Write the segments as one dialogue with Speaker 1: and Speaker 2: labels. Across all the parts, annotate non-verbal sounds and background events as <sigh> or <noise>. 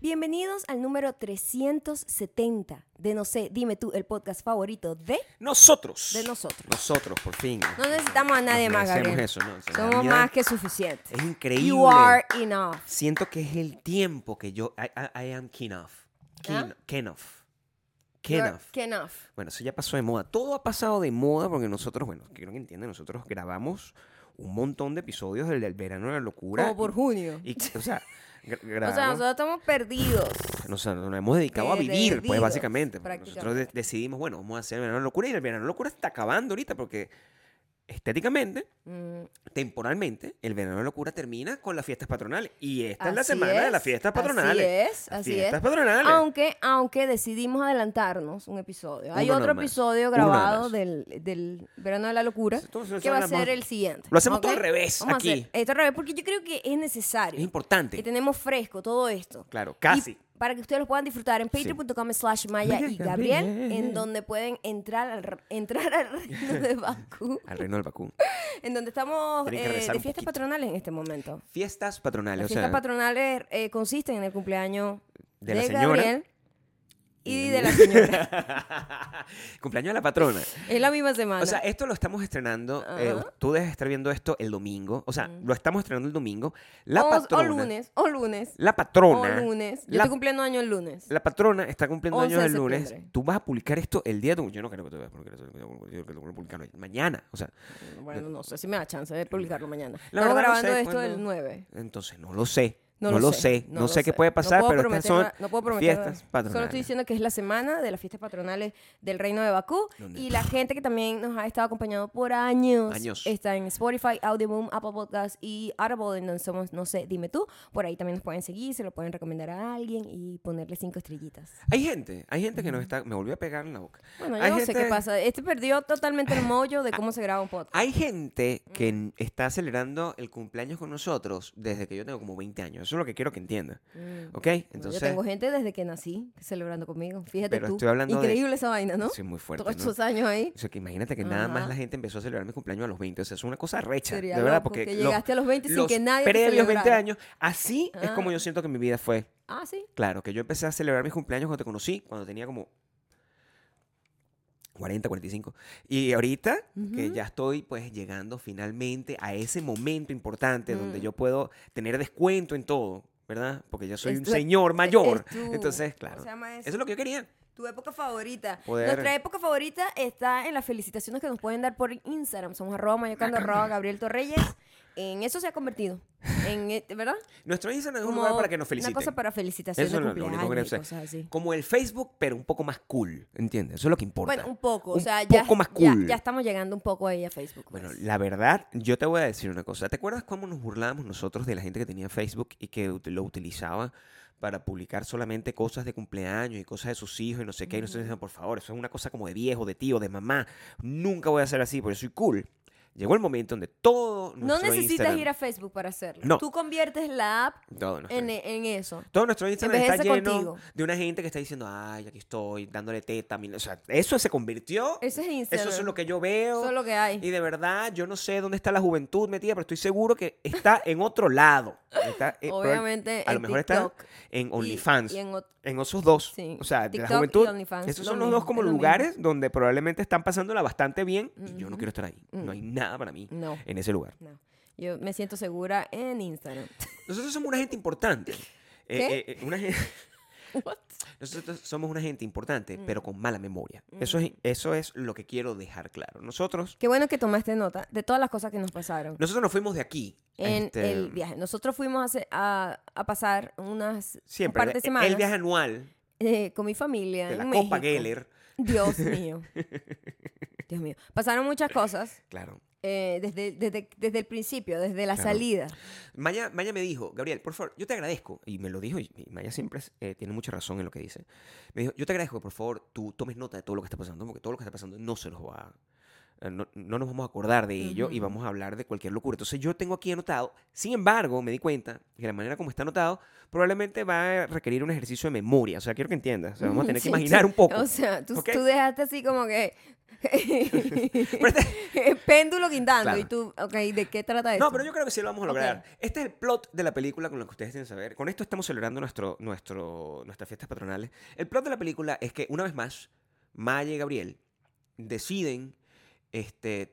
Speaker 1: Bienvenidos al número 370 de No sé, dime tú, el podcast favorito de...
Speaker 2: Nosotros.
Speaker 1: De nosotros.
Speaker 2: Nosotros, por fin.
Speaker 1: No necesitamos a nadie
Speaker 2: Nos
Speaker 1: más, Gabriel.
Speaker 2: merecemos eso, ¿no?
Speaker 1: Somos
Speaker 2: La vida
Speaker 1: más que suficientes.
Speaker 2: es increíble.
Speaker 1: You are enough.
Speaker 2: Siento que es el tiempo que yo... I, I- I am Kenoff.
Speaker 1: ¿Ah?
Speaker 2: Kenoff.
Speaker 1: You are
Speaker 2: Kenoff.
Speaker 1: enough.
Speaker 2: Bueno, eso ya pasó de moda. Todo ha pasado de moda porque nosotros, bueno, quiero que entiendan, nosotros grabamos un montón de episodios del, del verano de la locura.
Speaker 1: Como por junio.
Speaker 2: Y, o sea,
Speaker 1: <laughs>
Speaker 2: gra-
Speaker 1: O sea,
Speaker 2: grabamos-
Speaker 1: nosotros estamos perdidos.
Speaker 2: nos, nos hemos dedicado a vivir, pues
Speaker 1: Perdidos,
Speaker 2: básicamente. porque Nosotros de-
Speaker 1: prácticamente.
Speaker 2: decidimos, bueno, vamos a hacer el verano de la locura y el verano de la locura está acabando ahorita porque estéticamente,
Speaker 1: Mm,
Speaker 2: temporalmente, el verano de la locura termina con las fiestas patronales. Y esta es la
Speaker 1: así
Speaker 2: semana de
Speaker 1: es,
Speaker 2: las fiestas patronales.
Speaker 1: Así es,
Speaker 2: Las
Speaker 1: así
Speaker 2: fiestas
Speaker 1: es.
Speaker 2: patronales.
Speaker 1: Aunque, aunque decidimos adelantarnos un episodio. Hay
Speaker 2: Uno
Speaker 1: otro
Speaker 2: nomás.
Speaker 1: episodio
Speaker 2: Uno
Speaker 1: grabado
Speaker 2: nomás.
Speaker 1: del, del verano de la locura
Speaker 2: Entonces,
Speaker 1: que va a
Speaker 2: hablamos-
Speaker 1: ser el siguiente.
Speaker 2: Lo hacemos todo
Speaker 1: ¿ok?
Speaker 2: al revés
Speaker 1: Vamos a
Speaker 2: aquí.
Speaker 1: hacer esto al revés porque yo creo que es necesario.
Speaker 2: Es importante.
Speaker 1: Que tenemos fresco todo esto.
Speaker 2: Claro, casi.
Speaker 1: Y para que ustedes lo puedan disfrutar en
Speaker 2: Sí.
Speaker 1: patreon.com slash maya y gabriel,
Speaker 2: Gabriel.
Speaker 1: en donde pueden entrar al, r- entrar al reino
Speaker 2: <laughs>
Speaker 1: de Bakú,
Speaker 2: Al reino
Speaker 1: <laughs>
Speaker 2: del Bakú.
Speaker 1: en donde estamos
Speaker 2: Tienen que
Speaker 1: eh, de
Speaker 2: rezar un
Speaker 1: fiestas
Speaker 2: poquito.
Speaker 1: patronales en este momento.
Speaker 2: Fiestas patronales.
Speaker 1: Las
Speaker 2: o sea,
Speaker 1: fiestas patronales eh, consisten en el cumpleaños de,
Speaker 2: De la señora.
Speaker 1: Gabriel y de la señora.
Speaker 2: <laughs>
Speaker 1: <laughs>
Speaker 2: Cumpleaños de la patrona.
Speaker 1: es la misma semana.
Speaker 2: O sea, esto lo estamos estrenando. eh,
Speaker 1: Ajá.
Speaker 2: tú debes estar viendo esto el domingo. O sea, lo estamos estrenando el domingo. La
Speaker 1: o,
Speaker 2: patrona.
Speaker 1: o lunes, o lunes,
Speaker 2: La patrona.
Speaker 1: o lunes. Yo
Speaker 2: la,
Speaker 1: estoy cumpliendo año el lunes.
Speaker 2: la patrona está cumpliendo
Speaker 1: 11
Speaker 2: años
Speaker 1: de
Speaker 2: el lunes.
Speaker 1: septiembre.
Speaker 2: Tú vas a publicar esto el día de tu. Yo no creo que tú vas a publicar eso. Yo creo que tú vas a publicarlo mañana. O sea,
Speaker 1: Bueno, no sé si me da chance de publicarlo mañana.
Speaker 2: La
Speaker 1: Estamos
Speaker 2: verdad no
Speaker 1: grabando
Speaker 2: sé
Speaker 1: esto
Speaker 2: cuándo-
Speaker 1: el 9.
Speaker 2: entonces no lo sé.
Speaker 1: No, lo, sé,
Speaker 2: No, sé, qué
Speaker 1: No
Speaker 2: puede pasar,
Speaker 1: puedo
Speaker 2: pero
Speaker 1: prometer
Speaker 2: estas son
Speaker 1: nada- no puedo prometer
Speaker 2: fiestas
Speaker 1: nada.
Speaker 2: patronales.
Speaker 1: Solo estoy diciendo que es la semana de las fiestas patronales del Reino de Bakú.
Speaker 2: Donde-
Speaker 1: Y la gente que también nos ha estado acompañando por años,
Speaker 2: Años.
Speaker 1: está en Spotify, Audioboom, Apple Podcasts y Audible, en donde somos, no sé, dime tú. Por ahí también nos pueden seguir, se lo pueden recomendar a alguien y ponerle cinco estrellitas.
Speaker 2: Hay gente, hay gente que nos está. Me volvió a pegar en la boca.
Speaker 1: Bueno, yo
Speaker 2: Hay
Speaker 1: no sé qué
Speaker 2: gente- Ah,
Speaker 1: pasa. Este perdió totalmente el mollo de cómo se graba un podcast.
Speaker 2: Hay gente que
Speaker 1: Mm.
Speaker 2: n- está celebrando el cumpleaños con nosotros desde que yo tengo como 20 años. Eso es lo que quiero que entienda.
Speaker 1: Mm.
Speaker 2: ¿Ok?
Speaker 1: Bueno,
Speaker 2: Entonces,
Speaker 1: yo tengo gente desde que nací celebrando conmigo. Fíjate
Speaker 2: Pero
Speaker 1: tú.
Speaker 2: estoy hablando de-
Speaker 1: Increíble esa vaina, ¿no?
Speaker 2: sí, muy fuerte.
Speaker 1: Todos
Speaker 2: ¿no?
Speaker 1: esos años ahí.
Speaker 2: O sea, que imagínate que nada más
Speaker 1: Ajá.
Speaker 2: la gente empezó a celebrar mi cumpleaños a los 20. O sea, es una cosa recha.
Speaker 1: Sería
Speaker 2: de verdad,
Speaker 1: loco
Speaker 2: porque
Speaker 1: que
Speaker 2: los-
Speaker 1: llegaste a los 20 sin
Speaker 2: los
Speaker 1: que nadie te
Speaker 2: previos 20
Speaker 1: celebrara.
Speaker 2: años, así es como
Speaker 1: Ah.
Speaker 2: yo siento que mi vida fue.
Speaker 1: Ah, sí.
Speaker 2: Claro, que yo empecé a celebrar mis cumpleaños cuando te conocí, cuando tenía como 40, 45. Y ahorita, que
Speaker 1: Ujú.
Speaker 2: ya estoy pues llegando finalmente a ese momento importante donde
Speaker 1: Mm.
Speaker 2: yo puedo tener descuento en todo, ¿verdad? Porque yo soy
Speaker 1: Es
Speaker 2: un
Speaker 1: tu-
Speaker 2: señor mayor.
Speaker 1: es tu-
Speaker 2: Entonces,
Speaker 1: ¿cómo
Speaker 2: claro.
Speaker 1: se llama
Speaker 2: Eso
Speaker 1: eso?
Speaker 2: es lo que yo quería.
Speaker 1: Tu época favorita.
Speaker 2: Poder-
Speaker 1: Nuestra época favorita está en las felicitaciones que nos pueden dar por Instagram. Somos arroba mayocando, arroba Gabriel Torreyes. En eso se ha convertido. En, eh, ¿Verdad?
Speaker 2: Nuestro Instagram es un
Speaker 1: Como
Speaker 2: lugar para que nos feliciten.
Speaker 1: Una cosa para felicitaciones,
Speaker 2: Eso es lo- lo único que
Speaker 1: cumpleaños y
Speaker 2: sé.
Speaker 1: cosas así.
Speaker 2: Como el Facebook, pero un poco más cool. ¿Entiendes? Eso es lo que importa.
Speaker 1: Bueno, un poco. o
Speaker 2: Un
Speaker 1: sea, ya,
Speaker 2: poco más
Speaker 1: ya-
Speaker 2: cool.
Speaker 1: ya, estamos llegando un poco ahí a Facebook.
Speaker 2: Bueno,
Speaker 1: pues.
Speaker 2: la verdad, yo te voy a decir una cosa. ¿Te acuerdas cómo nos burlábamos nosotros de la gente que tenía Facebook y que ut- lo utilizaba para publicar solamente cosas de cumpleaños y cosas de sus hijos y no sé qué? Y nosotros decíamos, por favor, eso es una cosa como de viejo, de tío, de mamá. Nunca voy a hacer así, porque soy cool. Llegó el momento donde todo
Speaker 1: no
Speaker 2: nuestro
Speaker 1: necesitas
Speaker 2: Instagram-
Speaker 1: ir a Facebook para hacerlo.
Speaker 2: No.
Speaker 1: Tú conviertes la app
Speaker 2: todo nuestro
Speaker 1: en, en eso.
Speaker 2: Todo nuestro Instagram está
Speaker 1: Envejece
Speaker 2: lleno
Speaker 1: contigo.
Speaker 2: de una gente que está diciendo, ay, aquí estoy, dándole teta. mi-". O sea, eso se convirtió.
Speaker 1: Eso es Instagram.
Speaker 2: Eso es lo que yo veo.
Speaker 1: Eso es lo que hay.
Speaker 2: Y de verdad, yo no sé dónde está la juventud metida, pero estoy seguro que
Speaker 1: <laughs>
Speaker 2: está en otro lado. Está, eh, probable-
Speaker 1: Obviamente
Speaker 2: A
Speaker 1: en
Speaker 2: lo mejor
Speaker 1: TikTok
Speaker 2: está en
Speaker 1: y-
Speaker 2: OnlyFans.
Speaker 1: y en
Speaker 2: en,
Speaker 1: ot-
Speaker 2: esos dos.
Speaker 1: Sí,
Speaker 2: O sea, la
Speaker 1: TikTok
Speaker 2: juventud.
Speaker 1: y OnlyFans,
Speaker 2: Esos
Speaker 1: lo
Speaker 2: son los
Speaker 1: mismo,
Speaker 2: dos como
Speaker 1: es lo mismo.
Speaker 2: lugares donde probablemente están pasándola bastante bien. Y yo no quiero estar ahí. No hay nada para mí
Speaker 1: Mm. No.
Speaker 2: en ese lugar.
Speaker 1: No. Yo me siento segura en
Speaker 2: <laughs>
Speaker 1: Instagram.
Speaker 2: Nosotros somos una gente importante. Eh,
Speaker 1: ¿Qué?
Speaker 2: eh, eh, una gente.
Speaker 1: What?
Speaker 2: <laughs> Nosotros somos una gente
Speaker 1: Mm.
Speaker 2: importante, pero con mala memoria. Eso, es, eso es lo que quiero dejar claro. Nosotros,
Speaker 1: Qué bueno que tomaste nota de todas las cosas que nos pasaron
Speaker 2: nosotros nos fuimos de aquí.
Speaker 1: en
Speaker 2: este,
Speaker 1: el viaje. Nosotros fuimos a, hacer- a- a pasar unas
Speaker 2: Siempre.
Speaker 1: un par de
Speaker 2: el-
Speaker 1: semanas
Speaker 2: El viaje e-, anual
Speaker 1: eh, con mi familia
Speaker 2: de la
Speaker 1: en
Speaker 2: Copa
Speaker 1: México.
Speaker 2: Geller. <laughs>
Speaker 1: Dios mío. Dios mío. Pasaron muchas cosas
Speaker 2: Claro.
Speaker 1: eh, desde, desde, desde el principio, desde la
Speaker 2: Claro.
Speaker 1: salida.
Speaker 2: Maya, Maya me dijo, Gabriel, por favor, yo te agradezco. Y me lo dijo, y y Maya siempre es- eh, tiene mucha razón en lo que dice. Me dijo, yo te agradezco que por favor tú tomes nota de todo lo que está pasando, porque todo lo que está pasando no se nos va eh, no, no nos vamos a acordar de ello y
Speaker 1: Ujú.
Speaker 2: vamos a hablar de cualquier locura. Entonces yo tengo aquí anotado, sin embargo, me di cuenta que la manera como está anotado probablemente va a requerir un ejercicio de memoria. O sea, quiero que entiendas. O sea, vamos a tener
Speaker 1: <laughs>
Speaker 2: que
Speaker 1: Sí,
Speaker 2: imaginar
Speaker 1: sí.
Speaker 2: un poco.
Speaker 1: O sea, tú,
Speaker 2: ¿ok?
Speaker 1: tú dejaste así como que.
Speaker 2: <laughs> <laughs> Pero este-
Speaker 1: <laughs> Péndulo guindando.
Speaker 2: Claro.
Speaker 1: Y tú, ok, ¿de qué trata esto?
Speaker 2: no, pero yo creo que sí lo vamos a
Speaker 1: Ok.
Speaker 2: lograr. Este es el plot de la película con lo que ustedes tienen que saber. Con esto estamos celebrando nuestro, nuestro, nuestras fiestas patronales. El plot de la película es que, una vez más, Maya y Gabriel deciden este,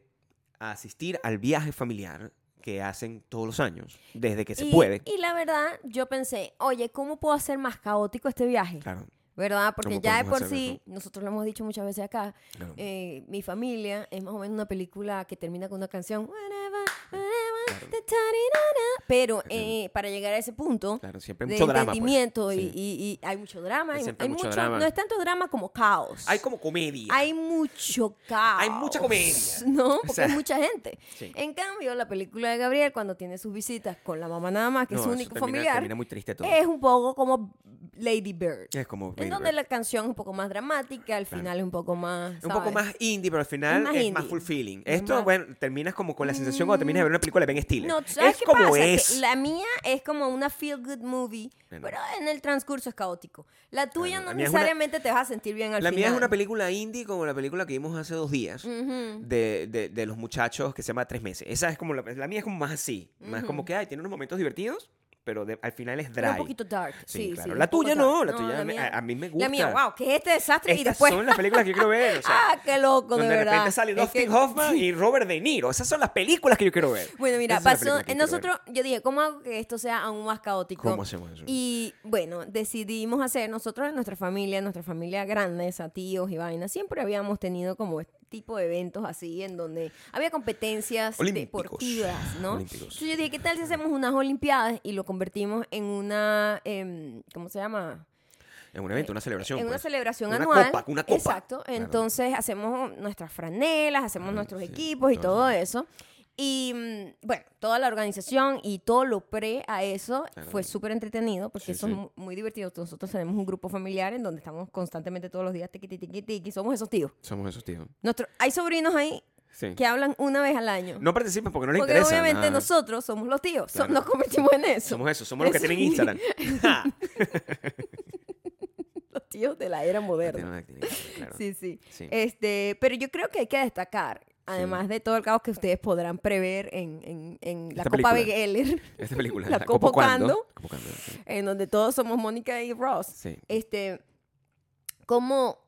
Speaker 2: asistir al viaje familiar que hacen todos los años, desde que se
Speaker 1: y,
Speaker 2: puede.
Speaker 1: Y la verdad, yo pensé, oye, ¿cómo puedo hacer más caótico este viaje?
Speaker 2: Claro,
Speaker 1: ¿Verdad? Porque
Speaker 2: ¿Cómo
Speaker 1: ya de
Speaker 2: podemos
Speaker 1: por
Speaker 2: hacer
Speaker 1: sí, nosotros lo hemos dicho muchas veces acá,
Speaker 2: claro.
Speaker 1: eh, mi familia es más o menos una película que termina con una canción. whatever, whatever,
Speaker 2: Claro.
Speaker 1: ta, ta, ri, ra, ra. Pero eh, para llegar a ese punto
Speaker 2: Claro, siempre hay
Speaker 1: de
Speaker 2: mucho drama. pues.
Speaker 1: entendimiento y,
Speaker 2: Sí.
Speaker 1: y- y hay mucho drama. Hay,
Speaker 2: Siempre
Speaker 1: hay
Speaker 2: hay mucho
Speaker 1: mucho,
Speaker 2: drama.
Speaker 1: No es tanto drama como caos.
Speaker 2: Hay como comedia.
Speaker 1: Hay mucho caos.
Speaker 2: Hay mucha comedia. <laughs>
Speaker 1: No, porque
Speaker 2: sea,
Speaker 1: hay mucha gente.
Speaker 2: sí.
Speaker 1: En cambio, la película de Gabriel, cuando tiene sus visitas con la mamá nada más, que es
Speaker 2: No, eso
Speaker 1: su único
Speaker 2: termina-
Speaker 1: familiar,
Speaker 2: termina muy triste todo.
Speaker 1: es un poco como Lady Bird.
Speaker 2: Es como Lady
Speaker 1: En donde
Speaker 2: Bird.
Speaker 1: la canción es un poco más dramática, al final es un poco más.
Speaker 2: un poco
Speaker 1: ¿sabes?
Speaker 2: más indie, pero al final es
Speaker 1: más
Speaker 2: más,
Speaker 1: indie.
Speaker 2: fulfilling.
Speaker 1: Es
Speaker 2: Esto,
Speaker 1: más- Mm.
Speaker 2: bueno, terminas como con la sensación cuando terminas de ver una película de Ben Stiller.
Speaker 1: No, ¿sabes
Speaker 2: es
Speaker 1: qué
Speaker 2: como
Speaker 1: pasa? Que
Speaker 2: es.
Speaker 1: la mía es como una feel good movie,
Speaker 2: Bueno.
Speaker 1: pero en el transcurso es caótico. La tuya
Speaker 2: Claro, la
Speaker 1: no
Speaker 2: mía es una-
Speaker 1: necesariamente te vas a sentir bien al
Speaker 2: La
Speaker 1: final.
Speaker 2: mía es una película indie como la película que vimos hace dos días
Speaker 1: Ujú.
Speaker 2: de, de- de los muchachos que se llama Tres Meses. Esa es como la, la mía es como más así. Más como que, ay, tiene unos momentos divertidos, pero de- al final es
Speaker 1: Pero
Speaker 2: dry.
Speaker 1: un poquito dark.
Speaker 2: Sí,
Speaker 1: Sí,
Speaker 2: claro.
Speaker 1: sí,
Speaker 2: La
Speaker 1: un poco
Speaker 2: tuya
Speaker 1: dark.
Speaker 2: no, la tuya me-
Speaker 1: mía-
Speaker 2: a- a mí me
Speaker 1: La mía,
Speaker 2: gusta.
Speaker 1: wow, que es este desastre y
Speaker 2: Estas
Speaker 1: después.
Speaker 2: son las películas que yo quiero ver. o sea,
Speaker 1: <laughs> ah, qué loco, de
Speaker 2: donde
Speaker 1: verdad.
Speaker 2: de repente sale
Speaker 1: Es
Speaker 2: Dustin
Speaker 1: que-
Speaker 2: Hoffman y Robert De Niro. Esas son las películas que yo quiero ver.
Speaker 1: Bueno, mira,
Speaker 2: Esas son
Speaker 1: pasó.
Speaker 2: las películas que yo quiero ver.
Speaker 1: Nosotros, yo dije, ¿cómo hago que esto sea aún más caótico?
Speaker 2: ¿Cómo hacemos eso?
Speaker 1: Y bueno, decidimos hacer nosotros en nuestra familia, en nuestra familia grande, esa tíos y vainas, siempre habíamos tenido como este tipo de eventos así en donde había competencias
Speaker 2: Olímpicos.
Speaker 1: deportivas, ¿no?
Speaker 2: Olímpicos.
Speaker 1: Entonces yo dije, ¿qué tal si hacemos unas olimpiadas y lo convertimos en una, em, ¿cómo se llama?
Speaker 2: En un evento, una celebración.
Speaker 1: eh, en una
Speaker 2: pues.
Speaker 1: celebración
Speaker 2: Una
Speaker 1: anual.
Speaker 2: copa, una copa.
Speaker 1: Exacto.
Speaker 2: Claro.
Speaker 1: Entonces hacemos nuestras franelas, hacemos nuestros
Speaker 2: sí,
Speaker 1: equipos y
Speaker 2: todo
Speaker 1: todo eso. Y mm, bueno, toda la organización y todo lo pre a eso
Speaker 2: Claro.
Speaker 1: fue súper entretenido porque
Speaker 2: Sí,
Speaker 1: eso es
Speaker 2: sí.
Speaker 1: mu- muy divertido. Nosotros tenemos un grupo familiar en donde estamos constantemente todos los días tiqui, tiqui, tiqui, somos esos tíos.
Speaker 2: Somos esos tíos.
Speaker 1: Nuestro, hay sobrinos ahí
Speaker 2: Sí.
Speaker 1: que hablan una vez al año.
Speaker 2: No participan porque no les
Speaker 1: porque
Speaker 2: interesa.
Speaker 1: obviamente
Speaker 2: nada.
Speaker 1: nosotros somos los tíos, so-
Speaker 2: Claro.
Speaker 1: nos convertimos en eso.
Speaker 2: Somos eso, somos
Speaker 1: <laughs>
Speaker 2: los que
Speaker 1: Eso.
Speaker 2: tienen Instagram. Ja.
Speaker 1: los tíos de la era moderna.
Speaker 2: Tienen- tienen Instagram, claro.
Speaker 1: <laughs> Sí, sí.
Speaker 2: Sí.
Speaker 1: Este, pero yo creo que hay que destacar, además de todo el caos que ustedes podrán prever en, en- en la
Speaker 2: Esta
Speaker 1: Copa
Speaker 2: película.
Speaker 1: BGL,
Speaker 2: Esta película.
Speaker 1: La
Speaker 2: Copo
Speaker 1: Copo
Speaker 2: Cuando.
Speaker 1: Cuando.
Speaker 2: Copo Cuando, sí.
Speaker 1: <laughs> en donde todos somos Mónica y Ross,
Speaker 2: Sí.
Speaker 1: este, como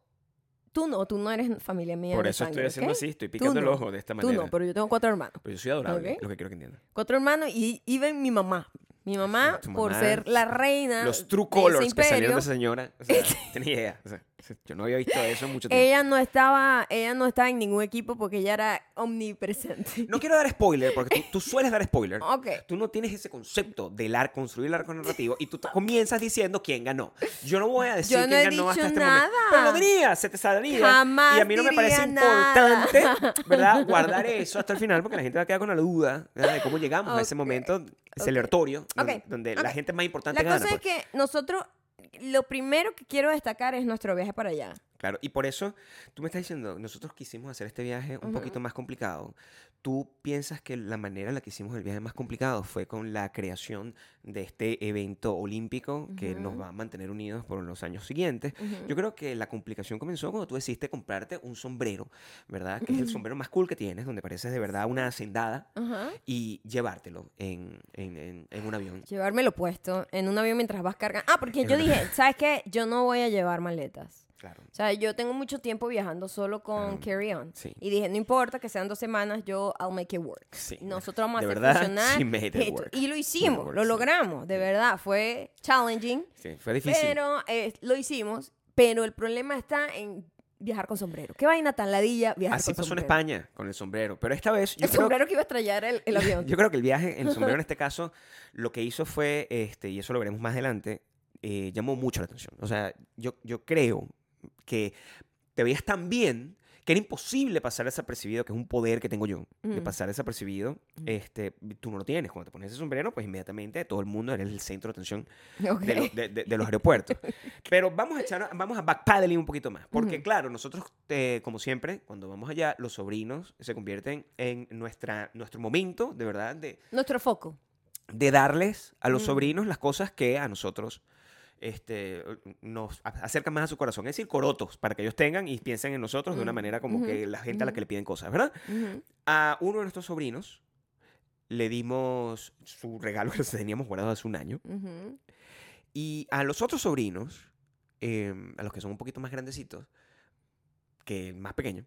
Speaker 1: tú no, tú no eres familia mía.
Speaker 2: Por
Speaker 1: de
Speaker 2: eso estoy
Speaker 1: sangre,
Speaker 2: haciendo
Speaker 1: ¿ok?
Speaker 2: así, estoy picando el
Speaker 1: no.
Speaker 2: ojo de esta
Speaker 1: Tú
Speaker 2: manera.
Speaker 1: no, pero yo tengo cuatro hermanos.
Speaker 2: Pero yo soy adorable,
Speaker 1: Ok.
Speaker 2: lo que quiero que entiendan.
Speaker 1: Cuatro hermanos y even mi mamá. Mi mamá,
Speaker 2: Tu
Speaker 1: por
Speaker 2: mamá,
Speaker 1: ser la reina
Speaker 2: Los
Speaker 1: de
Speaker 2: true
Speaker 1: ese
Speaker 2: colors que salieron
Speaker 1: imperio,
Speaker 2: de esa señora.
Speaker 1: <laughs>
Speaker 2: O sea, tenía idea. O sea, yo no había visto eso en mucho tiempo.
Speaker 1: ella no estaba, ella no estaba en ningún equipo porque ella era omnipresente.
Speaker 2: No quiero dar spoiler, porque tú, tú sueles dar spoiler.
Speaker 1: <laughs> Ok.
Speaker 2: Tú no tienes ese concepto de lar- construir el arco narrativo y tú t- comienzas diciendo quién ganó. Yo no voy a decir
Speaker 1: Yo no
Speaker 2: quién
Speaker 1: he
Speaker 2: ganó hasta
Speaker 1: dicho
Speaker 2: este
Speaker 1: nada.
Speaker 2: momento. Pero lo diría, se te saldría.
Speaker 1: Jamás
Speaker 2: y a mí no me
Speaker 1: diría
Speaker 2: parece
Speaker 1: nada.
Speaker 2: importante,
Speaker 1: <laughs>
Speaker 2: ¿verdad? Guardar eso hasta el final porque la gente va a quedar con la duda ¿verdad? de cómo llegamos a ese
Speaker 1: Ok,
Speaker 2: momento celebratorio donde,
Speaker 1: ok,
Speaker 2: donde
Speaker 1: ok.
Speaker 2: la gente más importante
Speaker 1: La
Speaker 2: gana.
Speaker 1: cosa es
Speaker 2: pues.
Speaker 1: que nosotros, lo primero que quiero destacar es nuestro viaje para allá.
Speaker 2: Claro, y por eso tú me estás diciendo, nosotros quisimos hacer este viaje un poquito más complicado. ¿Tú piensas que la manera en la que hicimos el viaje más complicado fue con la creación de este evento olímpico que nos
Speaker 1: Ujú.
Speaker 2: va a mantener unidos por los años siguientes? Yo creo que la complicación comenzó cuando tú decidiste comprarte un sombrero, ¿verdad? Que es el sombrero más cool que tienes, donde pareces de verdad una hacendada,
Speaker 1: Ajá.
Speaker 2: y llevártelo en, en- en- en un avión.
Speaker 1: Llevármelo puesto en un avión mientras vas cargando. Ah, porque
Speaker 2: En
Speaker 1: yo
Speaker 2: una- <laughs>
Speaker 1: dije, ¿sabes qué? Yo no voy a llevar maletas.
Speaker 2: Claro.
Speaker 1: O sea, yo tengo mucho tiempo viajando solo con
Speaker 2: Claro,
Speaker 1: carry-on.
Speaker 2: sí.
Speaker 1: Y dije, no importa que sean dos semanas, yo I'll make it work.
Speaker 2: Sí.
Speaker 1: Nosotros vamos a
Speaker 2: De
Speaker 1: hacer
Speaker 2: verdad, <laughs>
Speaker 1: funcionar
Speaker 2: she made it
Speaker 1: esto.
Speaker 2: work.
Speaker 1: Y lo
Speaker 2: Made it
Speaker 1: hicimos,
Speaker 2: work,
Speaker 1: lo
Speaker 2: sí.
Speaker 1: logramos. De verdad, fue challenging.
Speaker 2: Sí, fue difícil.
Speaker 1: Pero eh, lo hicimos. Pero el problema está en viajar con sombrero. ¿Qué vaina tan ladilla viajar
Speaker 2: Así
Speaker 1: con
Speaker 2: pasó en
Speaker 1: sombrero?
Speaker 2: España con el sombrero, pero esta vez yo
Speaker 1: el
Speaker 2: creo que-
Speaker 1: sombrero que iba a estrellar el,
Speaker 2: <laughs>
Speaker 1: el avión.
Speaker 2: Yo creo que el viaje, el sombrero en este caso, lo que hizo fue, este, y eso lo veremos más adelante, eh, llamó mucho la atención. O sea, yo, yo creo que te veías tan bien que era imposible pasar desapercibido, que es un poder que tengo yo, de
Speaker 1: Ujú.
Speaker 2: pasar desapercibido, este, tú no lo tienes. Cuando te pones ese sombrero, pues inmediatamente todo el mundo eres el centro de atención
Speaker 1: <laughs> Ok.
Speaker 2: de, los- de- de- de
Speaker 1: <laughs>
Speaker 2: los aeropuertos. Pero vamos a echar, vamos a backpedaling un poquito más. Porque,
Speaker 1: Ujú.
Speaker 2: claro, nosotros, eh, como siempre, cuando vamos allá, los sobrinos se convierten en nuestra, nuestro momento, de verdad, de,
Speaker 1: Nuestro foco.
Speaker 2: de darles a los
Speaker 1: Mm.
Speaker 2: sobrinos las cosas que a nosotros este, nos a- acercan más a su corazón. Es decir, corotos, para que ellos tengan y piensen en nosotros de una
Speaker 1: Mm.
Speaker 2: manera como
Speaker 1: Ujú.
Speaker 2: que la gente a la que le piden cosas, ¿verdad?
Speaker 1: Ujú.
Speaker 2: A uno de nuestros sobrinos le dimos su regalo que <laughs> teníamos guardado hace un año.
Speaker 1: Ujú.
Speaker 2: Y a los otros sobrinos, eh, a los que son un poquito más grandecitos, que el más pequeño,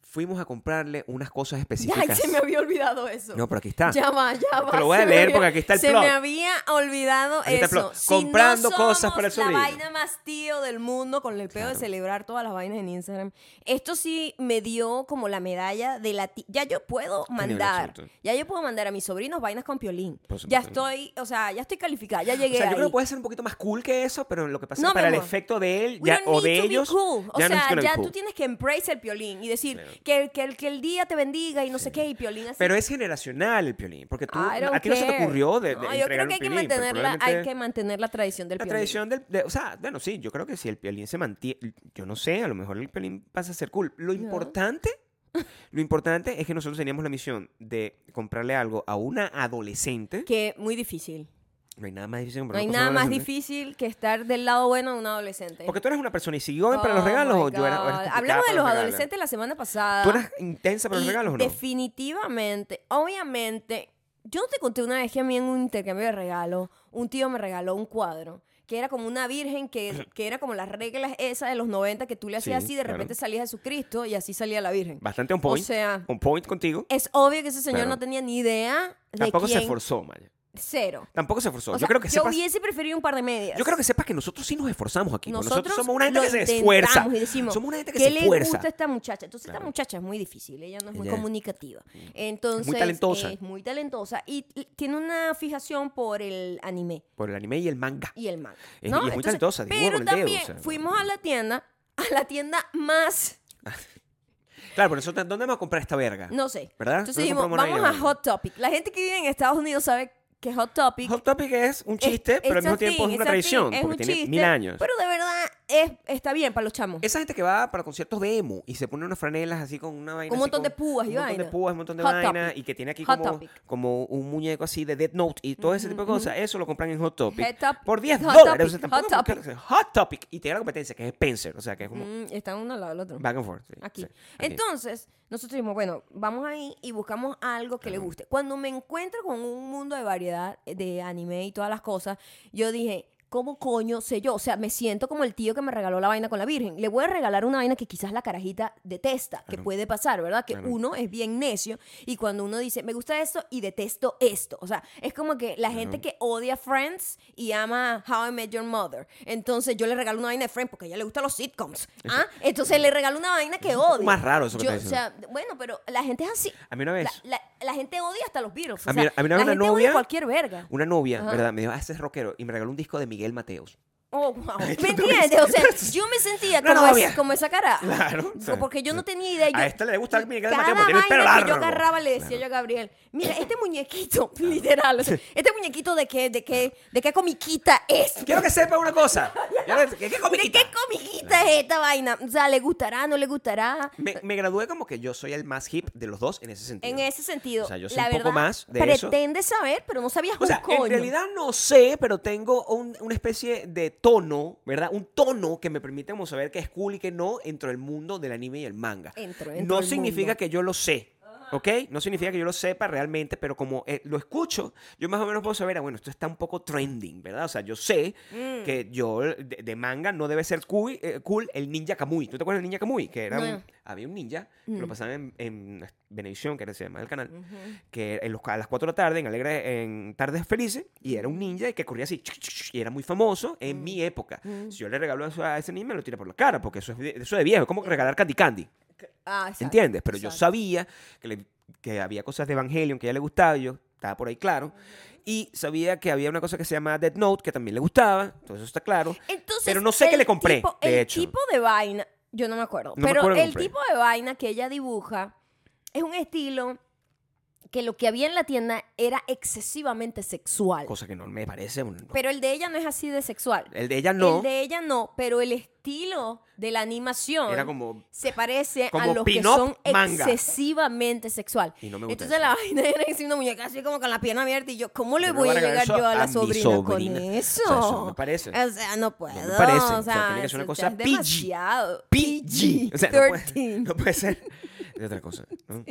Speaker 2: fuimos a comprarle unas cosas
Speaker 1: <laughs>
Speaker 2: específicas.
Speaker 1: Ya, se me había olvidado eso.
Speaker 2: No, pero aquí está.
Speaker 1: Ya va, ya va.
Speaker 2: Te lo voy a
Speaker 1: se me
Speaker 2: leer
Speaker 1: había-
Speaker 2: porque aquí está el
Speaker 1: Se
Speaker 2: plot.
Speaker 1: me había olvidado
Speaker 2: Aquí está el
Speaker 1: eso.
Speaker 2: plot.
Speaker 1: Si no
Speaker 2: Comprando cosas
Speaker 1: somos
Speaker 2: para el sobrino.
Speaker 1: La vaina más tío del mundo con el pedo de
Speaker 2: Claro.
Speaker 1: celebrar todas las vainas en Instagram. Esto sí me dio como la medalla de la ti- Ya yo puedo mandar.
Speaker 2: absoluto.
Speaker 1: Ya yo puedo mandar a mis sobrinos vainas con piolín.
Speaker 2: Por
Speaker 1: Ya
Speaker 2: supuesto.
Speaker 1: estoy, o sea, ya estoy calificada, ya
Speaker 2: O
Speaker 1: llegué
Speaker 2: sea, yo
Speaker 1: ahí.
Speaker 2: creo que puede ser un poquito más cool que eso, pero lo que pasa
Speaker 1: No,
Speaker 2: es
Speaker 1: mi
Speaker 2: que para el
Speaker 1: amor.
Speaker 2: efecto de él
Speaker 1: We
Speaker 2: ya-
Speaker 1: don't
Speaker 2: o
Speaker 1: need
Speaker 2: de
Speaker 1: to be
Speaker 2: ellos,
Speaker 1: cool. O
Speaker 2: ya no es
Speaker 1: sea,
Speaker 2: gonna be
Speaker 1: ya
Speaker 2: cool.
Speaker 1: tú tienes que embrace el piolín y decir
Speaker 2: Sí.
Speaker 1: que, que, que el día te bendiga y no sé qué, y piolín así.
Speaker 2: Pero es generacional el piolín, porque tú,
Speaker 1: I don't
Speaker 2: a ti no se te
Speaker 1: care.
Speaker 2: ocurrió de, de
Speaker 1: No, yo
Speaker 2: entregar
Speaker 1: creo
Speaker 2: un
Speaker 1: que hay que
Speaker 2: piolín, pero
Speaker 1: mantener la, hay
Speaker 2: probablemente-
Speaker 1: que mantener la tradición del
Speaker 2: La
Speaker 1: piolín.
Speaker 2: tradición del... de- o sea, bueno, sí, yo creo que si el piolín se mantiene... Yo no sé, a lo mejor el piolín pasa a ser cool. Lo
Speaker 1: Ya.
Speaker 2: importante... Lo importante es que nosotros teníamos la misión de comprarle algo a una adolescente.
Speaker 1: que muy difícil.
Speaker 2: No hay nada más difícil que
Speaker 1: No
Speaker 2: comprar
Speaker 1: hay
Speaker 2: cosas a
Speaker 1: nada
Speaker 2: una
Speaker 1: más
Speaker 2: adolescente.
Speaker 1: difícil que estar del lado bueno de un adolescente.
Speaker 2: Porque tú eres una persona insignificante para
Speaker 1: Oh
Speaker 2: los regalos
Speaker 1: my
Speaker 2: o
Speaker 1: God.
Speaker 2: yo era... o eras complicada
Speaker 1: Hablamos de
Speaker 2: para
Speaker 1: los
Speaker 2: regalos?
Speaker 1: adolescentes la semana pasada.
Speaker 2: ¿Tú eras intensa para los
Speaker 1: y
Speaker 2: regalos o no?
Speaker 1: Definitivamente, obviamente, yo no te conté una vez que a mí en un intercambio de regalo, un tío me regaló un cuadro que era como una virgen,
Speaker 2: <clears throat>
Speaker 1: que, que era como las reglas esas de los 90 que tú le hacías
Speaker 2: Sí,
Speaker 1: así, de
Speaker 2: claro.
Speaker 1: repente salía Jesucristo y así salía la virgen.
Speaker 2: Bastante on
Speaker 1: O
Speaker 2: point.
Speaker 1: sea,
Speaker 2: on point contigo.
Speaker 1: es obvio que ese señor
Speaker 2: Claro.
Speaker 1: no tenía ni idea de
Speaker 2: Tampoco
Speaker 1: quién.
Speaker 2: se esforzó, Maya.
Speaker 1: Cero.
Speaker 2: Tampoco se esforzó.
Speaker 1: O
Speaker 2: yo
Speaker 1: sea,
Speaker 2: creo que sepas,
Speaker 1: hubiese preferido un par de medias.
Speaker 2: yo creo que sepas que nosotros sí nos esforzamos aquí. porque Nosotros,
Speaker 1: nosotros
Speaker 2: somos una gente
Speaker 1: lo
Speaker 2: que se
Speaker 1: intentamos
Speaker 2: esfuerza.
Speaker 1: Y decimos,
Speaker 2: somos una gente que
Speaker 1: ¿qué
Speaker 2: se
Speaker 1: le
Speaker 2: esfuerza.
Speaker 1: gusta a esta muchacha? Entonces,
Speaker 2: Claro.
Speaker 1: esta muchacha es muy difícil. Ella no es muy
Speaker 2: Ella es-
Speaker 1: comunicativa. Entonces,
Speaker 2: talentosa.
Speaker 1: Es muy talentosa. Y y tiene una fijación por el anime
Speaker 2: Por el anime y el manga.
Speaker 1: y el manga.
Speaker 2: Es-
Speaker 1: ¿no?
Speaker 2: y es
Speaker 1: Entonces,
Speaker 2: muy talentosa, dibuja
Speaker 1: Pero
Speaker 2: con el dedo, o
Speaker 1: también
Speaker 2: sea,
Speaker 1: fuimos a la tienda, a la tienda más,
Speaker 2: Claro, pero nosotros, ¿dónde vamos a comprar esta verga?
Speaker 1: no sé.
Speaker 2: Ah, ¿Verdad?
Speaker 1: Entonces
Speaker 2: ¿Dónde
Speaker 1: dijimos,
Speaker 2: compramos
Speaker 1: vamos
Speaker 2: una
Speaker 1: a
Speaker 2: vaina?
Speaker 1: Hot Topic. La gente que vive en Estados Unidos sabe que Hot Topic
Speaker 2: Hot Topic es un chiste,
Speaker 1: Es-
Speaker 2: pero al
Speaker 1: it's
Speaker 2: mismo
Speaker 1: a
Speaker 2: tiempo
Speaker 1: thing,
Speaker 2: es una
Speaker 1: it's a
Speaker 2: tradición.
Speaker 1: thing, es
Speaker 2: porque
Speaker 1: un
Speaker 2: tiene
Speaker 1: chiste,
Speaker 2: mil años.
Speaker 1: Pero de verdad es, está bien para los chamos.
Speaker 2: Esa gente que va para conciertos de emo y se pone unas franelas así con una vaina.
Speaker 1: Un
Speaker 2: así
Speaker 1: montón de
Speaker 2: con-
Speaker 1: púas y
Speaker 2: Un montón de
Speaker 1: vaina.
Speaker 2: púas, un montón de
Speaker 1: Hot
Speaker 2: vaina.
Speaker 1: Topic.
Speaker 2: Y que tiene aquí
Speaker 1: Hot
Speaker 2: como,
Speaker 1: Topic.
Speaker 2: como un muñeco así de Dead Note y todo ese tipo de cosas. Eso lo compran en Hot Topic.
Speaker 1: Hot Top-
Speaker 2: por 10
Speaker 1: Hot
Speaker 2: dólares.
Speaker 1: Topic,
Speaker 2: o sea, tampoco
Speaker 1: Hot
Speaker 2: es muy caro. Hot Topic. Y tiene la competencia que es Spencer. O sea, que es como
Speaker 1: Mm, están uno al lado del otro.
Speaker 2: back and forth. sí,
Speaker 1: Aquí.
Speaker 2: sí,
Speaker 1: Entonces, nosotros dijimos, bueno, vamos ahí y buscamos algo que le guste. Cuando me encuentro con un mundo de variedad eh, de anime y todas las cosas, yo dije, ¿cómo coño sé yo? O sea, me siento como el tío que me regaló la vaina con la Virgen. Le voy a regalar una vaina que quizás la carajita detesta, que
Speaker 2: Claro.
Speaker 1: puede pasar, ¿verdad? Que
Speaker 2: Claro.
Speaker 1: uno es bien necio y cuando uno dice, me gusta esto y detesto esto. O sea, es como que la gente que odia Friends y ama How I Met Your Mother. Entonces, yo le regalo una vaina de Friends porque a ella le gustan los sitcoms. ¿ah? Entonces, le regalo una vaina que
Speaker 2: poco
Speaker 1: odio.
Speaker 2: más raro eso que
Speaker 1: Yo,
Speaker 2: estás
Speaker 1: O sea, bueno, pero la gente es así.
Speaker 2: A mí una vez.
Speaker 1: La, la- la gente odia hasta los virus.
Speaker 2: A mí- a mí una vez una novia-
Speaker 1: cualquier verga.
Speaker 2: Una novia,
Speaker 1: Ajá.
Speaker 2: ¿verdad? Me dijo, ah, ese es rockero. Y me regaló un disco de Miguel Mateos.
Speaker 1: Oh,
Speaker 2: <laughs>
Speaker 1: wow. ¿Me
Speaker 2: tú no
Speaker 1: entiendes? O sea, yo me sentía
Speaker 2: Una
Speaker 1: como, es-
Speaker 2: novia.
Speaker 1: como esa cara.
Speaker 2: Claro, o sea,
Speaker 1: porque yo no tenía idea.
Speaker 2: a
Speaker 1: yo-
Speaker 2: esta le gusta Miguel
Speaker 1: cada
Speaker 2: Mateo porque tiene el pelo
Speaker 1: vaina que yo
Speaker 2: largo.
Speaker 1: agarraba le decía yo a Gabriel, mira,
Speaker 2: <laughs>
Speaker 1: este muñequito, <laughs> literal, o sea, este muñequito de qué, de qué, de qué comiquita es.
Speaker 2: Quiero que sepa
Speaker 1: <laughs>
Speaker 2: una cosa. Quiero que- ¿Qué, qué
Speaker 1: ¿De
Speaker 2: comiquita?
Speaker 1: qué comiquita es esta vaina? O sea, ¿le gustará, no le gustará?
Speaker 2: Me, me gradué como que yo soy el más hip de los dos en ese sentido.
Speaker 1: En ese sentido,
Speaker 2: O sea, yo sé
Speaker 1: la
Speaker 2: un poco
Speaker 1: verdad,
Speaker 2: más de eso.
Speaker 1: pretende saber, pero no sabías
Speaker 2: O sea,
Speaker 1: un Oh, coño.
Speaker 2: en realidad no sé, pero tengo un- una especie de tono, ¿verdad? Un tono que me permite como saber qué es cool y qué no dentro del mundo del anime y el manga.
Speaker 1: Entro, entro
Speaker 2: no
Speaker 1: al
Speaker 2: significa
Speaker 1: mundo.
Speaker 2: que yo lo sé, ¿ok? No significa que yo lo sepa realmente, pero como eh, lo escucho, yo más o menos puedo saber, ah, bueno, esto está un poco trending, ¿verdad? O sea, yo sé que yo de, de manga no debe ser cool, eh, cool el ninja Kamui. ¿Tú te acuerdas del ninja Kamui? Que era
Speaker 1: No.
Speaker 2: un- había un ninja, que lo pasaban en, en Venevisión, que era se llama el canal que en los- a las 4 de la tarde, en Alegre, en Tardes Felices, y era un ninja que corría así, chuc, chuc, chuc, y era muy famoso en mi época. Si yo le regalo eso a ese ninja, me lo tira por la cara, porque eso es, de- eso de viejo, es como regalar Candy Candy,
Speaker 1: Ah, exacto,
Speaker 2: ¿entiendes? Pero yo
Speaker 1: exacto.
Speaker 2: sabía que, le- que había cosas de Evangelion que a ella le gustaba, y yo estaba por ahí claro, y sabía que había una cosa que se llama Dead Note, que también le gustaba, todo eso está claro.
Speaker 1: Entonces,
Speaker 2: Pero no sé qué
Speaker 1: el
Speaker 2: le compré,
Speaker 1: tipo-
Speaker 2: de
Speaker 1: el
Speaker 2: hecho.
Speaker 1: tipo de vaina. Yo no me acuerdo.
Speaker 2: No me
Speaker 1: pero
Speaker 2: acuerdo
Speaker 1: el
Speaker 2: cómo fue.
Speaker 1: tipo de vaina que ella dibuja es un estilo que lo que había en la tienda era excesivamente sexual.
Speaker 2: Cosa que no me parece. un-
Speaker 1: Pero el de ella no es así de sexual.
Speaker 2: El de ella no.
Speaker 1: El de ella no, pero el estilo de la animación
Speaker 2: Era como.
Speaker 1: se parece a
Speaker 2: como
Speaker 1: los que
Speaker 2: pin-up
Speaker 1: son
Speaker 2: manga.
Speaker 1: excesivamente sexual.
Speaker 2: Y no me gusta
Speaker 1: Entonces
Speaker 2: eso.
Speaker 1: la vaina era que si una muñeca así como con la pierna abierta y yo, ¿cómo le
Speaker 2: Yo no
Speaker 1: voy a
Speaker 2: voy a
Speaker 1: llegar
Speaker 2: regalar eso
Speaker 1: yo a la
Speaker 2: a mi
Speaker 1: sobrina,
Speaker 2: sobrina.
Speaker 1: con
Speaker 2: O sea,
Speaker 1: eso?
Speaker 2: eso no me parece.
Speaker 1: O sea, no puedo.
Speaker 2: me parece.
Speaker 1: O
Speaker 2: O sea,
Speaker 1: sea,
Speaker 2: tiene que ser una
Speaker 1: eso
Speaker 2: cosa
Speaker 1: es
Speaker 2: PG.
Speaker 1: demasiado.
Speaker 2: PG. O sea, no puede,
Speaker 1: 13.
Speaker 2: no puede ser. De otra cosa.
Speaker 1: <laughs>
Speaker 2: ¿no?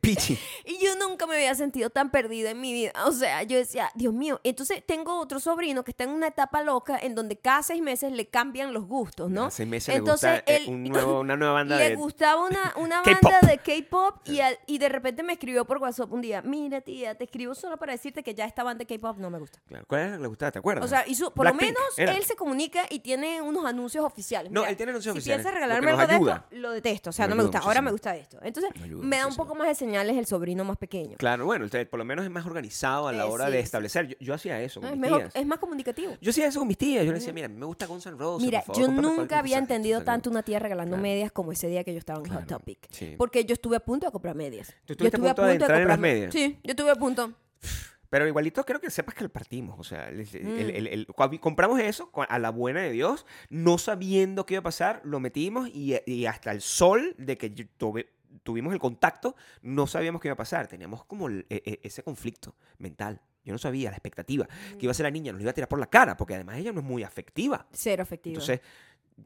Speaker 2: PG.
Speaker 1: Y yo nunca me había sentido tan perdida en mi vida. O sea, yo decía, Dios mío. Entonces tengo otro sobrino que está en una etapa loca en donde cada seis meses le cambian los gustos, ¿no?
Speaker 2: Hace meses le
Speaker 1: Entonces,
Speaker 2: gusta eh,
Speaker 1: él- <laughs>
Speaker 2: un nuevo- una nueva banda
Speaker 1: le
Speaker 2: de.
Speaker 1: gustaba una,
Speaker 2: <laughs>
Speaker 1: una
Speaker 2: K-pop.
Speaker 1: banda de K-pop y, al- y de repente me escribió por WhatsApp un día, mira tía, te escribo solo para decirte que ya esta banda de K-pop no me gusta.
Speaker 2: Claro, ¿Cuál era la que le gustaba? ¿Te acuerdas?
Speaker 1: O sea, hizo, por lo
Speaker 2: Blackpink,
Speaker 1: menos
Speaker 2: era.
Speaker 1: él se comunica y tiene unos anuncios oficiales.
Speaker 2: No,
Speaker 1: Mira,
Speaker 2: él tiene anuncios
Speaker 1: si
Speaker 2: oficiales,
Speaker 1: piensas
Speaker 2: lo que
Speaker 1: regalarme
Speaker 2: nos
Speaker 1: algo de
Speaker 2: ayuda.
Speaker 1: esto, lo detesto. O sea,
Speaker 2: Nos
Speaker 1: no me
Speaker 2: ayuda
Speaker 1: gusta. Ahora me
Speaker 2: muchísimo.
Speaker 1: gusta esto. Entonces,
Speaker 2: Nos ayuda
Speaker 1: me da un
Speaker 2: muchísimo.
Speaker 1: poco más de señales el sobrino más pequeño.
Speaker 2: Claro, bueno, usted por lo menos es más organizado a la
Speaker 1: Eh,
Speaker 2: hora
Speaker 1: sí,
Speaker 2: de
Speaker 1: sí.
Speaker 2: establecer. Yo, yo hacía eso con
Speaker 1: Es,
Speaker 2: mis
Speaker 1: mejor-
Speaker 2: tías.
Speaker 1: es más comunicativo.
Speaker 2: Yo hacía eso con mis tías. Yo le decía, mira, me gusta Guns N' Roses.
Speaker 1: Mira,
Speaker 2: por favor,
Speaker 1: yo
Speaker 2: cómprame cuál-
Speaker 1: nunca había
Speaker 2: o sea,
Speaker 1: entendido
Speaker 2: o sea,
Speaker 1: tanto una tía regalando
Speaker 2: Claro.
Speaker 1: medias como ese día que yo estaba en Hot
Speaker 2: Claro,
Speaker 1: Topic.
Speaker 2: sí.
Speaker 1: Porque yo estuve a punto de comprar medias.
Speaker 2: ¿Tú
Speaker 1: yo
Speaker 2: estuviste a punto de entrar en las medias?
Speaker 1: Sí, yo estuve a punto.
Speaker 2: Pero igualito creo que sepas que lo partimos. O sea, el- el-
Speaker 1: Mm.
Speaker 2: el- el- el- cua- compramos eso cua- a la buena de Dios, no sabiendo qué iba a pasar, lo metimos y, y hasta el sol de que yo tuve- tuvimos el contacto, no sabíamos qué iba a pasar. Teníamos como el- e- e- ese conflicto mental. Yo no sabía la expectativa que
Speaker 1: Mm.
Speaker 2: iba a ser la niña, nos lo iba a tirar por la cara, porque además ella no es muy afectiva.
Speaker 1: Cero afectivo.
Speaker 2: Entonces,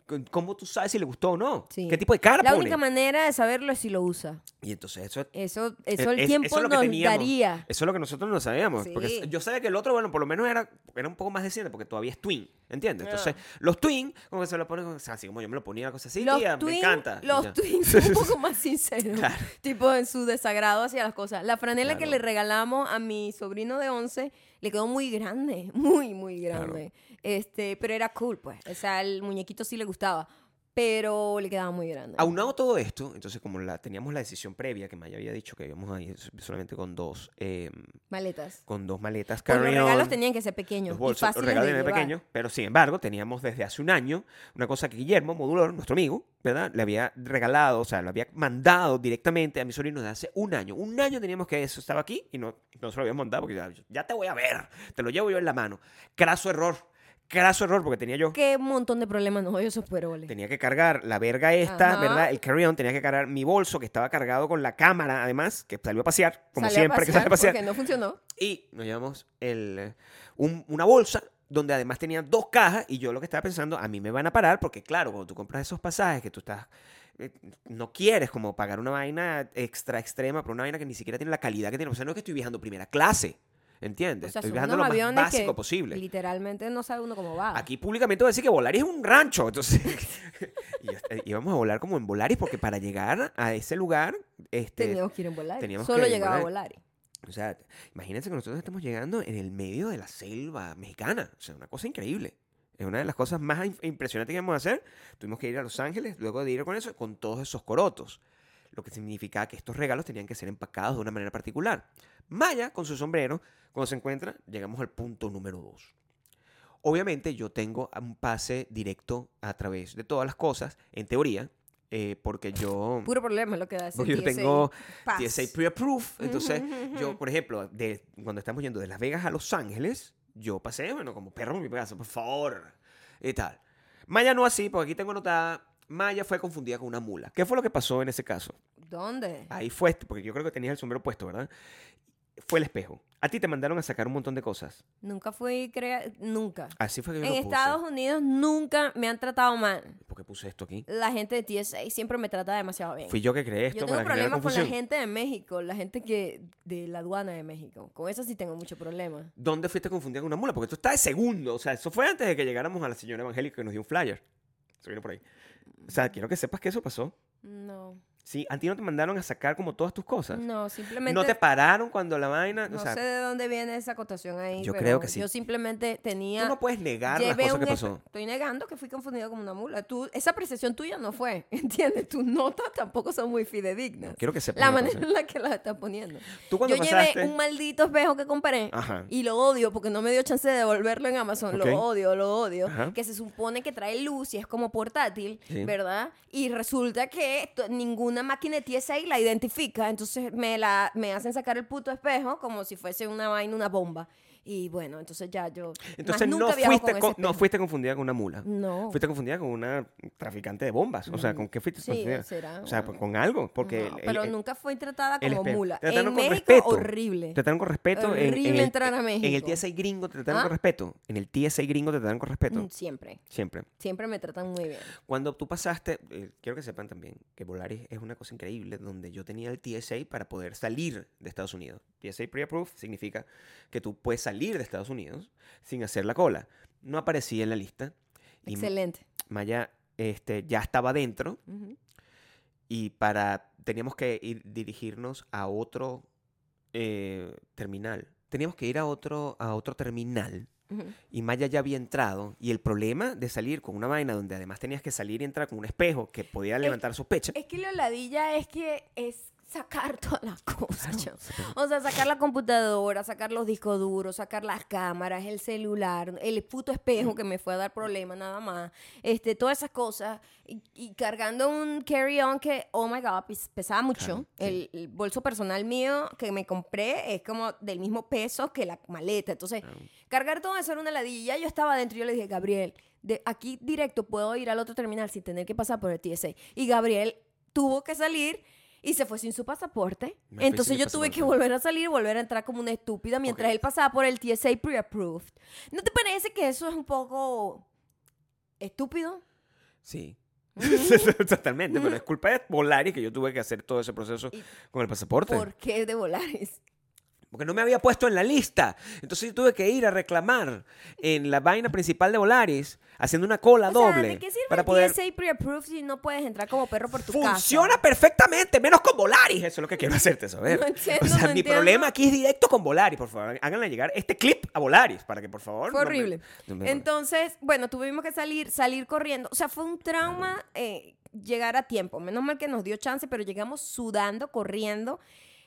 Speaker 2: c- ¿cómo tú sabes si le gustó o no?
Speaker 1: Sí.
Speaker 2: ¿Qué tipo de cara
Speaker 1: la
Speaker 2: pone?
Speaker 1: única manera de saberlo es si lo usa.
Speaker 2: Y entonces eso
Speaker 1: Eso, eso
Speaker 2: Es-
Speaker 1: el
Speaker 2: es-
Speaker 1: tiempo
Speaker 2: eso es lo que
Speaker 1: nos
Speaker 2: teníamos.
Speaker 1: daría.
Speaker 2: Eso es lo que nosotros no sabíamos. Porque
Speaker 1: Sí.
Speaker 2: yo sabía que el otro, bueno, por lo menos era, era un poco más decente, porque todavía es twin. ¿Entiendes?
Speaker 1: Ah.
Speaker 2: Entonces, los twin, como que se lo ponen, o sea, así como yo me lo ponía, cosas así,
Speaker 1: los
Speaker 2: tía,
Speaker 1: twins,
Speaker 2: me encanta. y ya.
Speaker 1: Los
Speaker 2: <laughs>
Speaker 1: twins son un poco más sinceros.
Speaker 2: Claro.
Speaker 1: Tipo en su desagrado hacia las cosas. La franela que
Speaker 2: Claro.
Speaker 1: le regalamos a mi sobrino de 11 le quedó muy grande. <laughs> Muy, muy grande. Este, pero era cool, pues. O sea, el muñequito sí le gustaba. Pero le quedaba muy grande.
Speaker 2: Aunado todo esto, entonces, como la, teníamos la decisión previa, que Maya había dicho que íbamos a ir solamente con dos, eh,
Speaker 1: Maletas.
Speaker 2: con dos maletas
Speaker 1: Pues los
Speaker 2: carry-on,
Speaker 1: regalos tenían que ser pequeños.
Speaker 2: los bolsos,
Speaker 1: y
Speaker 2: los
Speaker 1: fáciles
Speaker 2: regalos
Speaker 1: de
Speaker 2: eran
Speaker 1: llevar.
Speaker 2: pequeños, pero sin embargo teníamos desde hace un año una cosa que Guillermo Modulor, nuestro amigo, ¿verdad? Le había regalado, o sea, lo había mandado directamente a mi sobrino desde hace un año. Un año teníamos que eso estaba aquí y no, no se lo habíamos mandado porque ya, ya te voy a ver, te lo llevo yo en la mano. Craso error, craso error porque tenía yo...
Speaker 1: Qué montón de problemas nos dio esos peroles.
Speaker 2: Tenía que cargar la verga esta,
Speaker 1: Ajá.
Speaker 2: ¿verdad? El carry-on, tenía que cargar mi bolso que estaba cargado con la cámara, además, que salió a pasear, como
Speaker 1: Sale a
Speaker 2: siempre, que sale a pasear.
Speaker 1: Porque no funcionó.
Speaker 2: Y nos llevamos el, eh, un- una bolsa donde además tenía dos cajas y yo lo que estaba pensando, a mí me van a parar porque claro, cuando tú compras esos pasajes que tú estás, eh, no quieres como pagar una vaina extra extrema por una vaina que ni siquiera tiene la calidad que tiene. O sea, no es que estoy viajando primera clase, ¿entiendes?
Speaker 1: O sea,
Speaker 2: estoy
Speaker 1: son
Speaker 2: viajando
Speaker 1: unos
Speaker 2: lo más
Speaker 1: aviones
Speaker 2: básico
Speaker 1: que
Speaker 2: posible.
Speaker 1: literalmente no sabe uno cómo va.
Speaker 2: Aquí eh, públicamente voy a decir que Volaris es un rancho. Entonces, <laughs> y yo- eh, íbamos a volar como en Volaris porque para llegar a ese lugar, este,
Speaker 1: Teníamos que ir en volar.
Speaker 2: teníamos
Speaker 1: Solo
Speaker 2: que ir en
Speaker 1: llegaba a volar.
Speaker 2: Volaris. O sea, imagínense que nosotros estamos llegando en el medio de la selva mexicana. O sea, una cosa increíble. Es una de las cosas más im- impresionantes que vamos a hacer. Tuvimos que ir a Los Ángeles, luego de ir con eso, con todos esos corotos. Lo que significaba que estos regalos tenían que ser empacados de una manera particular. Maya, con su sombrero, cuando se encuentra, llegamos al punto número dos. Obviamente yo tengo un pase directo a través de todas las cosas, en teoría, eh, porque yo...
Speaker 1: Puro problema es lo que da ese
Speaker 2: Porque <laughs> yo
Speaker 1: TSA
Speaker 2: tengo
Speaker 1: Pass.
Speaker 2: TSA pre-approved. Entonces,
Speaker 1: Ujú, ujú,
Speaker 2: yo,
Speaker 1: ujú.
Speaker 2: por ejemplo, de, cuando estamos yendo de Las Vegas a Los Ángeles, yo pasé, bueno, como perro en mi casa, por favor. Y tal. Maya no así, porque aquí tengo notada. Maya fue confundida con una mula. ¿Qué fue lo que pasó en ese caso?
Speaker 1: ¿Dónde?
Speaker 2: Ahí fue, porque yo creo que tenías el sombrero puesto, ¿verdad? Fue el espejo. A ti te mandaron a sacar un montón de cosas.
Speaker 1: Nunca fui crea... Nunca.
Speaker 2: Así fue que yo
Speaker 1: En
Speaker 2: lo puse.
Speaker 1: Estados Unidos nunca me han tratado mal.
Speaker 2: ¿Por qué puse esto aquí?
Speaker 1: La gente de TSA siempre me trata demasiado bien.
Speaker 2: Fui yo que creé esto
Speaker 1: yo
Speaker 2: para
Speaker 1: tengo
Speaker 2: generar
Speaker 1: problemas con la
Speaker 2: confusión.
Speaker 1: gente de México, la gente que de la aduana de México. Con eso sí tengo mucho problema.
Speaker 2: ¿Dónde fuiste confundida con una mula? Porque esto está de segundo. O sea, eso fue antes de que llegáramos a la señora evangélica que nos dio un flyer. Se vino por ahí. O sea, quiero que sepas que eso pasó.
Speaker 1: No.
Speaker 2: Sí, a ti no te mandaron a sacar como todas tus cosas.
Speaker 1: No, simplemente.
Speaker 2: No te pararon cuando la vaina.
Speaker 1: no
Speaker 2: o sea,
Speaker 1: sé de dónde viene esa acotación ahí.
Speaker 2: Yo
Speaker 1: pero
Speaker 2: creo que sí.
Speaker 1: Yo simplemente tenía.
Speaker 2: tú no puedes negar las
Speaker 1: llevé
Speaker 2: cosas que
Speaker 1: un efe-
Speaker 2: pasó.
Speaker 1: Estoy negando que fui confundida como una mula. Tú, esa apreciación tuya no fue, <laughs> ¿entiendes? Tus notas tampoco son muy fidedignas.
Speaker 2: Quiero que sepas.
Speaker 1: La
Speaker 2: una
Speaker 1: manera
Speaker 2: cosa.
Speaker 1: en la que las estás poniendo.
Speaker 2: Tú cuando
Speaker 1: Yo
Speaker 2: pasaste-
Speaker 1: llevé un maldito espejo que compré
Speaker 2: Ajá.
Speaker 1: y lo odio porque no me dio chance de devolverlo en Amazon.
Speaker 2: Ok.
Speaker 1: Lo odio, lo odio.
Speaker 2: Ajá.
Speaker 1: Que se supone que trae luz y es como portátil,
Speaker 2: Sí.
Speaker 1: ¿verdad? Y resulta que to- ninguna máquina de TSI la identifica. Entonces me, la, me hacen sacar el puto espejo como si fuese una vaina, una bomba. Y bueno, entonces ya yo. más
Speaker 2: Entonces
Speaker 1: nunca
Speaker 2: no
Speaker 1: viajo
Speaker 2: fuiste,
Speaker 1: con
Speaker 2: con-
Speaker 1: ese
Speaker 2: no
Speaker 1: espejo.
Speaker 2: fuiste confundida con una mula.
Speaker 1: No.
Speaker 2: Fuiste confundida con una traficante de bombas. O sea, ¿con qué fuiste
Speaker 1: Sí,
Speaker 2: confundida?
Speaker 1: será,
Speaker 2: O sea,
Speaker 1: bueno.
Speaker 2: pues, con algo. Porque
Speaker 1: No,
Speaker 2: el- el-
Speaker 1: pero
Speaker 2: el-
Speaker 1: nunca fui tratada
Speaker 2: el
Speaker 1: como
Speaker 2: espejo.
Speaker 1: mula.
Speaker 2: Te
Speaker 1: En
Speaker 2: trataron con
Speaker 1: México,
Speaker 2: respeto.
Speaker 1: horrible.
Speaker 2: Trataron con respeto. en-
Speaker 1: Horrible
Speaker 2: en, el,
Speaker 1: entrar a
Speaker 2: En el
Speaker 1: México.
Speaker 2: TSI gringo te trataron
Speaker 1: ¿Ah?
Speaker 2: con respeto. En el TSI gringo te trataron con respeto.
Speaker 1: Mm, Siempre.
Speaker 2: Siempre.
Speaker 1: Siempre me tratan muy bien.
Speaker 2: Cuando tú pasaste, eh, quiero que sepan también que Volaris es una cosa increíble donde yo tenía el TSA para poder salir de Estados Unidos. TSA pre-approved significa que tú puedes salir de Estados Unidos sin hacer la cola. No aparecía en la lista. Y
Speaker 1: Excelente.
Speaker 2: Maya este, ya estaba dentro
Speaker 1: Ujú.
Speaker 2: y para teníamos que ir, dirigirnos a otro eh, terminal. Teníamos que ir a otro, a otro terminal
Speaker 1: Ujú.
Speaker 2: y Maya ya había entrado y el problema de salir con una vaina donde además tenías que salir y entrar con un espejo que podía levantar sospecha.
Speaker 1: Es que la ladilla es que es sacar todas <laughs> las cosas. chamo.
Speaker 2: Claro.
Speaker 1: O sea, sacar la computadora, sacar los discos duros, sacar las cámaras, el celular, el puto espejo que me fue a dar problema nada más. Este, todas esas cosas. Y, y cargando un carry-on que, oh my God, pes- pesaba mucho.
Speaker 2: Claro, sí.
Speaker 1: el, el bolso personal mío que me compré es como del mismo peso que la maleta. Entonces, cargar todo eso era una ladilla. Yo estaba adentro y yo le dije, Gabriel, de aquí directo puedo ir al otro terminal sin tener que pasar por el TSA. Y Gabriel tuvo que salir y se fue sin su pasaporte.
Speaker 2: Me fui
Speaker 1: Entonces
Speaker 2: sin mi
Speaker 1: yo tuve que
Speaker 2: pasaporte.
Speaker 1: volver a salir, volver a entrar como una estúpida mientras
Speaker 2: Ok.
Speaker 1: él pasaba por el TSA pre-approved. ¿No te parece que eso es un poco estúpido?
Speaker 2: Sí. <laughs> Totalmente, pero es culpa de Volaris que yo tuve que hacer todo ese proceso
Speaker 1: Y-
Speaker 2: con el pasaporte.
Speaker 1: ¿Por qué de <laughs> Volaris?
Speaker 2: Porque no me había puesto en la lista. Entonces yo tuve que ir a reclamar en la vaina principal de Volaris, haciendo una cola
Speaker 1: O sea,
Speaker 2: doble.
Speaker 1: ¿de qué sirve
Speaker 2: para
Speaker 1: el
Speaker 2: poder...
Speaker 1: TSA pre-approved si no puedes entrar como perro por tu casa?
Speaker 2: Funciona perfectamente, menos con Volaris. Eso es lo que quiero hacerte
Speaker 1: <laughs>
Speaker 2: saber.
Speaker 1: No entiendo,
Speaker 2: o sea,
Speaker 1: no
Speaker 2: mi
Speaker 1: entiendo.
Speaker 2: problema aquí es directo con Volaris. Por favor, háganle llegar este clip a Volaris para que, por favor.
Speaker 1: Fue
Speaker 2: no me-
Speaker 1: horrible.
Speaker 2: no me-
Speaker 1: Entonces, bueno, tuvimos que salir, salir corriendo. O sea, fue un trauma eh, llegar a tiempo. Menos mal que nos dio chance, pero llegamos sudando, corriendo.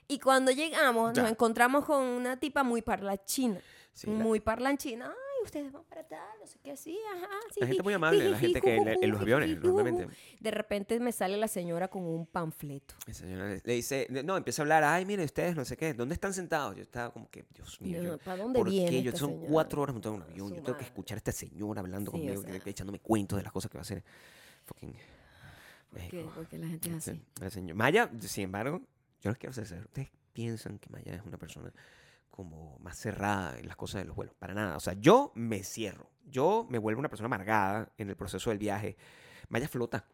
Speaker 1: Y cuando llegamos,
Speaker 2: Ya.
Speaker 1: nos encontramos con una tipa muy parlanchina.
Speaker 2: Sí, la-
Speaker 1: muy parlanchina. Ay, ustedes van para tal, no sé qué, sí, ajá. Sí,
Speaker 2: La gente
Speaker 1: sí,
Speaker 2: muy amable,
Speaker 1: sí,
Speaker 2: la
Speaker 1: sí,
Speaker 2: gente
Speaker 1: ju,
Speaker 2: que
Speaker 1: ju,
Speaker 2: le-
Speaker 1: ju,
Speaker 2: en los
Speaker 1: sí,
Speaker 2: aviones,
Speaker 1: sí, ju, ju.
Speaker 2: normalmente.
Speaker 1: De repente me sale la señora con un panfleto.
Speaker 2: El señor le- le dice, no, empieza a hablar, ay, miren ustedes, no sé qué, ¿dónde están sentados? Yo estaba como que, Dios mío,
Speaker 1: No,
Speaker 2: yo-
Speaker 1: ¿pa' dónde
Speaker 2: ¿por
Speaker 1: viene
Speaker 2: qué? Yo,
Speaker 1: esta
Speaker 2: son
Speaker 1: señora?
Speaker 2: cuatro horas montado en un avión,
Speaker 1: Su
Speaker 2: yo tengo que
Speaker 1: madre.
Speaker 2: escuchar a esta señora hablando
Speaker 1: Sí, o
Speaker 2: conmigo,
Speaker 1: sea.
Speaker 2: echándome cuentos de las cosas que va a hacer. Fucking
Speaker 1: Porque,
Speaker 2: México.
Speaker 1: porque la gente es
Speaker 2: Sí,
Speaker 1: así.
Speaker 2: el señor- Este, Maya, sin embargo, yo les quiero ser sincero, ustedes piensan que Maya es una persona como más cerrada en las cosas de los vuelos, para nada. O sea, yo me cierro, yo me vuelvo una persona amargada en el proceso del viaje. Maya flota,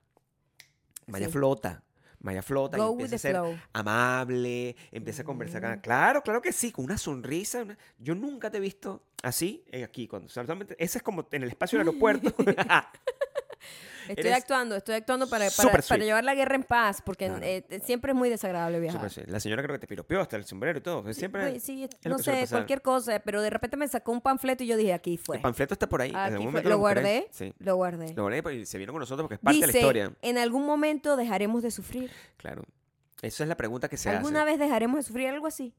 Speaker 2: Maya
Speaker 1: Sí.
Speaker 2: flota, Maya flota y
Speaker 1: Go with
Speaker 2: empieza
Speaker 1: the
Speaker 2: a ser
Speaker 1: flow.
Speaker 2: amable, empieza a conversar. con-
Speaker 1: Mm.
Speaker 2: Claro, claro que sí, con una sonrisa. una- Yo nunca te he visto así eh, aquí. Cuando, o sea, solamente- ese es como en el espacio
Speaker 1: <laughs>
Speaker 2: del aeropuerto. <laughs> Ah,
Speaker 1: Estoy
Speaker 2: Eres
Speaker 1: actuando, estoy actuando para,
Speaker 2: súper
Speaker 1: para, para
Speaker 2: sweet.
Speaker 1: llevar la guerra en paz, porque
Speaker 2: Claro.
Speaker 1: eh, eh, siempre es muy desagradable viajar.
Speaker 2: Súper sí. La señora creo que te piropeó hasta el sombrero y todo. Siempre
Speaker 1: Pues, sí,
Speaker 2: lo
Speaker 1: no
Speaker 2: que suele
Speaker 1: sé,
Speaker 2: pasar.
Speaker 1: cualquier cosa, pero de repente me sacó un panfleto y yo dije, aquí fue.
Speaker 2: el panfleto está por ahí. en
Speaker 1: Aquí
Speaker 2: algún
Speaker 1: fue.
Speaker 2: momento
Speaker 1: Lo
Speaker 2: buscaré.
Speaker 1: guardé,
Speaker 2: Sí.
Speaker 1: lo guardé.
Speaker 2: Lo guardé y se vieron con nosotros porque es parte de
Speaker 1: Dice,
Speaker 2: la historia.
Speaker 1: en algún momento dejaremos de sufrir.
Speaker 2: Claro. Esa es la pregunta que se
Speaker 1: ¿Alguna
Speaker 2: hace.
Speaker 1: vez dejaremos de sufrir algo así?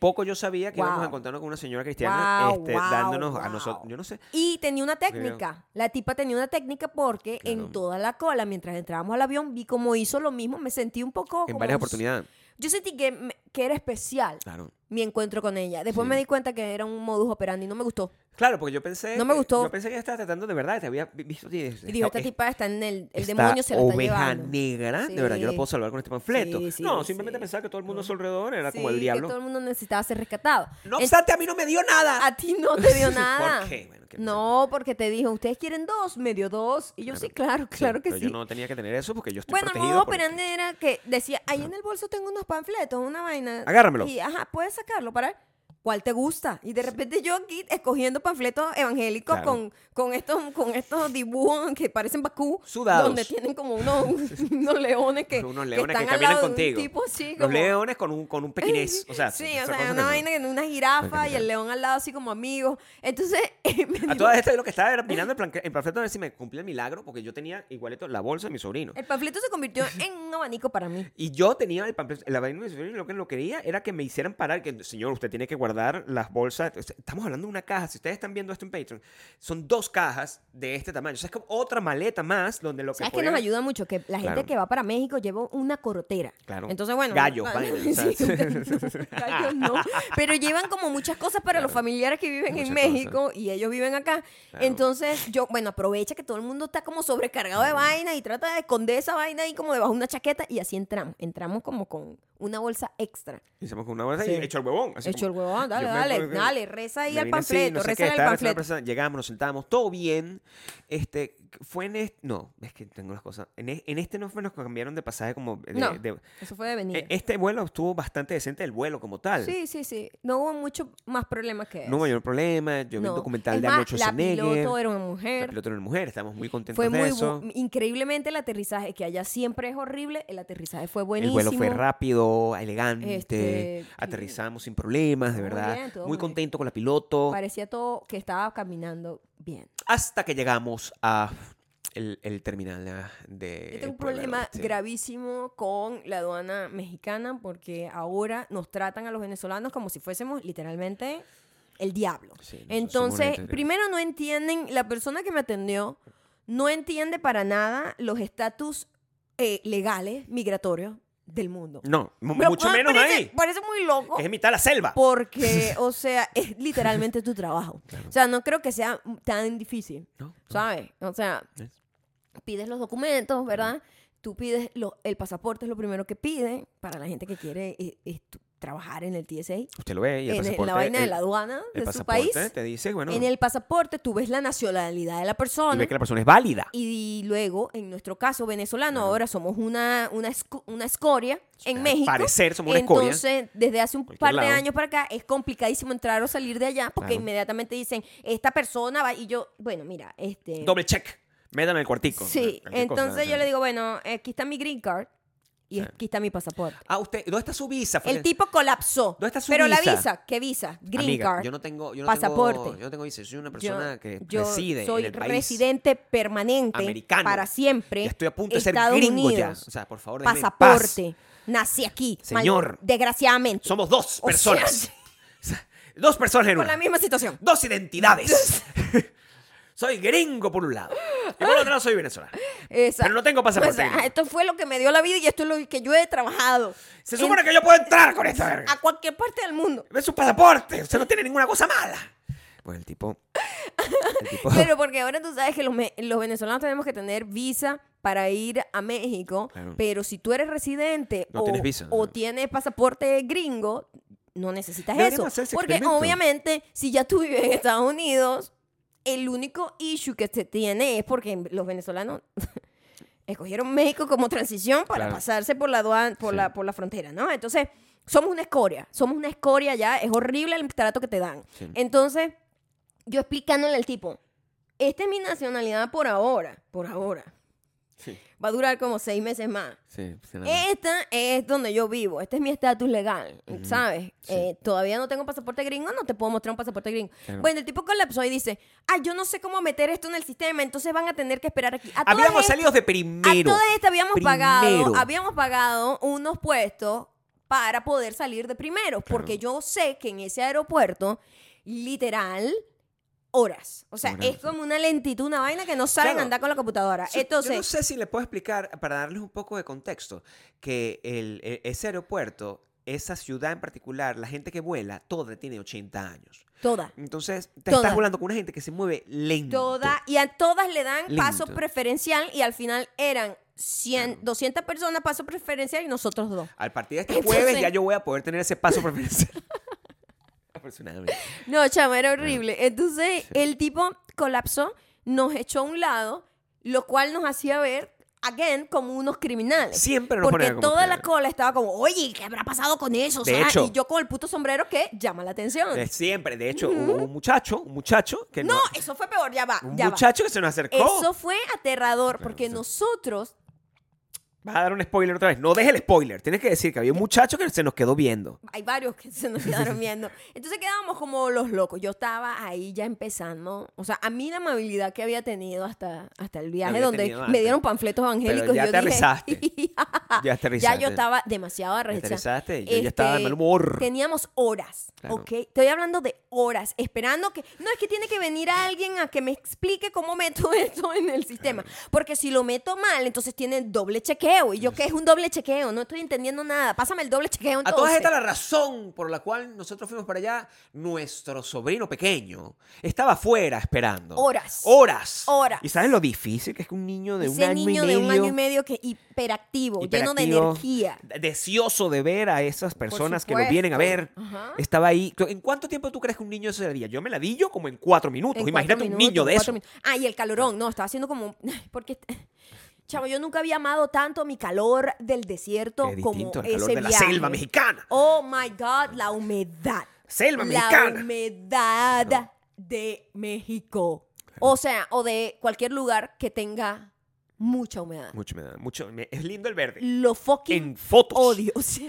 Speaker 2: Poco yo sabía que íbamos a
Speaker 1: Wow.
Speaker 2: encontrarnos con una señora cristiana
Speaker 1: Wow,
Speaker 2: este,
Speaker 1: wow,
Speaker 2: dándonos a
Speaker 1: wow.
Speaker 2: nosotros. Yo no sé.
Speaker 1: Y tenía una técnica. La tipa tenía una técnica porque
Speaker 2: Claro.
Speaker 1: en toda la cola, mientras entrábamos al avión, vi cómo hizo lo mismo. Me sentí un poco.
Speaker 2: En
Speaker 1: como-
Speaker 2: varias oportunidades.
Speaker 1: Yo sentí que, me- que era especial
Speaker 2: Claro.
Speaker 1: mi encuentro con ella. Después
Speaker 2: Sí.
Speaker 1: me di cuenta que era un modus operandi y no me gustó.
Speaker 2: Claro, porque yo pensé.
Speaker 1: No me
Speaker 2: eh,
Speaker 1: gustó.
Speaker 2: Yo pensé que ella estaba tratando de verdad. Te había vi- visto. Y,
Speaker 1: Y dijo, esta
Speaker 2: es-
Speaker 1: tipa está en el, el
Speaker 2: esta
Speaker 1: demonio se la está
Speaker 2: oveja
Speaker 1: llevando.
Speaker 2: negra. De verdad, yo la
Speaker 1: Sí.
Speaker 2: puedo salvar con este panfleto.
Speaker 1: Sí, sí,
Speaker 2: no,
Speaker 1: sí. Mm.
Speaker 2: simplemente pensaba que todo el mundo a su alrededor era como
Speaker 1: Sí,
Speaker 2: el
Speaker 1: Que
Speaker 2: diablo.
Speaker 1: todo el mundo necesitaba ser rescatado.
Speaker 2: No
Speaker 1: En-
Speaker 2: obstante, a mí no me dio nada.
Speaker 1: <laughs> a ti no te dio
Speaker 2: <laughs> ¿Por
Speaker 1: nada.
Speaker 2: qué? Bueno, que no
Speaker 1: no, porque te dijo, ustedes quieren dos, me dio dos. Y yo,
Speaker 2: Claro.
Speaker 1: sí, claro, claro que
Speaker 2: pero
Speaker 1: sí.
Speaker 2: Yo no tenía que tener eso porque yo estoy
Speaker 1: Bueno, el
Speaker 2: protegido.
Speaker 1: modo
Speaker 2: por-
Speaker 1: operandi era que decía, ahí en el bolso tengo unos panfletos, una vaina.
Speaker 2: Agárramelo.
Speaker 1: Y, ajá, ¿puedes sacarlo para...? ¿Cuál te gusta? Y de repente yo aquí escogiendo panfletos evangélicos
Speaker 2: Claro.
Speaker 1: con, con, estos, con estos dibujos que parecen Bakú.
Speaker 2: Sudados.
Speaker 1: Donde tienen como unos, <laughs>
Speaker 2: <laughs>
Speaker 1: unos leones que,
Speaker 2: unos leones que,
Speaker 1: están al
Speaker 2: caminan
Speaker 1: lado de un
Speaker 2: contigo.
Speaker 1: tipo así
Speaker 2: Los
Speaker 1: como-
Speaker 2: leones con un, con un
Speaker 1: <laughs>
Speaker 2: pequinés. O sea,
Speaker 1: sí,
Speaker 2: esa
Speaker 1: o
Speaker 2: cosa
Speaker 1: sea,
Speaker 2: que
Speaker 1: una
Speaker 2: no.
Speaker 1: vaina que una jirafa y el león al lado así como amigos. Entonces, <laughs> me
Speaker 2: A
Speaker 1: dio-
Speaker 2: todas estas yo lo
Speaker 1: <laughs>
Speaker 2: que estaba era mirando el, planque- el panfleto a ver si me cumplía el milagro, porque yo tenía igualito la bolsa de mi sobrino.
Speaker 1: el panfleto se convirtió en un abanico para mí.
Speaker 2: Y yo tenía el panfleto, la vaina de mi sobrino, lo que lo quería era que me hicieran parar, que señor, usted tiene que guardar las bolsas. O sea, Estamos hablando de una caja, si ustedes están viendo esto en Patreon, son dos cajas de este tamaño. O sea, es como otra maleta más donde lo que...
Speaker 1: ¿Sabes que nos
Speaker 2: podían-
Speaker 1: ayuda mucho? Que la gente
Speaker 2: Claro.
Speaker 1: que va para México lleva una cortera.
Speaker 2: Claro.
Speaker 1: Entonces, bueno.
Speaker 2: Gallos,
Speaker 1: no-
Speaker 2: vainas,
Speaker 1: <laughs> sí,
Speaker 2: o sea,
Speaker 1: no, gallos no. Pero llevan como muchas cosas para los familiares que viven en
Speaker 2: Muchas
Speaker 1: México y ellos viven acá.
Speaker 2: Claro.
Speaker 1: Entonces, yo, bueno, aprovecha que todo el mundo está como sobrecargado de vaina y trata de esconder esa vaina ahí como debajo de una chaqueta y así entramos. Entramos como con una bolsa extra.
Speaker 2: Hicimos con una bolsa y
Speaker 1: Sí.
Speaker 2: hecho el huevón. así
Speaker 1: Hecho el
Speaker 2: como-
Speaker 1: huevón, dale,
Speaker 2: Yo me
Speaker 1: dale,
Speaker 2: acuerdo que-
Speaker 1: dale, reza ahí
Speaker 2: Me
Speaker 1: al
Speaker 2: vine así,
Speaker 1: panfleto,
Speaker 2: no sé
Speaker 1: reza
Speaker 2: qué,
Speaker 1: al
Speaker 2: estaba rezando la
Speaker 1: panfleto.
Speaker 2: persona, llegamos, nos sentamos, todo bien. Este, fue en este. No, es que tengo las cosas. En, e- en este no fue, nos cambiaron de pasaje como. de-
Speaker 1: No,
Speaker 2: de-
Speaker 1: Eso fue de venir.
Speaker 2: e- este vuelo estuvo bastante decente, el vuelo como tal.
Speaker 1: sí, sí, sí. No hubo mucho más problemas que eso.
Speaker 2: No hubo mayor problema. Yo vi
Speaker 1: No.
Speaker 2: un documental
Speaker 1: Es
Speaker 2: de
Speaker 1: más,
Speaker 2: Arnold
Speaker 1: La
Speaker 2: Schwarzenegger.
Speaker 1: piloto era una
Speaker 2: la
Speaker 1: mujer.
Speaker 2: piloto era una mujer, estábamos muy contentos
Speaker 1: Fue
Speaker 2: de
Speaker 1: muy bu-
Speaker 2: eso.
Speaker 1: increíblemente el aterrizaje, que allá siempre es horrible, el aterrizaje fue buenísimo.
Speaker 2: El vuelo fue rápido, elegante.
Speaker 1: Este,
Speaker 2: aterrizamos sin problemas, de
Speaker 1: Muy
Speaker 2: verdad.
Speaker 1: bien, todo
Speaker 2: muy
Speaker 1: muy bien.
Speaker 2: contento con la piloto.
Speaker 1: Parecía todo que estaba caminando bien.
Speaker 2: Hasta que llegamos a el, el terminal ah, de.
Speaker 1: Yo tengo un
Speaker 2: Puebla del
Speaker 1: problema
Speaker 2: Oeste.
Speaker 1: gravísimo con la aduana mexicana porque ahora nos tratan a los venezolanos como si fuésemos literalmente el diablo.
Speaker 2: Sí, no, somos
Speaker 1: Entonces,
Speaker 2: gente-
Speaker 1: primero no entienden, la persona que me atendió no entiende para nada los estatus eh, legales migratorios del mundo.
Speaker 2: No, <laughs> mu-
Speaker 1: Pero,
Speaker 2: mucho
Speaker 1: ah,
Speaker 2: menos
Speaker 1: parece-
Speaker 2: ahí.
Speaker 1: Parece muy loco.
Speaker 2: Que es mitad de la selva. <laughs>
Speaker 1: Porque, o sea, es literalmente tu trabajo. O sea, no creo que sea tan difícil,
Speaker 2: No, no.
Speaker 1: ¿sabes? O sea,
Speaker 2: Es-
Speaker 1: pides los documentos, ¿verdad? Tú pides lo- el pasaporte, es lo primero que piden para la gente que quiere eh, estu- trabajar en el TSA,
Speaker 2: Usted lo ve y el
Speaker 1: en, el-
Speaker 2: pasaporte.
Speaker 1: la vaina de
Speaker 2: el-
Speaker 1: la aduana
Speaker 2: el
Speaker 1: de su
Speaker 2: pasaporte
Speaker 1: país.
Speaker 2: Te dice, bueno,
Speaker 1: En el pasaporte tú ves la nacionalidad de la
Speaker 2: y
Speaker 1: persona.
Speaker 2: ve que la persona es válida.
Speaker 1: Y luego, en nuestro caso venezolano, ahora somos una, una, esco- una escoria en
Speaker 2: Al
Speaker 1: México.
Speaker 2: parecer somos una escoria.
Speaker 1: Entonces, desde hace un
Speaker 2: Cualquier
Speaker 1: par de
Speaker 2: lado.
Speaker 1: años para acá, es complicadísimo entrar o salir de allá porque
Speaker 2: Claro.
Speaker 1: inmediatamente dicen, esta persona va. Y yo, bueno, mira, este.
Speaker 2: Doble check. Métan el cuartico.
Speaker 1: sí,
Speaker 2: Cualquier cosa,
Speaker 1: entonces
Speaker 2: o
Speaker 1: yo
Speaker 2: sea.
Speaker 1: le digo, bueno, aquí está mi green card y
Speaker 2: Sí.
Speaker 1: aquí está mi pasaporte.
Speaker 2: Ah, usted, ¿dónde está su visa? Fue-
Speaker 1: El tipo colapsó.
Speaker 2: ¿Dónde está su
Speaker 1: pero la
Speaker 2: visa?
Speaker 1: visa, ¿qué visa? Green
Speaker 2: Amiga,
Speaker 1: card.
Speaker 2: Yo no tengo. Yo no
Speaker 1: pasaporte.
Speaker 2: Tengo, yo no tengo visa. Yo soy una
Speaker 1: Yo-
Speaker 2: persona que
Speaker 1: yo
Speaker 2: reside
Speaker 1: soy
Speaker 2: en el país.
Speaker 1: residente permanente
Speaker 2: americano.
Speaker 1: para siempre.
Speaker 2: Ya estoy a punto de ser
Speaker 1: Estados
Speaker 2: gringo ya. O
Speaker 1: Unidos.
Speaker 2: sea, por favor, déjeme en paz.
Speaker 1: pasaporte. Nací aquí. mal-
Speaker 2: Señor.
Speaker 1: desgraciadamente.
Speaker 2: Somos dos
Speaker 1: O
Speaker 2: personas.
Speaker 1: <laughs> sea,
Speaker 2: O sea, dos personas en
Speaker 1: con
Speaker 2: una.
Speaker 1: la misma situación.
Speaker 2: dos identidades. <laughs> soy gringo por un lado. Y por otro lado soy venezolano.
Speaker 1: Esa-
Speaker 2: Pero no tengo pasaporte
Speaker 1: Pues, ah,
Speaker 2: gringo.
Speaker 1: esto fue lo que me dio la vida y esto es lo que yo he trabajado.
Speaker 2: Se supone que yo puedo entrar con esta verga.
Speaker 1: A cualquier parte del mundo.
Speaker 2: Es su pasaporte. Usted no tiene ninguna cosa mala. Pues el tipo. El tipo.
Speaker 1: Pero porque ahora tú sabes que los, me- los venezolanos tenemos que tener visa para ir a México,
Speaker 2: Claro.
Speaker 1: pero si tú eres residente
Speaker 2: No
Speaker 1: o,
Speaker 2: tienes visa,
Speaker 1: o
Speaker 2: ¿no?
Speaker 1: tienes pasaporte gringo, no necesitas eso.
Speaker 2: Deberíamos hacer ese
Speaker 1: Porque
Speaker 2: experimento.
Speaker 1: obviamente, si ya tú vives en Estados Unidos, el único issue que se tiene es porque los venezolanos <laughs> escogieron México como transición para
Speaker 2: Claro.
Speaker 1: pasarse por la, aduan- por,
Speaker 2: Sí.
Speaker 1: la, por la frontera, ¿no? Entonces, somos una escoria, somos una escoria ya, es horrible el trato que te dan.
Speaker 2: Sí.
Speaker 1: Entonces, yo explicándole al tipo, esta es mi nacionalidad por ahora, por ahora.
Speaker 2: <laughs> Sí,
Speaker 1: Va a durar como seis meses más.
Speaker 2: sí, sí, nada más.
Speaker 1: Esta es donde yo vivo, este es mi estatus legal, ¿sabes?
Speaker 2: sí.
Speaker 1: Eh, todavía no tengo pasaporte gringo, no te puedo mostrar un pasaporte gringo.
Speaker 2: Claro.
Speaker 1: Bueno, el tipo colapsó y dice, ah, yo no sé cómo meter esto en el sistema, entonces van a tener que esperar aquí. A todas
Speaker 2: Habíamos
Speaker 1: estas-
Speaker 2: salido de primero.
Speaker 1: a todas estas habíamos pagado,
Speaker 2: Primero.
Speaker 1: habíamos pagado unos puestos para poder salir de primero, porque yo sé que en ese aeropuerto, literal, horas. O sea,
Speaker 2: Horas.
Speaker 1: es como una lentitud, una vaina que no saben
Speaker 2: Claro.
Speaker 1: andar con la computadora.
Speaker 2: Sí,
Speaker 1: Entonces,
Speaker 2: yo no sé si le puedo explicar, para darles un poco de contexto, que el, e- ese aeropuerto, esa ciudad en particular, la gente que vuela, toda tiene 80 años.
Speaker 1: toda.
Speaker 2: Entonces, te
Speaker 1: Toda.
Speaker 2: estás volando con una gente que se mueve lento.
Speaker 1: Toda, y a todas le dan paso
Speaker 2: Lento.
Speaker 1: preferencial y al final eran 100, 200 personas paso preferencial y nosotros dos.
Speaker 2: Al partir de este
Speaker 1: Entonces-
Speaker 2: jueves ya yo voy a poder tener ese paso preferencial. <laughs> Afortunadamente.
Speaker 1: No, chama, era horrible. Entonces, el tipo colapsó, nos echó a un lado, lo cual nos hacía ver again, como unos criminales.
Speaker 2: Siempre nos
Speaker 1: Porque
Speaker 2: ponen como
Speaker 1: toda la
Speaker 2: criminales.
Speaker 1: cola estaba como, oye, ¿qué habrá pasado con eso? O
Speaker 2: De
Speaker 1: sea,
Speaker 2: hecho-
Speaker 1: y yo con el puto sombrero que llama la atención.
Speaker 2: De Eh, siempre. De hecho, hubo un muchacho, un muchacho que
Speaker 1: no,
Speaker 2: no.
Speaker 1: eso fue peor, ya va.
Speaker 2: un
Speaker 1: ya va.
Speaker 2: muchacho que se nos acercó.
Speaker 1: Eso fue aterrador porque
Speaker 2: sí.
Speaker 1: nosotros
Speaker 2: Vas a dar un spoiler otra vez. No dejes el spoiler. Tienes que decir que había un muchacho que se nos quedó viendo.
Speaker 1: hay varios que se nos
Speaker 2: <laughs>
Speaker 1: quedaron viendo. Entonces quedábamos como los locos. Yo estaba ahí ya empezando. O sea, a mí la amabilidad que había tenido hasta, hasta el viaje
Speaker 2: había
Speaker 1: donde
Speaker 2: tenido
Speaker 1: me
Speaker 2: antes.
Speaker 1: dieron panfletos evangélicos.
Speaker 2: ya
Speaker 1: y yo <laughs>
Speaker 2: aterrizaste.
Speaker 1: Dije,
Speaker 2: Ya
Speaker 1: ya
Speaker 2: aterrizaste.
Speaker 1: yo estaba demasiado arrecha.
Speaker 2: aterrizaste y yo ya estaba de mal humor.
Speaker 1: Teníamos horas,
Speaker 2: Claro.
Speaker 1: ¿ok? Estoy hablando de horas, esperando que... No, es que tiene que venir alguien a que me explique cómo meto <laughs> esto en el sistema. Porque si lo meto mal, entonces tiene doble chequeo. ¿Y yo qué es un doble chequeo? No estoy entendiendo nada. Pásame el doble chequeo
Speaker 2: A
Speaker 1: entonces.
Speaker 2: todas estas, la razón por la cual nosotros fuimos para allá, nuestro sobrino pequeño estaba afuera esperando.
Speaker 1: Horas.
Speaker 2: Horas.
Speaker 1: Horas.
Speaker 2: ¿Y sabes lo difícil que es que un niño de
Speaker 1: Ese
Speaker 2: un año
Speaker 1: niño
Speaker 2: y medio.
Speaker 1: de un año y medio que hiperactivo, lleno de
Speaker 2: hiperactivo,
Speaker 1: energía.
Speaker 2: Deseoso de ver a esas personas que lo
Speaker 1: supuesto.
Speaker 2: vienen a ver.
Speaker 1: Ajá.
Speaker 2: Estaba ahí. ¿En cuánto tiempo tú crees que un niño se daría? Yo me la di yo como en cuatro minutos.
Speaker 1: En
Speaker 2: Pues, Imagínate
Speaker 1: cuatro
Speaker 2: un
Speaker 1: minutos,
Speaker 2: niño de
Speaker 1: cuatro
Speaker 2: eso.
Speaker 1: minutos. Ah, y el calorón, no, estaba haciendo como... <laughs> Porque, chavo, yo nunca había amado tanto mi calor del desierto
Speaker 2: Es
Speaker 1: como
Speaker 2: distinto al
Speaker 1: ese
Speaker 2: calor de la
Speaker 1: viaje.
Speaker 2: selva mexicana.
Speaker 1: Oh, my God, la humedad. la
Speaker 2: Selva mexicana.
Speaker 1: humedad de México. O sea, o de cualquier lugar que tenga mucha humedad.
Speaker 2: Mucho me da. Mucho. me- es lindo el verde.
Speaker 1: Lo fucking
Speaker 2: En fotos.
Speaker 1: odio. <laughs> o sea.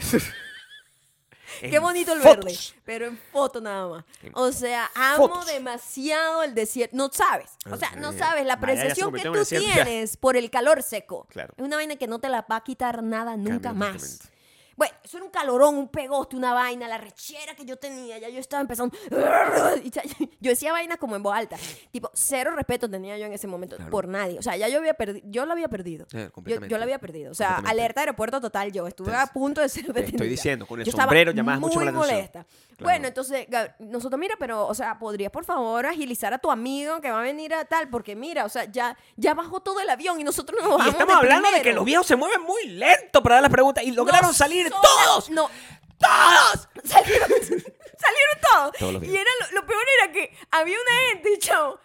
Speaker 1: Qué
Speaker 2: En
Speaker 1: bonito el
Speaker 2: fotos.
Speaker 1: verde, pero en foto nada más.
Speaker 2: En
Speaker 1: O sea, amo
Speaker 2: fotos.
Speaker 1: demasiado el desierto. No sabes, o sea, no
Speaker 2: Ok.
Speaker 1: sabes la
Speaker 2: Vaya, ya se
Speaker 1: apreciación que
Speaker 2: convirtió en
Speaker 1: tú
Speaker 2: un desierto, ya.
Speaker 1: tienes por el calor seco.
Speaker 2: Claro.
Speaker 1: Es una vaina que no te la va a quitar nada nunca más.
Speaker 2: totalmente.
Speaker 1: Bueno, eso era un calorón, un pegoste, una vaina, la rechera que yo tenía, ya yo estaba empezando. <laughs> y ya- <laughs> Yo decía vaina como en voz alta. Tipo, cero respeto tenía yo en ese momento
Speaker 2: Claro.
Speaker 1: por nadie. O sea, ya yo había perdido, yo lo había perdido.
Speaker 2: Eh,
Speaker 1: Yo- yo,
Speaker 2: completamente.
Speaker 1: lo había perdido. O sea,
Speaker 2: Completamente.
Speaker 1: alerta aeropuerto total, yo estuve a
Speaker 2: Entonces,
Speaker 1: punto de ser
Speaker 2: Te
Speaker 1: detenida.
Speaker 2: estoy diciendo, con el
Speaker 1: Yo estaba
Speaker 2: sombrero llamabas mucho
Speaker 1: muy
Speaker 2: la atención.
Speaker 1: molesta. Bueno, entonces, Gab- nosotros, mira, pero, o sea, podrías por favor agilizar a tu amigo que va a venir a tal, porque mira, o sea, ya, ya bajó todo el avión y nosotros nos vamos.
Speaker 2: Y estamos hablando de que
Speaker 1: primero.
Speaker 2: los viejos se mueven muy lento para dar las preguntas y lograron
Speaker 1: No,
Speaker 2: salir
Speaker 1: sola-
Speaker 2: todos.
Speaker 1: No,
Speaker 2: ¡Todos! <laughs>
Speaker 1: salieron, salieron todos.
Speaker 2: Todos los
Speaker 1: y
Speaker 2: días.
Speaker 1: era lo, lo peor era que había una gente, chao.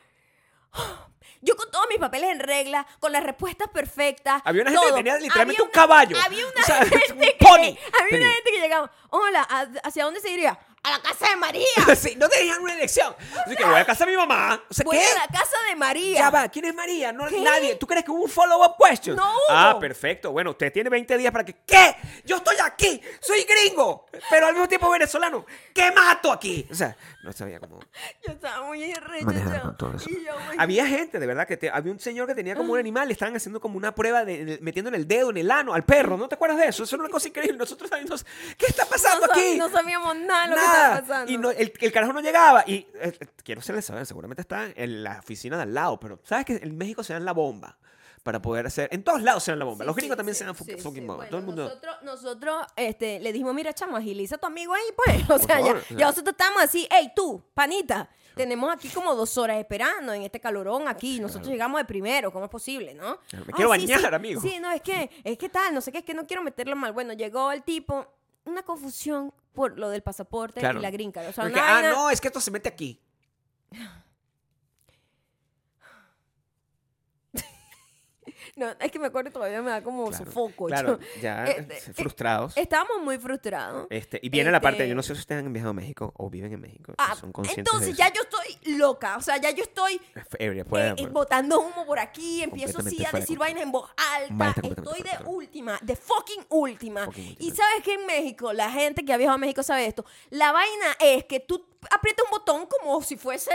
Speaker 1: Yo con todos mis papeles en regla, con las respuestas perfectas.
Speaker 2: Había una gente que
Speaker 1: todo.
Speaker 2: tenía literalmente
Speaker 1: Había
Speaker 2: un caballo.
Speaker 1: Había una
Speaker 2: O sea,
Speaker 1: gente
Speaker 2: <laughs> un
Speaker 1: que,
Speaker 2: pony
Speaker 1: Había
Speaker 2: tenía.
Speaker 1: una gente que llegaba. Hola, ¿a- ¿hacia dónde se iría? A la casa de María.
Speaker 2: <laughs> Sí, no tenían una elección. Así que voy a casa de mi mamá. O sea,
Speaker 1: Voy
Speaker 2: ¿qué?
Speaker 1: a la casa de María.
Speaker 2: Ya va, ¿quién es María? No,
Speaker 1: ¿Qué?
Speaker 2: nadie. ¿Tú crees que hubo un follow-up question?
Speaker 1: No
Speaker 2: Ah,
Speaker 1: hubo.
Speaker 2: perfecto. Bueno, usted tiene 20 días para que. ¿Qué? Yo estoy aquí, soy gringo, pero al mismo tiempo venezolano. ¿Qué mato aquí? O sea, no sabía cómo.
Speaker 1: Yo estaba muy
Speaker 2: Manejando
Speaker 1: enrechada.
Speaker 2: todo eso.
Speaker 1: Y yo, güey, Ah.
Speaker 2: Había gente, de verdad, que te- había un señor que tenía como un animal, le estaban haciendo como una prueba de, en el- metiendo en el dedo, en el ano, al perro. ¿No te acuerdas de eso? Eso era una cosa increíble. Nosotros sabíamos, ¿qué está
Speaker 1: no,
Speaker 2: pasando
Speaker 1: sab-
Speaker 2: aquí?
Speaker 1: no sabíamos nada de Ah, lo que
Speaker 2: Nada.
Speaker 1: estaba pasando.
Speaker 2: Y no- el, el carajo no llegaba. Y eh, eh, quiero hacerles saber, seguramente está en la oficina de al lado, pero ¿sabes que en México se dan la bomba? Para poder hacer. En todos lados se dan la bomba.
Speaker 1: Sí,
Speaker 2: Los gringos
Speaker 1: sí,
Speaker 2: también
Speaker 1: sí,
Speaker 2: se dan fu-
Speaker 1: sí,
Speaker 2: fucking,
Speaker 1: sí.
Speaker 2: bomba.
Speaker 1: Bueno,
Speaker 2: Todo el mundo.
Speaker 1: Nosotros, nosotros este, le dijimos, mira, chamo, agiliza a tu amigo ahí, pues. <laughs> O sea, ya,
Speaker 2: favor, o sea.
Speaker 1: ya nosotros estamos así, hey, tú, panita, tenemos aquí como dos horas esperando en este calorón aquí. Nosotros llegamos de primero, ¿cómo es posible, no?
Speaker 2: Claro, me
Speaker 1: "Ah,
Speaker 2: quiero
Speaker 1: sí, sí,
Speaker 2: bañar, amigo".
Speaker 1: Sí, no, es que, es que tal, no sé qué, es que no quiero meterlo mal. Bueno, llegó el tipo, una confusión por lo del pasaporte
Speaker 2: Claro.
Speaker 1: y la gringa. O sea,
Speaker 2: Porque,
Speaker 1: una
Speaker 2: ah,
Speaker 1: vaina-
Speaker 2: no, es que esto se mete aquí.
Speaker 1: no, es que me acuerdo todavía me da como
Speaker 2: Claro,
Speaker 1: sofoco.
Speaker 2: Claro,
Speaker 1: Pues yo-
Speaker 2: ya
Speaker 1: Este,
Speaker 2: eh, frustrados.
Speaker 1: Estábamos muy frustrados.
Speaker 2: Este, y viene la parte,
Speaker 1: este-
Speaker 2: yo no sé si ustedes han viajado a México o viven en México. si
Speaker 1: Ah,
Speaker 2: son conscientes de
Speaker 1: entonces
Speaker 2: eso.
Speaker 1: ya yo estoy loca, o sea, ya yo estoy
Speaker 2: Ebria, puede-
Speaker 1: eh, eh, botando humo por aquí, empiezo
Speaker 2: Completamente
Speaker 1: sí a
Speaker 2: fuera de
Speaker 1: decir
Speaker 2: control.
Speaker 1: vainas en voz alta,
Speaker 2: Vale, está completamente
Speaker 1: estoy de
Speaker 2: fuera de control.
Speaker 1: última, de fucking última.
Speaker 2: Fucking
Speaker 1: Y
Speaker 2: última.
Speaker 1: sabes que en México, la gente que ha viajado a México sabe esto, la vaina es que tú aprietas un botón como si fuese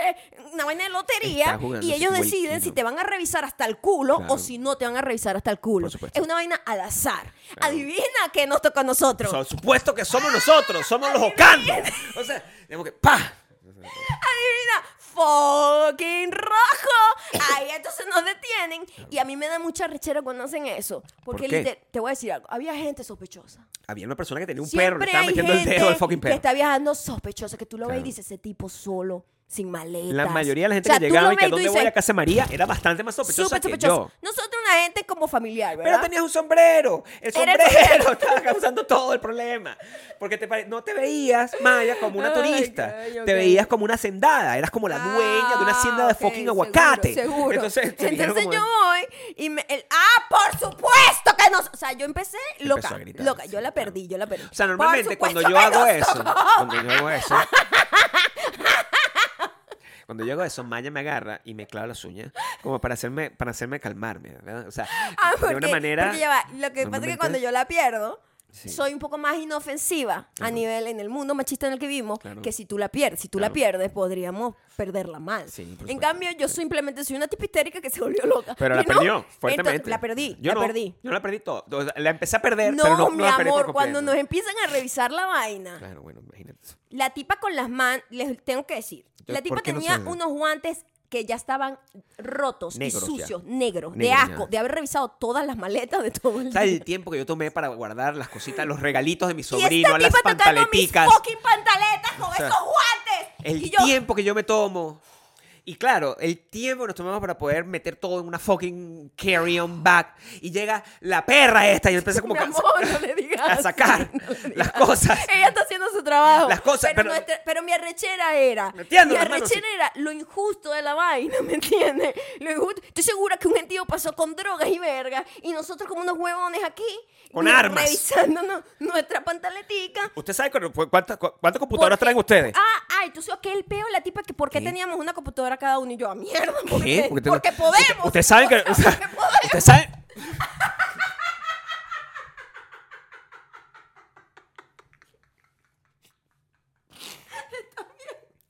Speaker 1: una vaina de
Speaker 2: Estás
Speaker 1: lotería
Speaker 2: jugando
Speaker 1: y ellos
Speaker 2: igual
Speaker 1: deciden
Speaker 2: que
Speaker 1: si
Speaker 2: no.
Speaker 1: te van a revisar hasta el culo
Speaker 2: Claro.
Speaker 1: o si no te van a revisar hasta el culo.
Speaker 2: Por supuesto.
Speaker 1: Es una vaina al azar.
Speaker 2: Claro.
Speaker 1: Adivina que nos tocó a nosotros.
Speaker 2: Por supuesto que somos nosotros, somos los jocandos. O sea, tenemos que. ¡Pah!
Speaker 1: adivina, fucking rojo. Ahí entonces nos detienen. Y a mí me da mucha rechera cuando hacen eso. Porque
Speaker 2: ¿Por qué?
Speaker 1: liter- te voy a decir algo. Había gente sospechosa.
Speaker 2: Había una persona que tenía un perro, le
Speaker 1: Siempre
Speaker 2: estaba
Speaker 1: hay
Speaker 2: metiendo el
Speaker 1: gente
Speaker 2: dedo al fucking
Speaker 1: que
Speaker 2: perro.
Speaker 1: está viajando sospechosa, que tú lo ves y
Speaker 2: Claro.
Speaker 1: dices, ese tipo solo sin maletas.
Speaker 2: La mayoría de la gente
Speaker 1: O sea,
Speaker 2: que
Speaker 1: tú
Speaker 2: llegaba
Speaker 1: lo
Speaker 2: y
Speaker 1: ves
Speaker 2: que ¿a
Speaker 1: tú
Speaker 2: dónde voy
Speaker 1: dices,
Speaker 2: a casa de María era bastante más sospechosa
Speaker 1: Súper
Speaker 2: que
Speaker 1: sospechoso.
Speaker 2: yo.
Speaker 1: Nosotros una gente como familiar, ¿verdad?
Speaker 2: Pero tenías un sombrero. El
Speaker 1: Era el
Speaker 2: sombrero <laughs> estaba causando todo el problema. Porque te pare- no te veías, Maya, como una
Speaker 1: Ay,
Speaker 2: turista.
Speaker 1: ok, ok.
Speaker 2: Te veías como una hacendada. Eras como la dueña de una hacienda de
Speaker 1: Ah, ok,
Speaker 2: fucking
Speaker 1: seguro,
Speaker 2: aguacate.
Speaker 1: Seguro.
Speaker 2: Entonces, te vieron
Speaker 1: Entonces
Speaker 2: como-
Speaker 1: yo voy y me. el- ¡Ah, por supuesto que no! O sea, yo empecé loca.
Speaker 2: Empezó a gritar,
Speaker 1: loca.
Speaker 2: sí,
Speaker 1: Yo la
Speaker 2: claro.
Speaker 1: perdí, yo la perdí.
Speaker 2: O sea, normalmente
Speaker 1: Por
Speaker 2: cuando
Speaker 1: supuesto
Speaker 2: yo
Speaker 1: que
Speaker 2: hago
Speaker 1: nos
Speaker 2: eso,
Speaker 1: tocó.
Speaker 2: cuando yo hago eso, cuando yo hago eso, Maya me agarra y me clava las uñas como para hacerme, para hacerme calmarme, ¿verdad? O sea,
Speaker 1: Ah,
Speaker 2: de una
Speaker 1: porque-
Speaker 2: manera.
Speaker 1: porque ya va, Lo que pasa es
Speaker 2: normalmente-
Speaker 1: que cuando yo la pierdo.
Speaker 2: Sí.
Speaker 1: Soy un poco más inofensiva a nivel en el mundo machista en el que vivimos
Speaker 2: Claro.
Speaker 1: que si tú la pierdes, si tú la
Speaker 2: Claro.
Speaker 1: pierdes podríamos perderla mal.
Speaker 2: Sí, por
Speaker 1: en
Speaker 2: supuesto.
Speaker 1: cambio yo simplemente soy una tipa histérica que se volvió loca.
Speaker 2: Pero
Speaker 1: Y
Speaker 2: la
Speaker 1: <laughs> no,
Speaker 2: perdió,
Speaker 1: entonces-
Speaker 2: fuertemente.
Speaker 1: la perdí,
Speaker 2: yo
Speaker 1: la
Speaker 2: no,
Speaker 1: perdí.
Speaker 2: Yo la perdí todo. O sea, La empecé a perder,
Speaker 1: No,
Speaker 2: pero no,
Speaker 1: mi
Speaker 2: no la perdí por
Speaker 1: amor, cuando nos
Speaker 2: completo.
Speaker 1: empiezan a revisar la vaina,
Speaker 2: Claro, bueno, imagínate. eso.
Speaker 1: la tipa con las manos, les tengo que decir,
Speaker 2: Yo-
Speaker 1: la
Speaker 2: ¿por
Speaker 1: tipa
Speaker 2: qué no
Speaker 1: tenía
Speaker 2: sabe?
Speaker 1: unos guantes que ya estaban rotos
Speaker 2: Negros
Speaker 1: y
Speaker 2: ya.
Speaker 1: sucios, negros, de
Speaker 2: Negros ya.
Speaker 1: asco, de haber revisado todas las maletas de todo el
Speaker 2: ¿Sabes el
Speaker 1: día.
Speaker 2: tiempo que yo tomé para guardar las cositas, los regalitos de mi
Speaker 1: y
Speaker 2: sobrino,
Speaker 1: esta
Speaker 2: las
Speaker 1: tipa tocando mis
Speaker 2: pantaleticas?
Speaker 1: fucking pantaletas con
Speaker 2: sea,
Speaker 1: esos guantes.
Speaker 2: El
Speaker 1: y yo,
Speaker 2: tiempo que yo me tomo. Y claro, el tiempo que nos tomamos para poder meter todo en una fucking carry-on bag. Y llega la perra esta y empieza
Speaker 1: <laughs>
Speaker 2: como
Speaker 1: mi
Speaker 2: que a-
Speaker 1: amor, no le digas.
Speaker 2: <laughs> a
Speaker 1: así,
Speaker 2: sacar
Speaker 1: no le
Speaker 2: las
Speaker 1: digas.
Speaker 2: <laughs> cosas.
Speaker 1: Ella está haciendo su trabajo.
Speaker 2: Las cosas,
Speaker 1: pero,
Speaker 2: pero-
Speaker 1: nuestra- pero mi arrechera era.
Speaker 2: Me entiendo,
Speaker 1: mi
Speaker 2: hermano,
Speaker 1: arrechera era lo injusto de la vaina, ¿me entiendes? Lo injusto. Estoy segura que un gentío pasó con drogas y verga. Y nosotros, como unos huevones aquí.
Speaker 2: Con
Speaker 1: y
Speaker 2: armas.
Speaker 1: Revisándonos nuestra pantaletica.
Speaker 2: ¿Usted sabe cu- cu- cuántas cu- cuántas computadoras
Speaker 1: Porque-
Speaker 2: traen ustedes?
Speaker 1: Ah, ah, entonces aquel peo la tipa que por qué,
Speaker 2: ¿Qué?
Speaker 1: teníamos una computadora cada uno y yo a mierda. Porque,
Speaker 2: Porque
Speaker 1: Porque,
Speaker 2: te-
Speaker 1: podemos.
Speaker 2: Usted, usted sabe que.
Speaker 1: o sea, <laughs> porque podemos.
Speaker 2: Usted sabe.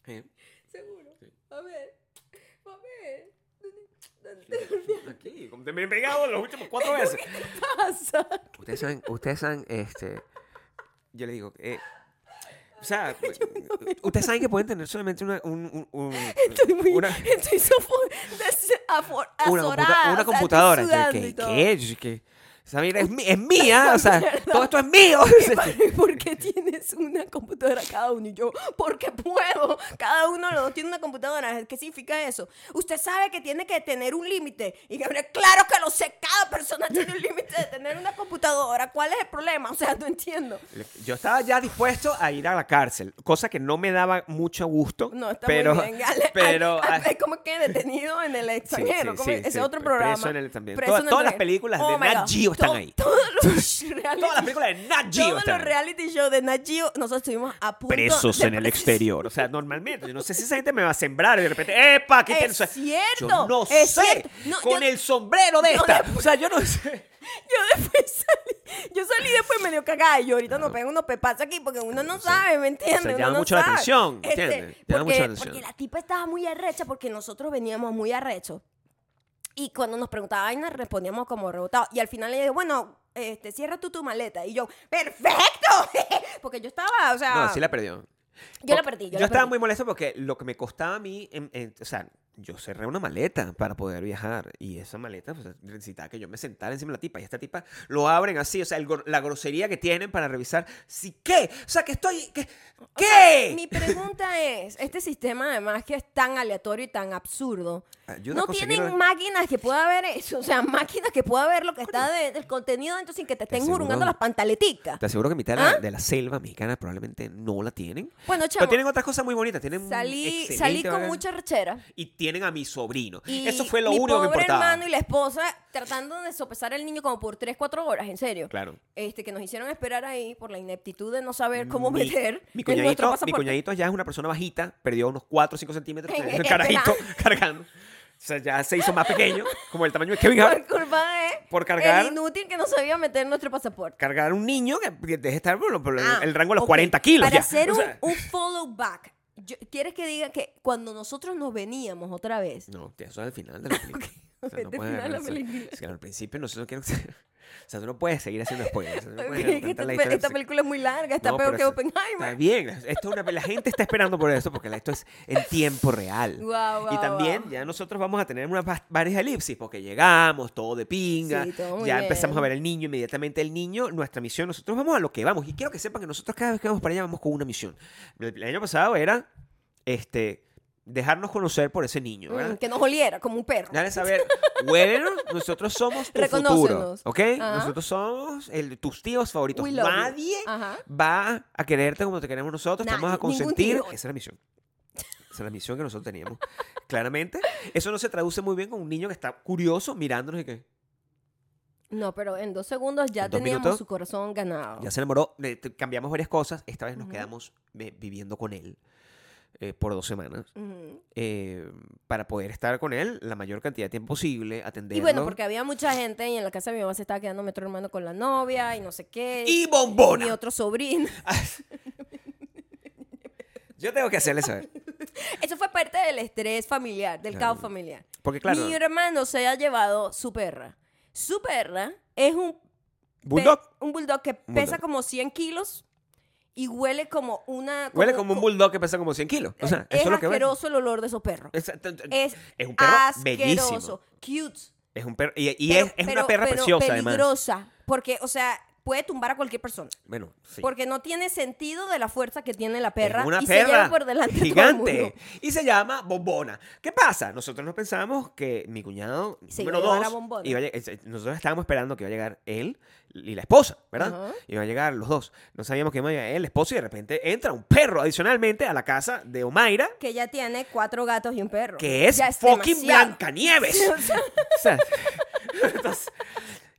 Speaker 2: Sí.
Speaker 1: Seguro. A ver. A ver. ¿Dónde-
Speaker 2: Aquí, como te me he pegado los últimos cuatro veces.
Speaker 1: pasa?
Speaker 2: Ustedes saben, ustedes saben, este. Yo le digo, eh,
Speaker 1: <laughs>
Speaker 2: o sea, ustedes saben que pueden tener solamente una, un, un- un-
Speaker 1: Estoy muy.
Speaker 2: una,
Speaker 1: Estoy sofo- des- afor-
Speaker 2: una,
Speaker 1: azorada,
Speaker 2: computa-
Speaker 1: o
Speaker 2: una
Speaker 1: sea, estoy
Speaker 2: computadora. Yo,
Speaker 1: sudando y
Speaker 2: ¿Qué?
Speaker 1: todo. <laughs>
Speaker 2: ¿Qué? Yo, ¿qué? Esa mierda es, mi- es mía, o sea, todo esto
Speaker 1: <laughs>
Speaker 2: es mío.
Speaker 1: Padre, ¿Por qué tienes una computadora cada uno? Y yo, porque puedo. Cada uno de los dos tiene una computadora. ¿Qué significa eso? Usted sabe que tiene que tener un límite. Y Gabriel, claro que lo sé. Cada persona tiene un límite de tener una computadora. ¿Cuál es el problema? O sea, no entiendo.
Speaker 2: Yo estaba ya dispuesto a ir a la cárcel, cosa que no me daba mucho gusto.
Speaker 1: No, está
Speaker 2: pero,
Speaker 1: muy bien. Ale-
Speaker 2: <laughs> pero,
Speaker 1: al- al-
Speaker 2: ah,
Speaker 1: como que detenido en el
Speaker 2: sí,
Speaker 1: extranjero.
Speaker 2: sí,
Speaker 1: como
Speaker 2: sí,
Speaker 1: ese
Speaker 2: sí,
Speaker 1: otro
Speaker 2: preso
Speaker 1: programa.
Speaker 2: en el también.
Speaker 1: Preso
Speaker 2: Todas-
Speaker 1: en el
Speaker 2: todas las
Speaker 1: extranjero.
Speaker 2: películas de
Speaker 1: Oh my
Speaker 2: Nat
Speaker 1: God.
Speaker 2: Geo están
Speaker 1: To-
Speaker 2: ahí.
Speaker 1: Todos
Speaker 2: <laughs>
Speaker 1: los reality,
Speaker 2: todas las películas de Nat Geo
Speaker 1: todos
Speaker 2: están
Speaker 1: los
Speaker 2: ahí.
Speaker 1: reality shows de Nat Geo, nosotros estuvimos a punto
Speaker 2: presos
Speaker 1: de
Speaker 2: en el
Speaker 1: presos.
Speaker 2: exterior. O sea, normalmente, yo no sé si esa gente me va a sembrar y de repente, ¡epa! ¿Qué
Speaker 1: Es
Speaker 2: pienso?
Speaker 1: cierto,
Speaker 2: Yo no sé.
Speaker 1: es cierto. No,
Speaker 2: con
Speaker 1: yo-
Speaker 2: el sombrero de
Speaker 1: yo
Speaker 2: esta.
Speaker 1: después-
Speaker 2: O sea, yo no sé.
Speaker 1: <laughs> Yo después salí, yo salí después medio cagada y yo ahorita nos pegan unos pepazos aquí porque uno no sabe, ¿me entiendes?
Speaker 2: O sea,
Speaker 1: Uno
Speaker 2: llama
Speaker 1: no
Speaker 2: mucho la
Speaker 1: sabe. Este,
Speaker 2: atención, ¿entiendes? Llama
Speaker 1: porque,
Speaker 2: mucho la atención.
Speaker 1: porque la tipa estaba muy arrecha porque nosotros veníamos muy arrechos. Y cuando nos preguntaban, nos respondíamos como rebotados. Y al final ella dijo, bueno, este, cierra tú tu maleta. Y yo, ¡perfecto! <laughs> porque yo estaba, o sea,
Speaker 2: No, sí la perdió.
Speaker 1: yo la
Speaker 2: Porque-
Speaker 1: perdí. Yo,
Speaker 2: Yo,
Speaker 1: la
Speaker 2: estaba
Speaker 1: perdí.
Speaker 2: muy molesto porque lo que me costaba a mí, en- en- o sea, yo cerré una maleta para poder viajar y esa maleta pues, necesitaba que yo me sentara encima de la tipa y esta tipa lo abren así, o sea, el gor- la grosería que tienen para revisar, sí, ¿qué? O sea, que estoy, que, ¿qué?
Speaker 1: Mi pregunta es, este sistema además que es tan aleatorio y tan absurdo,
Speaker 2: Ayuda a
Speaker 1: no
Speaker 2: conseguir
Speaker 1: tienen
Speaker 2: la-
Speaker 1: máquinas que pueda ver eso, o sea, máquinas que pueda ver lo que está de- del contenido dentro sin que te estén
Speaker 2: aseguro.
Speaker 1: jurungando las pantaleticas.
Speaker 2: Te aseguro que mitad de la,
Speaker 1: ¿Ah?
Speaker 2: de la selva mexicana probablemente no la tienen.
Speaker 1: Bueno,
Speaker 2: Pero
Speaker 1: chamo,
Speaker 2: tienen otras cosas muy bonitas. Tienen un
Speaker 1: salí,
Speaker 2: excelente
Speaker 1: salí con
Speaker 2: bagaje.
Speaker 1: mucha rechera.
Speaker 2: Y tienen a mi sobrino.
Speaker 1: Y
Speaker 2: Eso fue lo
Speaker 1: mi
Speaker 2: único que
Speaker 1: pobre
Speaker 2: importaba.
Speaker 1: hermano y la esposa tratando de sopesar al niño como por 3, 4 horas, en serio.
Speaker 2: Claro.
Speaker 1: Este, que nos hicieron esperar ahí por la ineptitud de no saber cómo
Speaker 2: Mi-
Speaker 1: meter
Speaker 2: Mi
Speaker 1: en nuestro
Speaker 2: cuñadito, mi
Speaker 1: pasaporte.
Speaker 2: cuñadito ya es una persona bajita, perdió unos 4 o 5 centímetros.
Speaker 1: En- <laughs>
Speaker 2: tenía el
Speaker 1: en-
Speaker 2: carajito <laughs> cargando. O sea, ya se hizo más pequeño, como el tamaño de Kevin Hart.
Speaker 1: por culpa de
Speaker 2: Por cargar-
Speaker 1: el inútil que no sabía meter nuestro pasaporte.
Speaker 2: Cargar a un niño que deje estar por, por
Speaker 1: Ah,
Speaker 2: el rango de los
Speaker 1: ok.
Speaker 2: 40 kilos.
Speaker 1: Para
Speaker 2: ya.
Speaker 1: hacer
Speaker 2: O
Speaker 1: un,
Speaker 2: sea,
Speaker 1: un follow back, yo- ¿quieres que diga que cuando nosotros nos veníamos otra vez?
Speaker 2: No, tía, eso es al
Speaker 1: <laughs>
Speaker 2: final de la película. O sea,
Speaker 1: vete al
Speaker 2: no puedes
Speaker 1: final de la
Speaker 2: agarrar- o sea,
Speaker 1: película.
Speaker 2: es que al principio no sé lo que... O sea, tú no puedes seguir haciendo spoilers. o sea, tú no
Speaker 1: Ok, <laughs>
Speaker 2: puedes
Speaker 1: que
Speaker 2: contar
Speaker 1: esta,
Speaker 2: la historia,
Speaker 1: esta
Speaker 2: pues,
Speaker 1: película es muy larga, está
Speaker 2: No,
Speaker 1: peor
Speaker 2: pero
Speaker 1: que
Speaker 2: eso- Está
Speaker 1: Oppenheimer.
Speaker 2: bien, esto es una, la gente está esperando por eso porque la- esto es en tiempo real.
Speaker 1: Guau, guau,
Speaker 2: y también
Speaker 1: guau.
Speaker 2: ya nosotros vamos a tener unas va- varias elipsis porque llegamos, todo de pinga,
Speaker 1: Sí, todo muy
Speaker 2: ya
Speaker 1: bien.
Speaker 2: empezamos a ver al niño, inmediatamente el niño, nuestra misión, nosotros vamos a lo que vamos. Y quiero que sepan que nosotros cada vez que vamos para allá vamos con una misión. El, el año pasado era, este, dejarnos conocer por ese niño, ¿verdad?
Speaker 1: Mm, que nos oliera como un perro.
Speaker 2: Dale saber, bueno, nosotros somos tu futuro,
Speaker 1: Reconócenos.
Speaker 2: ¿ok?
Speaker 1: Ajá.
Speaker 2: Nosotros somos el- tus tíos favoritos.
Speaker 1: We love you.
Speaker 2: Nadie
Speaker 1: Ajá.
Speaker 2: va a quererte como te queremos nosotros, te vamos
Speaker 1: Nadie,
Speaker 2: a
Speaker 1: ningún
Speaker 2: consentir.
Speaker 1: tío.
Speaker 2: Esa es la misión. Esa es la misión que nosotros teníamos. <laughs> Claramente, eso no se traduce muy bien con un niño que está curioso mirándonos y que
Speaker 1: No, pero en dos segundos ya
Speaker 2: En dos
Speaker 1: teníamos
Speaker 2: minutos,
Speaker 1: su corazón ganado.
Speaker 2: ya se enamoró. Le- te- Cambiamos varias cosas. Esta vez nos
Speaker 1: Ujú.
Speaker 2: quedamos eh, viviendo con él eh, por dos semanas.
Speaker 1: Ujú.
Speaker 2: eh, para poder estar con él la mayor cantidad de tiempo posible, atenderlo.
Speaker 1: Y bueno, porque había mucha gente y en la casa de mi mamá se estaba quedando mi otro hermano con la novia y no sé qué.
Speaker 2: ¡Y
Speaker 1: mi
Speaker 2: bombona!
Speaker 1: otro sobrino. <laughs>
Speaker 2: Yo tengo que hacerle saber.
Speaker 1: Eso fue parte del estrés familiar, del
Speaker 2: Claro.
Speaker 1: caos familiar. <laughs>
Speaker 2: Porque claro,
Speaker 1: Mi hermano se ha llevado su perra. Su perra es un pe-
Speaker 2: bulldog
Speaker 1: un bulldog que
Speaker 2: Un
Speaker 1: pesa
Speaker 2: bulldog.
Speaker 1: como 100 kilos y huele como una.
Speaker 2: huele como un bulldog que pesa como 100 kilos. O sea,
Speaker 1: Es
Speaker 2: eso es lo que huele.
Speaker 1: asqueroso el olor de esos perros.
Speaker 2: Es, t- t-
Speaker 1: Es,
Speaker 2: es un perro bellísimo.
Speaker 1: asqueroso. Cute.
Speaker 2: Es un perro. Y, y
Speaker 1: pero-
Speaker 2: es, es
Speaker 1: pero-
Speaker 2: una perra
Speaker 1: pero
Speaker 2: preciosa, además.
Speaker 1: peligrosa, porque, o sea, puede tumbar a cualquier persona.
Speaker 2: Bueno, sí.
Speaker 1: Porque no tiene sentido de la fuerza que tiene la
Speaker 2: Es
Speaker 1: perra
Speaker 2: una
Speaker 1: y
Speaker 2: perra
Speaker 1: se lleva por delante a todo el
Speaker 2: gigante
Speaker 1: mundo.
Speaker 2: y se llama Bombona. ¿Qué pasa? Nosotros nos pensamos que mi cuñado
Speaker 1: Se iba
Speaker 2: número
Speaker 1: a llevar
Speaker 2: dos
Speaker 1: a Bombona.
Speaker 2: iba a lleg- es- nosotros estábamos esperando que iba a llegar él y la esposa, ¿verdad?
Speaker 1: Ajá.
Speaker 2: Iban a llegar los dos. No sabíamos que iba a llegar él, el esposo y de repente entra un perro adicionalmente a la casa de Omaira
Speaker 1: Que ya tiene cuatro gatos y un perro.
Speaker 2: que es,
Speaker 1: Ya
Speaker 2: fucking
Speaker 1: demasiado.
Speaker 2: Blancanieves.
Speaker 1: <laughs> O sea,
Speaker 2: <laughs> O sea, entonces,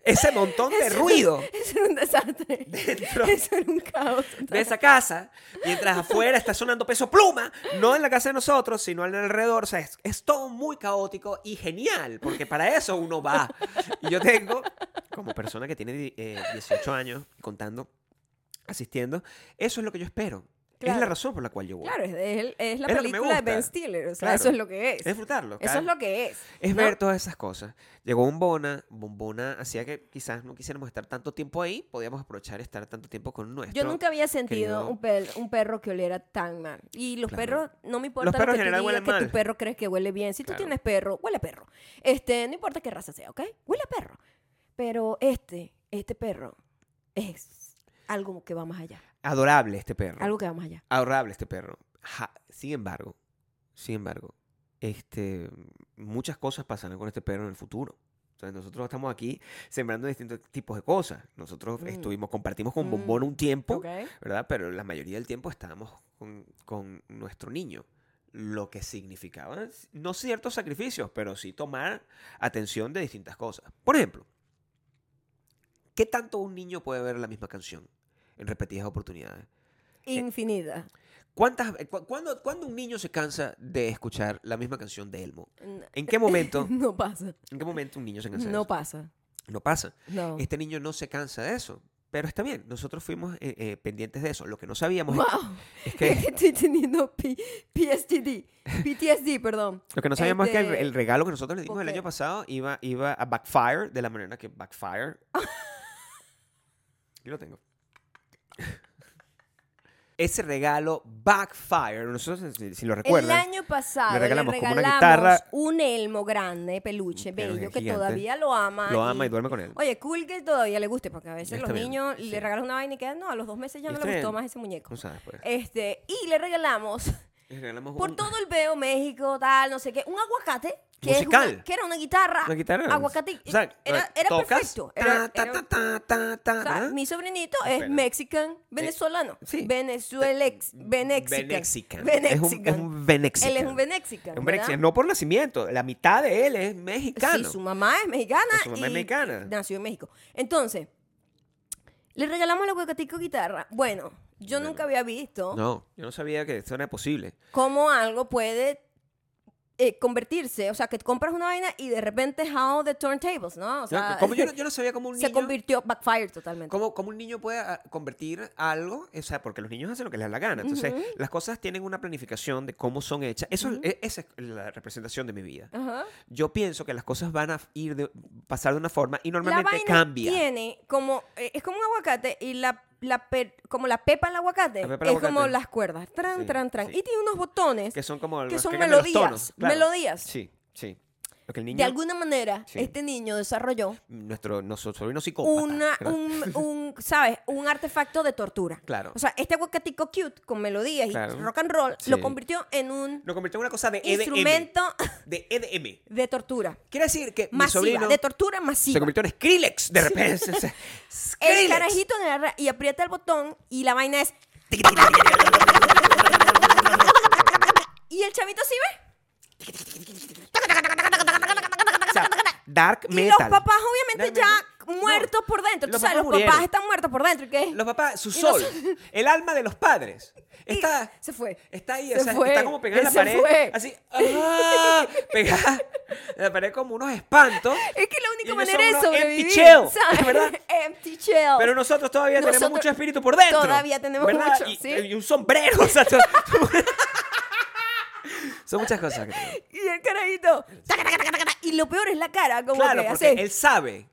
Speaker 2: ese montón de ruido
Speaker 1: Eso era un desastre. <laughs>
Speaker 2: Dentro.
Speaker 1: Eso era un caos.
Speaker 2: de esa casa, mientras afuera está sonando peso pluma, no en la casa de nosotros, sino al alrededor. O sea, es, es todo muy caótico y genial, porque para eso uno va. Y yo tengo, como persona que tiene eh, 18 años contando, asistiendo, eso es lo que yo espero. Es la
Speaker 1: Claro.
Speaker 2: razón por la cual yo voy.
Speaker 1: Claro, es, es- es la
Speaker 2: Es lo que me
Speaker 1: película de
Speaker 2: gusta.
Speaker 1: Ben Stiller. O sea,
Speaker 2: Claro.
Speaker 1: eso es lo que es.
Speaker 2: Es disfrutarlo.
Speaker 1: Eso es lo que es.
Speaker 2: Es
Speaker 1: ¿no?
Speaker 2: ver todas esas cosas. Llegó Bombona, Bombona hacía que quizás no quisiéramos estar tanto tiempo ahí, podíamos aprovechar estar tanto tiempo con nuestro.
Speaker 1: Yo nunca había sentido
Speaker 2: querido-
Speaker 1: un, per- un perro que oliera tan mal. Y los
Speaker 2: Claro.
Speaker 1: perros, no me importa
Speaker 2: Los perros
Speaker 1: lo
Speaker 2: en
Speaker 1: que tú
Speaker 2: general
Speaker 1: digas,
Speaker 2: huelen
Speaker 1: que tu
Speaker 2: mal.
Speaker 1: perro crees que huele bien. Si
Speaker 2: Claro.
Speaker 1: tú tienes perro, huele a perro. Este, no importa qué raza sea, ¿ok? Huele a perro. Pero este, este perro es algo que va más allá.
Speaker 2: Adorable este perro.
Speaker 1: Algo que va más allá.
Speaker 2: Adorable este perro. Ja, sin embargo, sin embargo, este, muchas cosas pasarán con este perro en el futuro. O sea, nosotros estamos aquí sembrando distintos tipos de cosas. Nosotros
Speaker 1: Mm.
Speaker 2: estuvimos, compartimos con
Speaker 1: Mm.
Speaker 2: Bombón un tiempo,
Speaker 1: ¿Ok?
Speaker 2: ¿verdad? Pero la mayoría del tiempo estábamos con, con nuestro niño. Lo que significaba, no ciertos sacrificios, pero sí tomar atención de distintas cosas. Por ejemplo, ¿qué tanto un niño puede ver la misma canción en repetidas oportunidades?
Speaker 1: Infinita.
Speaker 2: ¿Cuántas, cu- cuándo, cuándo un niño se cansa de escuchar la misma canción de Elmo? ¿En qué momento,
Speaker 1: <laughs> No pasa.
Speaker 2: en qué momento un niño se cansa de
Speaker 1: No
Speaker 2: eso?
Speaker 1: pasa.
Speaker 2: No pasa.
Speaker 1: No.
Speaker 2: Este niño no se cansa de eso. Pero está bien, nosotros fuimos eh, eh, pendientes de eso. Lo que no sabíamos
Speaker 1: Wow.
Speaker 2: <laughs> es
Speaker 1: Es que
Speaker 2: que,
Speaker 1: <laughs> estoy teniendo P- PSTD. PTSD, perdón.
Speaker 2: lo que, no sabíamos es que el,
Speaker 1: Este,
Speaker 2: el regalo que nosotros le dimos el
Speaker 1: porque-
Speaker 2: año pasado iba, iba a backfire de la manera
Speaker 1: <laughs>
Speaker 2: que backfire. Yo lo tengo. Ese regalo backfire, nosotros si, si lo
Speaker 1: El
Speaker 2: recuerdan.
Speaker 1: año pasado
Speaker 2: le
Speaker 1: le regalamos,
Speaker 2: regalamos como una guitarra.
Speaker 1: un elmo grande, peluche,
Speaker 2: Un perro
Speaker 1: bello, que
Speaker 2: gigante.
Speaker 1: todavía lo ama.
Speaker 2: lo ama y duerme con él.
Speaker 1: Oye, cool que todavía le guste, porque a veces
Speaker 2: Está
Speaker 1: los
Speaker 2: bien,
Speaker 1: niños
Speaker 2: sí.
Speaker 1: le regalan una vaina y quedan, no, a los dos meses ya no
Speaker 2: Está
Speaker 1: le gustó
Speaker 2: bien.
Speaker 1: más ese muñeco.
Speaker 2: No sabes, pues.
Speaker 1: Este, y le
Speaker 2: <laughs>
Speaker 1: regalamos
Speaker 2: Les regalamos
Speaker 1: por
Speaker 2: un-
Speaker 1: todo el veo México, tal, no sé qué, un aguacate. Que, es
Speaker 2: Musical.
Speaker 1: una- que era una guitarra.
Speaker 2: Una guitarra.
Speaker 1: Aguacate.
Speaker 2: O sea,
Speaker 1: era era
Speaker 2: tocas,
Speaker 1: perfecto.
Speaker 2: ta,
Speaker 1: Era-
Speaker 2: ta,
Speaker 1: era-
Speaker 2: ta, ta, ta, ta,
Speaker 1: o sea,
Speaker 2: ¿verdad?
Speaker 1: mi sobrinito es
Speaker 2: Espera.
Speaker 1: mexican venezolano.
Speaker 2: Eh, sí.
Speaker 1: Venezuelex, venexican.
Speaker 2: Venexican. Es un, es
Speaker 1: Venexican.
Speaker 2: un venexican.
Speaker 1: Él es un venexican.
Speaker 2: Es un
Speaker 1: ¿verdad?
Speaker 2: venexican, No por nacimiento. La mitad de él es mexicano.
Speaker 1: Sí, su mamá es mexicana.
Speaker 2: Su mamá es
Speaker 1: y
Speaker 2: mexicana.
Speaker 1: Nació en México. Entonces, le regalamos la huecatico guitarra. Bueno, yo
Speaker 2: Bueno.
Speaker 1: nunca había visto
Speaker 2: No, yo no sabía que eso era posible.
Speaker 1: cómo algo puede eh, convertirse. O sea, que compras una vaina y de repente, how the turntables, ¿no? O sea,
Speaker 2: No,
Speaker 1: <laughs>
Speaker 2: como yo, no- yo no sabía cómo un
Speaker 1: se
Speaker 2: niño...
Speaker 1: convirtió backfire totalmente.
Speaker 2: Cómo, cómo un niño puede ah, convertir algo, o sea, porque los niños hacen lo que les da la gana. Entonces, las cosas tienen una planificación de cómo son hechas. Eso, e- Esa es la representación de mi vida.
Speaker 1: Ajá.
Speaker 2: Yo pienso que las cosas van a ir de- pasar de una forma y
Speaker 1: La
Speaker 2: normalmente
Speaker 1: vaina
Speaker 2: cambia.
Speaker 1: tiene como, eh, es como un aguacate y la, la per- como la pepa al aguacate,
Speaker 2: La pepa al
Speaker 1: es
Speaker 2: aguacate.
Speaker 1: como las cuerdas, tran,
Speaker 2: Sí,
Speaker 1: tran, tran.
Speaker 2: sí.
Speaker 1: Y tiene unos botones
Speaker 2: Que son como
Speaker 1: que
Speaker 2: los
Speaker 1: son
Speaker 2: cambian los
Speaker 1: melodías,
Speaker 2: tonos, claro.
Speaker 1: melodías.
Speaker 2: Sí, sí. Lo que el
Speaker 1: De
Speaker 2: niño,
Speaker 1: alguna manera,
Speaker 2: Sí.
Speaker 1: este niño desarrolló
Speaker 2: nuestro, nuestro sobrino psicópata.
Speaker 1: una,
Speaker 2: creo. <laughs>
Speaker 1: un, un, ¿sabes? Un artefacto de tortura.
Speaker 2: Claro.
Speaker 1: O sea, este aguacatico cute con melodías y
Speaker 2: Claro.
Speaker 1: rock and roll
Speaker 2: Sí.
Speaker 1: lo convirtió en un
Speaker 2: Lo convirtió en una cosa de EDM.
Speaker 1: instrumento
Speaker 2: De EDM.
Speaker 1: de tortura.
Speaker 2: Quiere decir que mi
Speaker 1: Masiva,
Speaker 2: sobrino
Speaker 1: de tortura
Speaker 2: se
Speaker 1: masiva.
Speaker 2: convirtió en Skrillex de repente. <laughs> o sea,
Speaker 1: El
Speaker 2: Skrillex.
Speaker 1: carajito en la ra- y aprieta el botón y la vaina es. Y el chavito así ve.
Speaker 2: O sea, dark
Speaker 1: Y
Speaker 2: metal.
Speaker 1: los papás, obviamente,
Speaker 2: Dark
Speaker 1: ya
Speaker 2: metal. No.
Speaker 1: muertos por dentro. Tú
Speaker 2: Los
Speaker 1: sabes, los
Speaker 2: papás
Speaker 1: papás
Speaker 2: murieron.
Speaker 1: están muertos por dentro. ¿y ¿Qué?
Speaker 2: Los papás, su
Speaker 1: Y los-
Speaker 2: sol, el alma de los padres.
Speaker 1: Y
Speaker 2: Está,
Speaker 1: se fue.
Speaker 2: Está ahí, o
Speaker 1: Se
Speaker 2: sea,
Speaker 1: fue.
Speaker 2: está como pegada en la
Speaker 1: <laughs> Se
Speaker 2: pared.
Speaker 1: fue.
Speaker 2: Así, ¡ah! pegada en la pared como unos espantos.
Speaker 1: Es que la única
Speaker 2: ellos
Speaker 1: manera
Speaker 2: son
Speaker 1: es
Speaker 2: unos
Speaker 1: sobrevivir.
Speaker 2: empty shell,
Speaker 1: <laughs> ¿sabes?
Speaker 2: ¿verdad?
Speaker 1: Empty shell.
Speaker 2: Pero nosotros todavía tenemos
Speaker 1: Nosotros
Speaker 2: mucho espíritu por dentro.
Speaker 1: todavía tenemos
Speaker 2: ¿verdad?
Speaker 1: mucho,
Speaker 2: Y,
Speaker 1: sí.
Speaker 2: y un sombrero. o sea, son, <laughs> son muchas cosas. que tenemos.
Speaker 1: Y el carajito. taca, taca, taca, taca, Y lo peor es la cara, como
Speaker 2: Claro,
Speaker 1: que
Speaker 2: porque
Speaker 1: hace.
Speaker 2: él sabe.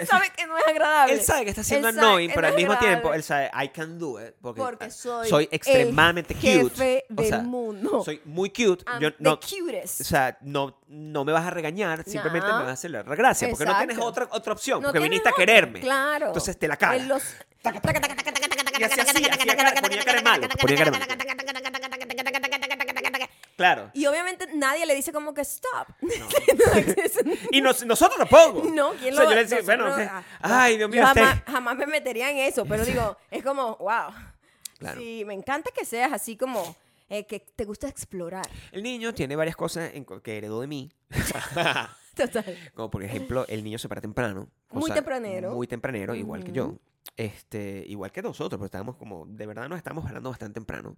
Speaker 1: Él <laughs> sabe que no es agradable.
Speaker 2: Él sabe que está siendo
Speaker 1: Él sabe
Speaker 2: annoying,
Speaker 1: que
Speaker 2: pero
Speaker 1: no
Speaker 2: al
Speaker 1: es
Speaker 2: mismo tiempo
Speaker 1: agradable.
Speaker 2: él sabe, I can do it. Porque, ah,
Speaker 1: Porque soy el
Speaker 2: extremadamente cute.
Speaker 1: jefe del mundo.
Speaker 2: Soy muy cute.
Speaker 1: I'm
Speaker 2: Yo
Speaker 1: the
Speaker 2: no,
Speaker 1: cutest.
Speaker 2: O sea, no, no me vas a regañar, simplemente
Speaker 1: No.
Speaker 2: me vas a hacer la gracia, porque no tienes
Speaker 1: Exacto.
Speaker 2: otra, otra opción,
Speaker 1: No
Speaker 2: porque
Speaker 1: tienes
Speaker 2: viniste a
Speaker 1: otra,
Speaker 2: quererme.
Speaker 1: Claro.
Speaker 2: Entonces te la cagas.
Speaker 1: Él los- taca, taca, taca, taca, taca, taca, taca,
Speaker 2: Y hacía
Speaker 1: taca,
Speaker 2: así, hacía
Speaker 1: taca,
Speaker 2: cara-
Speaker 1: taca,
Speaker 2: ponía
Speaker 1: taca,
Speaker 2: cara de
Speaker 1: taca,
Speaker 2: malo,
Speaker 1: taca,
Speaker 2: ponía cara de
Speaker 1: taca, taca, taca, taca, taca, taca, taca, taca, taca, taca, taca, taca.
Speaker 2: Claro.
Speaker 1: Y obviamente nadie le dice como que stop.
Speaker 2: Y nos- nosotros
Speaker 1: <laughs>
Speaker 2: tampoco.
Speaker 1: No, ¿quién
Speaker 2: o sea,
Speaker 1: lo
Speaker 2: yo le decía, bueno,
Speaker 1: nosotros-
Speaker 2: ok.
Speaker 1: ah,
Speaker 2: ay, Dios mío,
Speaker 1: yo
Speaker 2: este-
Speaker 1: jamás, jamás me metería en eso, pero digo, es como, wow.
Speaker 2: Claro.
Speaker 1: Sí, me encanta que seas así como, eh, que te gusta explorar.
Speaker 2: el niño tiene varias cosas en co- que heredó de mí.
Speaker 1: Total.
Speaker 2: Como por ejemplo, el niño se para temprano.
Speaker 1: Muy tempranero.
Speaker 2: Muy tempranero, igual que yo. Este, igual que nosotros, pero estábamos como, de verdad nos estábamos parando bastante temprano.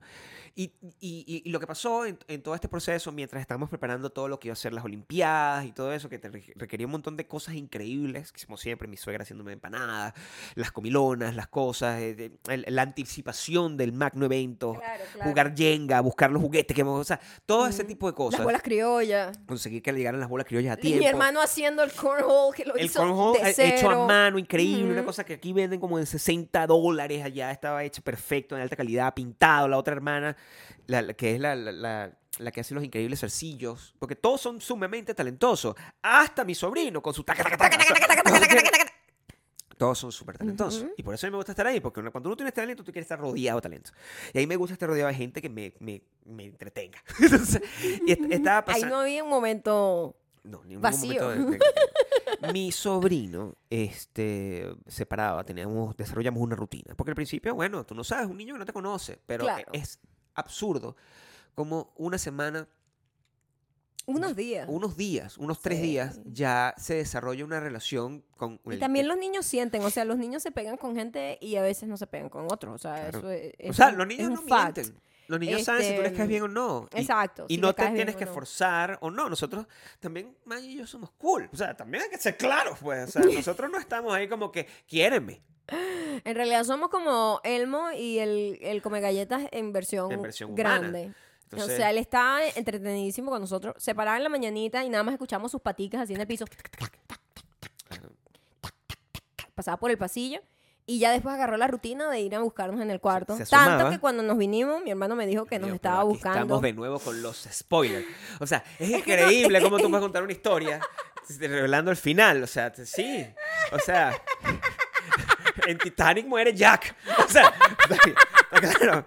Speaker 2: Y, y- y- y lo que pasó en, en todo este proceso, mientras estábamos preparando todo lo que iba a ser las Olimpiadas y todo eso, que te re- requería un montón de cosas increíbles, que como siempre, mi suegra haciéndome empanadas, las comilonas, las cosas, eh, de- el- la anticipación del magno evento,
Speaker 1: Claro, claro.
Speaker 2: jugar Jenga, buscar los juguetes, que, hemos- o sea, todo ese tipo de cosas.
Speaker 1: Las bolas criollas.
Speaker 2: Conseguir que le llegaran las bolas criollas a
Speaker 1: Y
Speaker 2: tiempo
Speaker 1: mi hermano haciendo el cornhole, que lo
Speaker 2: el
Speaker 1: hizo
Speaker 2: cornhole
Speaker 1: de
Speaker 2: he-
Speaker 1: cero.
Speaker 2: hecho a mano, increíble, una
Speaker 1: Ujú.
Speaker 2: cosa que aquí venden como en 60 dólares, allá estaba hecho perfecto, en alta calidad, pintado, la otra hermana, la, la que es la, la- la- la que hace los increíbles zarcillos, porque todos son sumamente talentosos, hasta mi sobrino con su taca, taca, taca, taca, taca, taca, taca, taca, taca. Todos son súper talentosos. Y por eso a mí me gusta estar ahí, porque cuando uno tienes talento, tú quieres estar rodeado de talento. Y ahí me gusta estar rodeado de gente que me, me, me entretenga. <laughs> Entonces, y est- estaba
Speaker 1: Ahí
Speaker 2: pasando...
Speaker 1: no había un momento
Speaker 2: No, ni un
Speaker 1: Vacío. <laughs>
Speaker 2: momento de- de- Mi sobrino, este, se paraba, teníamos, desarrollamos una rutina. Porque al principio, bueno, tú no sabes, un niño que no te conoce, pero e,
Speaker 1: Claro.
Speaker 2: es absurdo como una semana,
Speaker 1: unos días.
Speaker 2: unos días, unos tres
Speaker 1: Sí.
Speaker 2: días, ya se desarrolla una relación con...
Speaker 1: Y
Speaker 2: el-
Speaker 1: también los niños sienten, o sea, los niños se pegan con gente y a veces no se pegan con otros, o sea,
Speaker 2: Claro.
Speaker 1: eso es,
Speaker 2: O
Speaker 1: es
Speaker 2: sea,
Speaker 1: un-
Speaker 2: los
Speaker 1: es
Speaker 2: niños
Speaker 1: un
Speaker 2: no
Speaker 1: fact.
Speaker 2: mienten. Los niños saben si tú les
Speaker 1: Este,
Speaker 2: caes bien o no. Y-
Speaker 1: Exacto,
Speaker 2: Y
Speaker 1: si
Speaker 2: no
Speaker 1: le
Speaker 2: te
Speaker 1: caes bien
Speaker 2: tienes
Speaker 1: o
Speaker 2: que
Speaker 1: no.
Speaker 2: forzar o no. Nosotros también, Maggie y yo somos cool. O sea, también hay que ser claros, pues. O
Speaker 1: <laughs>
Speaker 2: sea, nosotros no estamos ahí como que, quiéreme.
Speaker 1: En realidad somos como Elmo y el, el come galletas en versión,
Speaker 2: En versión humana.
Speaker 1: grande.
Speaker 2: Entonces-
Speaker 1: o sea, él estaba entretenidísimo con nosotros. Se paraba en la mañanita y nada más escuchamos sus paticas así en el piso. Pasaba por el pasillo y ya después agarró la rutina de ir a buscarnos en el cuarto.
Speaker 2: se asomaba.
Speaker 1: Tanto que cuando nos vinimos, mi hermano me dijo que nos
Speaker 2: Dios mío, pero
Speaker 1: estaba
Speaker 2: aquí
Speaker 1: buscando.
Speaker 2: Estamos de nuevo con los spoilers. O sea, es
Speaker 1: que no-
Speaker 2: increíble cómo
Speaker 1: <laughs>
Speaker 2: tú puedes contar una historia revelando el final. O sea, te- sí. O sea, <laughs> en Titanic muere Jack. O sea, <laughs> está claro.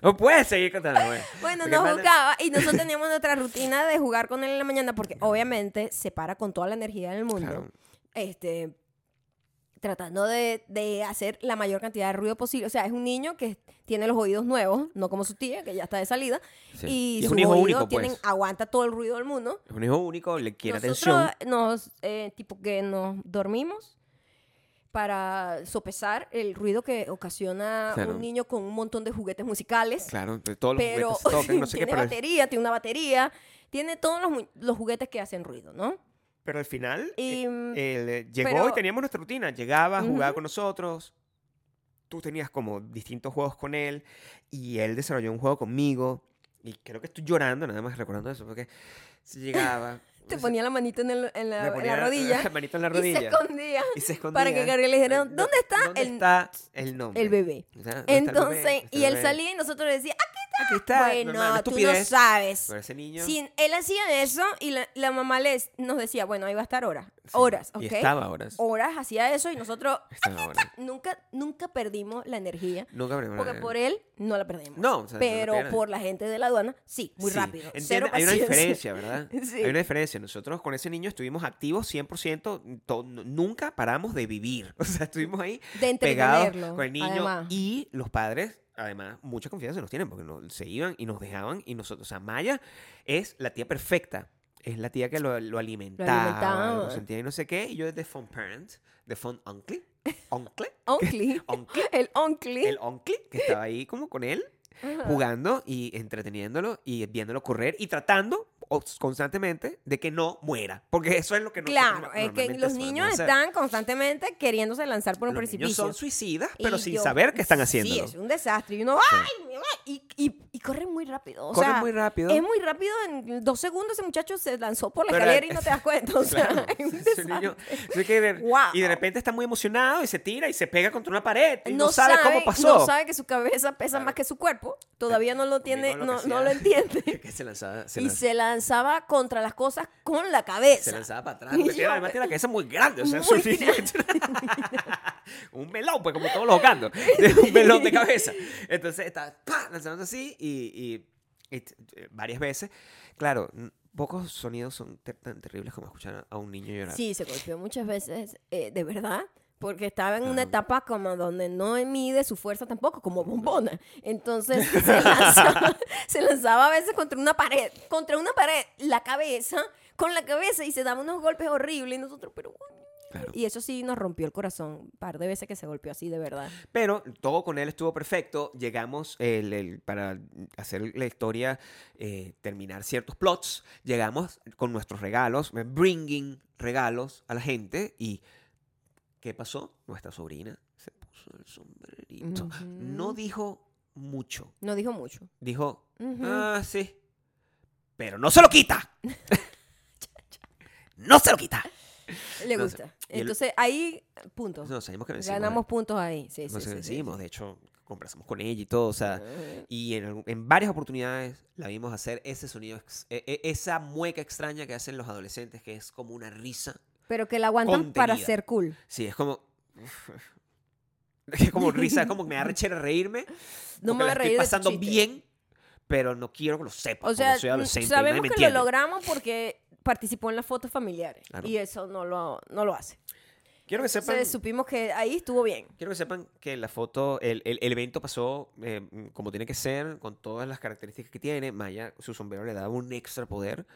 Speaker 2: No puedes seguir contando. Bueno,
Speaker 1: Bueno,
Speaker 2: Porque
Speaker 1: nos
Speaker 2: manda-
Speaker 1: buscaba y nosotros teníamos nuestra rutina de jugar con él en la mañana porque obviamente se para con toda la energía del mundo.
Speaker 2: Claro.
Speaker 1: Este tratando de, de hacer la mayor cantidad de ruido posible. O sea, es un niño que tiene los oídos nuevos, no como su tía, que ya está de salida.
Speaker 2: Sí.
Speaker 1: Y,
Speaker 2: Y es
Speaker 1: sus
Speaker 2: un hijo
Speaker 1: oídos
Speaker 2: único,
Speaker 1: tienen,
Speaker 2: pues.
Speaker 1: aguanta todo el ruido del mundo.
Speaker 2: Es un hijo único, le quiere
Speaker 1: Nosotros
Speaker 2: atención.
Speaker 1: nos, eh, tipo que nos dormimos para sopesar el ruido que ocasiona
Speaker 2: Claro.
Speaker 1: un niño con un montón de juguetes musicales
Speaker 2: Claro, pero todos los
Speaker 1: pero
Speaker 2: juguetes se
Speaker 1: <laughs>
Speaker 2: tocan, no sé qué,
Speaker 1: tiene
Speaker 2: pero, al-
Speaker 1: batería, tiene una batería, tiene todos los, mu- los juguetes que hacen ruido, ¿no?
Speaker 2: pero al final
Speaker 1: Y,
Speaker 2: eh,
Speaker 1: mm,
Speaker 2: él, eh, llegó
Speaker 1: pero-
Speaker 2: y teníamos nuestra rutina. Llegaba, jugaba
Speaker 1: Ujú.
Speaker 2: con nosotros. Tú tenías como distintos juegos con él y él desarrolló un juego conmigo. Y creo que estoy llorando nada más recordando eso porque se llegaba.
Speaker 1: <laughs> Te
Speaker 2: se-
Speaker 1: ponía la manito en, el- en,
Speaker 2: me
Speaker 1: la, en la
Speaker 2: ponía <laughs>
Speaker 1: rodilla,
Speaker 2: La manito en la
Speaker 1: y se
Speaker 2: rodilla.
Speaker 1: escondía
Speaker 2: Y se
Speaker 1: <laughs>
Speaker 2: escondía.
Speaker 1: para que Gabriel le dijera,
Speaker 2: Eh,
Speaker 1: ¿dónde está
Speaker 2: ¿Dónde
Speaker 1: el,
Speaker 2: está el nombre?
Speaker 1: el bebé?
Speaker 2: O sea, ¿dónde está el bebé?
Speaker 1: Entonces,
Speaker 2: ¿Dónde está
Speaker 1: y
Speaker 2: el
Speaker 1: él
Speaker 2: bebé?
Speaker 1: salía y nosotros le decía, aquí
Speaker 2: Aquí está.
Speaker 1: bueno,
Speaker 2: normal, una
Speaker 1: tú no
Speaker 2: estupidez. pues,
Speaker 1: sabes.
Speaker 2: Pero ese niño.
Speaker 1: Sí, él hacía eso y la, la mamá les, nos decía, bueno, ahí va a estar horas, horas, ¿ok? Oh.
Speaker 2: Y estaba horas.
Speaker 1: Horas hacía eso y nosotros
Speaker 2: Estaba horas.
Speaker 1: nunca, nunca perdimos la energía.
Speaker 2: Nunca hablemos
Speaker 1: Porque
Speaker 2: de-
Speaker 1: por él no la perdemos.
Speaker 2: No, o sea, no la
Speaker 1: pero
Speaker 2: pierdes.
Speaker 1: por la gente de la aduana, sí, muy
Speaker 2: Sí,
Speaker 1: rápido.
Speaker 2: entiende-
Speaker 1: Cero
Speaker 2: hay una
Speaker 1: paciencia.
Speaker 2: diferencia, ¿verdad?
Speaker 1: <laughs> Sí.
Speaker 2: Hay una diferencia. Nosotros con ese niño estuvimos activos 100%, to- nunca paramos de vivir. <laughs> O sea, estuvimos ahí
Speaker 1: De
Speaker 2: pegados
Speaker 1: entretenerlo.
Speaker 2: con el niño
Speaker 1: además.
Speaker 2: y los padres. Además, mucha confianza nos tienen porque no- se iban y nos dejaban y nosotros, o sea, Maya es la tía perfecta. Es la tía que lo, lo alimentaba, lo
Speaker 1: alimentaba.
Speaker 2: consentía y no sé qué. Y yo de fun parent, de fun
Speaker 1: <laughs>
Speaker 2: uncle, uncle, <laughs>
Speaker 1: Oncli.
Speaker 2: uncle,
Speaker 1: El oncli.
Speaker 2: el uncle que estaba ahí como con él
Speaker 1: Ajá.
Speaker 2: jugando y entreteniéndolo y viéndolo correr y tratando o- constantemente de que no muera. Porque eso es lo que nosotros
Speaker 1: Claro,
Speaker 2: no-
Speaker 1: es que
Speaker 2: normalmente
Speaker 1: los
Speaker 2: solemos
Speaker 1: niños
Speaker 2: hacer.
Speaker 1: están constantemente queriéndose lanzar por un
Speaker 2: Los niños
Speaker 1: precipicio.
Speaker 2: son suicidas, pero
Speaker 1: Y
Speaker 2: sin
Speaker 1: yo-
Speaker 2: saber que están
Speaker 1: Sí,
Speaker 2: haciéndolo.
Speaker 1: es un desastre. Y uno, ¡ay! mi mamá! Y, y, y corren muy rápido. O
Speaker 2: Corren
Speaker 1: sea,
Speaker 2: muy rápido.
Speaker 1: Es muy rápido. En dos segundos ese muchacho se lanzó por la
Speaker 2: Pero-
Speaker 1: escalera y no te das cuenta. O sea,
Speaker 2: <laughs> Claro,
Speaker 1: <laughs> es un
Speaker 2: ese
Speaker 1: desastre.
Speaker 2: niño- así que de-
Speaker 1: Wow.
Speaker 2: Y de repente está muy emocionado y se tira y se pega contra una pared y no, sabe, cómo pasó.
Speaker 1: No sabe que su cabeza pesa
Speaker 2: Claro.
Speaker 1: más que su cuerpo. Todavía no lo tiene,
Speaker 2: Conmigo
Speaker 1: no,
Speaker 2: que
Speaker 1: no
Speaker 2: hacía-
Speaker 1: lo
Speaker 2: <laughs>
Speaker 1: entiende.
Speaker 2: que se lanzaba, se
Speaker 1: y
Speaker 2: lanzaba-
Speaker 1: se lanzaba contra las cosas con la cabeza.
Speaker 2: Se lanzaba para atrás.
Speaker 1: Y
Speaker 2: porque tiene-
Speaker 1: yo-
Speaker 2: además tiene la cabeza muy grande. O sea,
Speaker 1: Muy
Speaker 2: es un niño- <laughs> un melón, pues como todos los
Speaker 1: <laughs>
Speaker 2: gatos. de un melón de cabeza. Entonces está ¡pa! lanzándose así y, y- y t- eh, varias veces. Claro, n- pocos sonidos son ter- tan terribles como escuchar a un niño llorar.
Speaker 1: Sí, se golpeó muchas veces, eh, de verdad, porque estaba en una
Speaker 2: Claro.
Speaker 1: etapa como donde no mide su fuerza tampoco, como bombona. Entonces se
Speaker 2: <laughs>
Speaker 1: lanzaba, se lanzaba a veces contra una pared, contra una pared, la cabeza, con la cabeza y se daba unos golpes horribles y nosotros, pero...
Speaker 2: Claro.
Speaker 1: Y eso sí nos rompió el corazón un par de veces que se golpeó así, de verdad.
Speaker 2: Pero todo con él estuvo perfecto. Llegamos, el- el- para hacer la historia, eh, terminar ciertos plots, llegamos con nuestros regalos, eh, bringing regalos a la gente. ¿Y qué pasó? Nuestra sobrina se puso el sombrerito. No
Speaker 1: Ujú.
Speaker 2: dijo mucho.
Speaker 1: No dijo mucho.
Speaker 2: Dijo,
Speaker 1: Ujú.
Speaker 2: ah, sí. Pero no se
Speaker 1: <laughs>
Speaker 2: lo quita. no se lo quita.
Speaker 1: Le
Speaker 2: No sé.
Speaker 1: gusta.
Speaker 2: Y el-
Speaker 1: Entonces ahí, puntos.
Speaker 2: Nos sabemos que vencimos. eh.
Speaker 1: Ganamos puntos ahí. Sí, sí,
Speaker 2: Nos
Speaker 1: sí, sí,
Speaker 2: vencimos. De hecho, conversamos con ella y todo. O sea,
Speaker 1: sí.
Speaker 2: Y en, algún- en varias oportunidades la vimos hacer ese sonido, ex- e- e- esa mueca extraña que hacen los adolescentes, que es como una risa.
Speaker 1: Pero que la aguantan para
Speaker 2: Contenida.
Speaker 1: ser cool.
Speaker 2: Sí, es como... <laughs> Es como risa, es como que
Speaker 1: <laughs>
Speaker 2: me da rechera reírme.
Speaker 1: No
Speaker 2: porque
Speaker 1: me voy
Speaker 2: la
Speaker 1: a reír de
Speaker 2: estoy
Speaker 1: tu
Speaker 2: pasando
Speaker 1: chiste.
Speaker 2: bien, pero no quiero que lo sepa.
Speaker 1: O sea,
Speaker 2: soy
Speaker 1: mm,
Speaker 2: adolescente y nadie
Speaker 1: sabemos
Speaker 2: me
Speaker 1: que lo
Speaker 2: entiende.
Speaker 1: logramos porque participó en las fotos familiares.
Speaker 2: Claro.
Speaker 1: Y eso no lo, no lo hace.
Speaker 2: Quiero que sepan...
Speaker 1: Entonces supimos que ahí estuvo bien.
Speaker 2: Quiero que sepan que la foto, el, el- el evento pasó eh, mm, como tiene que ser, con todas las características que tiene. Maya, su sombrero le daba un extra poder,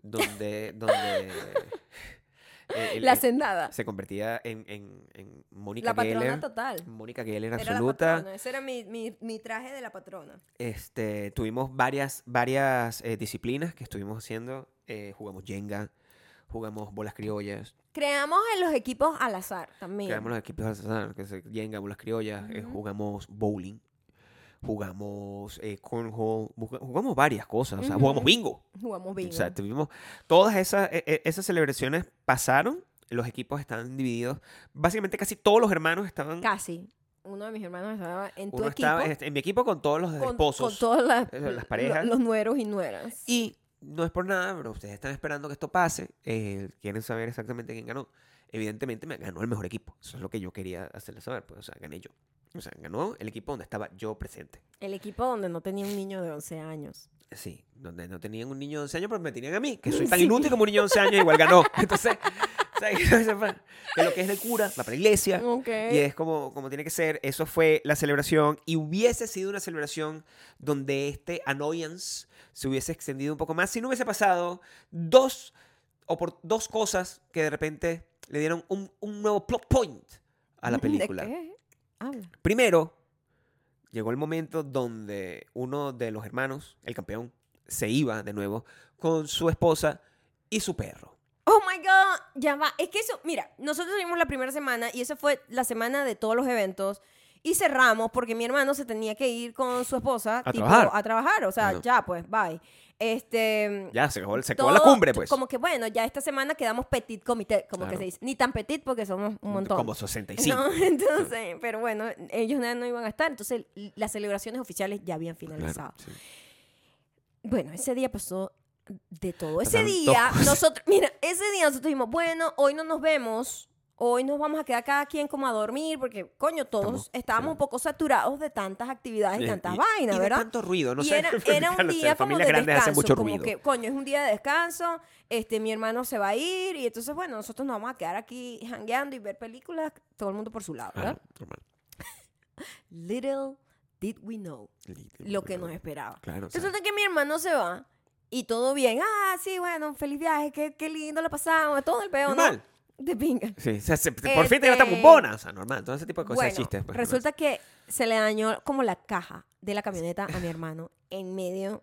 Speaker 2: donde, donde
Speaker 1: <laughs>
Speaker 2: eh, el-
Speaker 1: la
Speaker 2: el-
Speaker 1: sendada.
Speaker 2: se convertía en, en, en Mónica
Speaker 1: Ah. La patrona
Speaker 2: Geller.
Speaker 1: total.
Speaker 2: Mónica Geller
Speaker 1: Era la
Speaker 2: absoluta.
Speaker 1: patrona. Ese era mi, mi- mi traje de la patrona.
Speaker 2: Este, tuvimos varias, varias eh, disciplinas que estuvimos haciendo. Eh, jugamos Jenga, jugamos bolas criollas,
Speaker 1: Creamos en los equipos al azar también.
Speaker 2: Creamos los equipos al azar, que se- Jenga, bolas criollas, eh,
Speaker 1: Ujú.
Speaker 2: jugamos bowling, jugamos eh, cornhole, busca- jugamos varias cosas, o sea,
Speaker 1: Ujú.
Speaker 2: jugamos bingo.
Speaker 1: Jugamos
Speaker 2: O
Speaker 1: bingo.
Speaker 2: sea, tuvimos todas esas, e- e- esas celebraciones pasaron, los equipos estaban divididos, básicamente casi todos los hermanos estaban,
Speaker 1: Casi. Uno de mis hermanos estaba en tu
Speaker 2: uno
Speaker 1: equipo.
Speaker 2: estaba en, en mi equipo con todos los
Speaker 1: con, con
Speaker 2: esposos.
Speaker 1: todas las,
Speaker 2: eh, las parejas.
Speaker 1: lo- Los, nueros y nueras.
Speaker 2: Y no es por nada, pero ustedes están esperando que esto pase. eh, quieren saber exactamente quién ganó. Evidentemente me ganó el mejor equipo. Eso es lo que yo quería hacerles saber. Pues, o sea, gané yo. O sea, ganó el equipo donde estaba yo presente.
Speaker 1: El equipo donde no tenía un niño de 11 años.
Speaker 2: Sí, donde no tenían un niño de 11 años, pero me tenían a mí, que soy tan
Speaker 1: Sí.
Speaker 2: inútil como un niño de 11 años, igual ganó. <laughs> Entonces, o sea, que no sepan que lo que es del cura va para la iglesia.
Speaker 1: Ok.
Speaker 2: Y es como, como tiene que ser. Eso fue la celebración. Y hubiese sido una celebración donde este annoyance se hubiese extendido un poco más. Si no hubiese pasado dos, o por, dos cosas que de repente le dieron un, un nuevo plot point a
Speaker 1: <laughs>
Speaker 2: la
Speaker 1: ¿De
Speaker 2: película.
Speaker 1: qué? Habla.
Speaker 2: Primero, llegó el momento donde uno de los hermanos, el campeón, se iba de nuevo con su esposa y su perro.
Speaker 1: Oh my god, ya va. Es que eso, mira, nosotros tuvimos la primera semana y esa fue la semana de todos los eventos y cerramos porque mi hermano se tenía que ir con su esposa
Speaker 2: A trabajar.
Speaker 1: a trabajar, o sea,
Speaker 2: Ajá.
Speaker 1: ya pues, bye. Este.
Speaker 2: Ya, se acabó, se acabó
Speaker 1: todo-
Speaker 2: la cumbre, pues.
Speaker 1: Como que bueno, ya esta semana quedamos petit comité, como
Speaker 2: Claro.
Speaker 1: que se dice. Ni tan petit porque somos un montón. <laughs>
Speaker 2: Como 65.
Speaker 1: No, entonces, pero bueno, ellos nada no iban a estar. Entonces, l- las celebraciones oficiales ya habían
Speaker 2: Claro,
Speaker 1: finalizado.
Speaker 2: sí.
Speaker 1: Bueno, ese día pasó de todo. Ese
Speaker 2: Pasaron
Speaker 1: día,
Speaker 2: <laughs> dos cosas.
Speaker 1: nosotros, mira, ese día nosotros dijimos, bueno, hoy no nos vemos. Hoy nos vamos a quedar cada quien como a dormir, porque, coño, todos
Speaker 2: Estamos-
Speaker 1: estábamos
Speaker 2: sí.
Speaker 1: un poco saturados de tantas actividades y,
Speaker 2: Y-
Speaker 1: tantas
Speaker 2: y-
Speaker 1: vainas,
Speaker 2: y de
Speaker 1: ¿verdad?
Speaker 2: tanto ruido, no
Speaker 1: y
Speaker 2: sé. <laughs>
Speaker 1: era, era un
Speaker 2: Las
Speaker 1: día como de
Speaker 2: familias grandes
Speaker 1: descanso,
Speaker 2: hacen mucho
Speaker 1: como
Speaker 2: ruido.
Speaker 1: que, coño, es un día de descanso, este, mi hermano se va a ir, y entonces, bueno, nosotros nos vamos a quedar aquí jangueando y ver películas, todo el mundo por su lado, ¿verdad?
Speaker 2: Claro, Ah, normal.
Speaker 1: Little did we know lo que nos esperaba.
Speaker 2: Claro, o sea,
Speaker 1: Resulta que mi hermano se va y todo bien. Ah, sí, bueno, feliz viaje, qué, qué lindo la pasamos, todo el peor, ¿no?
Speaker 2: Normal.
Speaker 1: De pinga.
Speaker 2: Sí, o sea, se- por fin
Speaker 1: Este-
Speaker 2: te gastan bombonas. O sea, normal. Todo ese tipo de cosas,
Speaker 1: Bueno,
Speaker 2: chistes. pues,
Speaker 1: resulta que se le dañó como la caja de la camioneta a mi hermano en medio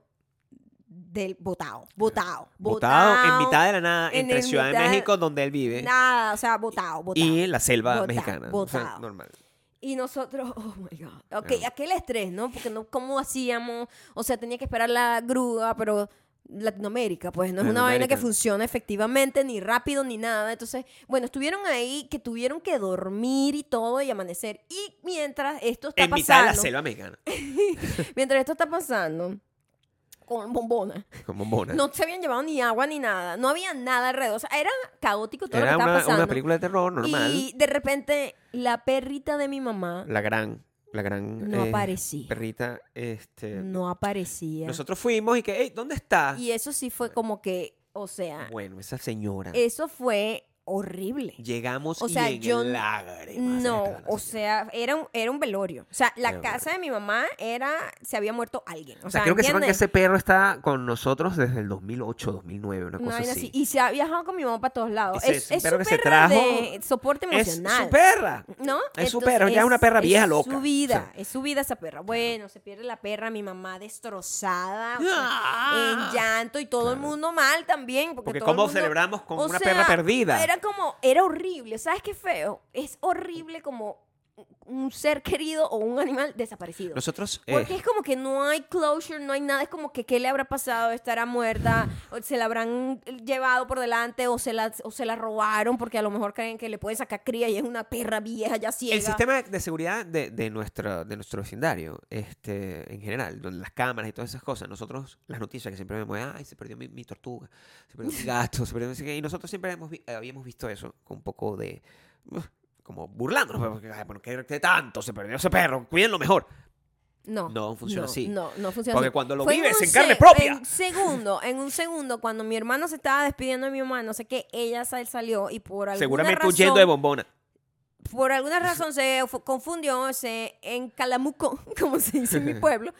Speaker 1: del botado, botado,
Speaker 2: Botado en mitad de la nada
Speaker 1: en
Speaker 2: entre
Speaker 1: el
Speaker 2: Ciudad de
Speaker 1: mitad-
Speaker 2: México, donde él vive,
Speaker 1: Nada, o sea, botado, botado.
Speaker 2: y la selva
Speaker 1: Botado,
Speaker 2: mexicana. O sea,
Speaker 1: botado.
Speaker 2: normal.
Speaker 1: Y nosotros, oh my God. Ok,
Speaker 2: Claro.
Speaker 1: aquel estrés, ¿no? Porque no, ¿cómo hacíamos? O sea, tenía que esperar la grúa, pero Latinoamérica, pues no es una vaina que
Speaker 2: Latinoamérica.
Speaker 1: funciona efectivamente, ni rápido, ni nada. Entonces, bueno, estuvieron ahí, que tuvieron que dormir y todo y amanecer. Y mientras esto está
Speaker 2: En mitad de la
Speaker 1: pasando,
Speaker 2: selva mexicana.
Speaker 1: mientras esto está pasando, con bombona,
Speaker 2: Con bombonas.
Speaker 1: no se habían llevado ni agua ni nada, no había nada alrededor. O sea, era caótico todo
Speaker 2: Era
Speaker 1: lo que estaba
Speaker 2: una,
Speaker 1: pasando.
Speaker 2: una película de terror normal. Eh,
Speaker 1: Y de repente, la perrita de mi mamá
Speaker 2: La gran, la gran
Speaker 1: no
Speaker 2: eh,
Speaker 1: aparecía.
Speaker 2: perrita. Este,
Speaker 1: no aparecía.
Speaker 2: Nosotros eh, fuimos y que, hey, ¿dónde está?
Speaker 1: Y eso sí fue como que, o sea,
Speaker 2: Bueno, esa señora.
Speaker 1: eso fue horrible.
Speaker 2: Llegamos
Speaker 1: o sea,
Speaker 2: y en
Speaker 1: yo n-
Speaker 2: lágrimas.
Speaker 1: No,
Speaker 2: estaba la
Speaker 1: o sea,
Speaker 2: señora.
Speaker 1: era un, era un velorio. O sea, la
Speaker 2: Era un
Speaker 1: casa de mi mamá era, se había muerto alguien. O
Speaker 2: O sea,
Speaker 1: sea,
Speaker 2: creo que sepan que
Speaker 1: ¿entiendes?
Speaker 2: ese perro está con nosotros desde el 2008, 2009, una
Speaker 1: Una
Speaker 2: cosa
Speaker 1: vaina
Speaker 2: así.
Speaker 1: así. Y se ha viajado con mi mamá para todos lados.
Speaker 2: Ese
Speaker 1: Es,
Speaker 2: es un
Speaker 1: es
Speaker 2: perro
Speaker 1: su
Speaker 2: que se
Speaker 1: perra
Speaker 2: trajo-
Speaker 1: de soporte
Speaker 2: Es su
Speaker 1: emocional.
Speaker 2: perra.
Speaker 1: ¿No?
Speaker 2: Es su
Speaker 1: Entonces,
Speaker 2: perra, ya es una perra vieja
Speaker 1: Es
Speaker 2: loca.
Speaker 1: su vida,
Speaker 2: O
Speaker 1: es su vida esa perra. Bueno, se pierde la perra, mi mamá destrozada, o sea,
Speaker 2: ¡Ah!
Speaker 1: en llanto y todo el
Speaker 2: Claro.
Speaker 1: mundo mal también. Porque,
Speaker 2: Porque
Speaker 1: todo el
Speaker 2: ¿cómo
Speaker 1: mundo-
Speaker 2: celebramos con
Speaker 1: O
Speaker 2: una
Speaker 1: sea,
Speaker 2: perra perdida?
Speaker 1: Era como, era horrible. ¿Sabes qué feo? Es horrible como un ser querido o un animal desaparecido.
Speaker 2: Nosotros... eh,
Speaker 1: Porque es como que no hay closure, no hay nada. Es como que qué le habrá pasado, estará muerta, o se la habrán llevado por delante o se la, o se la robaron porque a lo mejor creen que le pueden sacar cría y es una perra vieja ya ciega.
Speaker 2: el sistema de seguridad de, de, nuestra- de nuestro vecindario, este, en general, donde las cámaras y todas esas cosas, nosotros, las noticias que siempre vemos, ay, se perdió mi, mi tortuga, se perdió
Speaker 1: <laughs>
Speaker 2: mi gato, se perdió no sé qué", y nosotros siempre hemos vi- habíamos visto eso con un poco de, <laughs> uh, como burlándonos, pues, porque, "Ay, bueno, ¿qué, qué tanto? Se perdió ese perro, cuídenlo mejor.
Speaker 1: No.
Speaker 2: No funciona así.
Speaker 1: No, no funciona
Speaker 2: Porque
Speaker 1: así.
Speaker 2: cuando lo
Speaker 1: Fue
Speaker 2: vives
Speaker 1: un
Speaker 2: en
Speaker 1: se-
Speaker 2: carne propia.
Speaker 1: En segundo, en un segundo, cuando mi hermano se estaba despidiendo de mi mamá, no sé qué, ella sal- salió y por alguna
Speaker 2: Seguramente
Speaker 1: razón,
Speaker 2: huyendo de bombona.
Speaker 1: por alguna razón se fu- confundió, se encalamucó, <laughs> como se dice en
Speaker 2: <laughs>
Speaker 1: mi pueblo.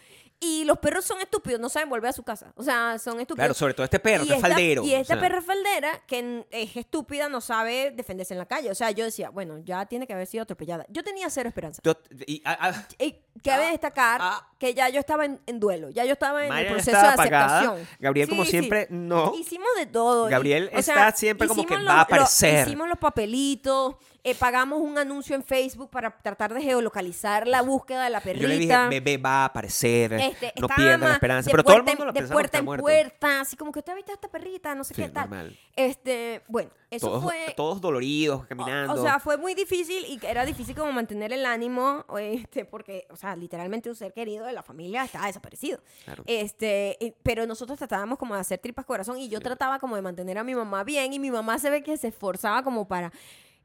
Speaker 1: Y los perros son estúpidos, no saben volver a su casa. O sea, son
Speaker 2: Claro,
Speaker 1: estúpidos.
Speaker 2: sobre todo este perro,
Speaker 1: y
Speaker 2: que es
Speaker 1: esta,
Speaker 2: faldero.
Speaker 1: y esta
Speaker 2: o sea,
Speaker 1: perra faldera, que n- es estúpida, no sabe defenderse en la calle. O sea, yo decía, bueno, ya tiene que haber sido atropellada. Yo tenía cero esperanza.
Speaker 2: yo- y- ah, ah,
Speaker 1: Eh, Cabe
Speaker 2: Ah,
Speaker 1: destacar
Speaker 2: ah.
Speaker 1: que ya yo estaba en, en duelo, ya yo estaba en
Speaker 2: Mayra
Speaker 1: el
Speaker 2: ya
Speaker 1: proceso de
Speaker 2: estaba apagada,
Speaker 1: aceptación.
Speaker 2: Gabriel, como
Speaker 1: Sí, sí.
Speaker 2: siempre, no.
Speaker 1: Hicimos de todo. y-
Speaker 2: Gabriel
Speaker 1: o sea,
Speaker 2: está siempre como que
Speaker 1: hicimos
Speaker 2: va a aparecer.
Speaker 1: hicimos los papelitos, eh, pagamos un anuncio en Facebook para tratar de geolocalizar la búsqueda de la
Speaker 2: y
Speaker 1: perrita.
Speaker 2: yo le dije, bebé va a aparecer,
Speaker 1: Este,
Speaker 2: no
Speaker 1: estaba
Speaker 2: pierda la
Speaker 1: más
Speaker 2: esperanza.
Speaker 1: de
Speaker 2: Pero todo el
Speaker 1: puerta en-
Speaker 2: mundo lo
Speaker 1: De
Speaker 2: pensaba que
Speaker 1: puerta
Speaker 2: está
Speaker 1: en
Speaker 2: muerto.
Speaker 1: puerta, así como que usted ha visto a esta perrita, no sé
Speaker 2: Sí,
Speaker 1: qué tal.
Speaker 2: normal.
Speaker 1: Este, bueno, eso
Speaker 2: todos, <laughs>
Speaker 1: fue.
Speaker 2: todos doloridos,
Speaker 1: O-
Speaker 2: caminando.
Speaker 1: O sea, fue muy difícil y era difícil como mantener el ánimo, o este, porque, o sea, literalmente un ser querido de la familia estaba desaparecido.
Speaker 2: Claro.
Speaker 1: Este, y- pero nosotros tratábamos como de hacer tripas corazón y yo trataba como de mantener a mi mamá bien y mi mamá se ve que se esforzaba como para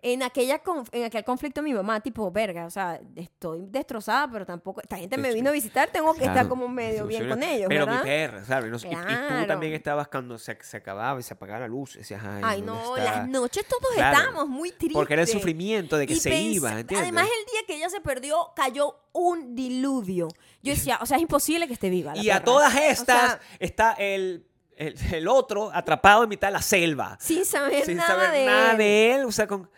Speaker 1: en aquella conf- en aquel conflicto mi mamá tipo, verga, o sea, estoy destrozada, pero tampoco esta gente me
Speaker 2: Estoy-
Speaker 1: vino a visitar, tengo que estar
Speaker 2: Claro,
Speaker 1: como medio
Speaker 2: sí,
Speaker 1: bien
Speaker 2: sí,
Speaker 1: con ellos,
Speaker 2: Pero
Speaker 1: ¿verdad?
Speaker 2: mi perra, ¿sabes? No sé, y- Y,
Speaker 1: Claro.
Speaker 2: tú también estabas cuando se, se acababa y se apagaba la luz. y Decías, ay,
Speaker 1: Ay,
Speaker 2: ¿dónde
Speaker 1: no,
Speaker 2: está?".
Speaker 1: las noches todos
Speaker 2: Claro,
Speaker 1: estábamos muy tristes.
Speaker 2: Porque era el sufrimiento de que
Speaker 1: Y
Speaker 2: se
Speaker 1: pens-
Speaker 2: iba, ¿entiendes?
Speaker 1: Además, el día que ella se perdió, cayó un diluvio. Yo decía, o sea, es imposible que esté viva. la
Speaker 2: y a
Speaker 1: perra.
Speaker 2: todas
Speaker 1: O sea,
Speaker 2: estas está el, el, el otro atrapado en mitad de la selva.
Speaker 1: sin saber
Speaker 2: sin
Speaker 1: nada
Speaker 2: saber
Speaker 1: de
Speaker 2: nada
Speaker 1: él.
Speaker 2: de él. O sea, con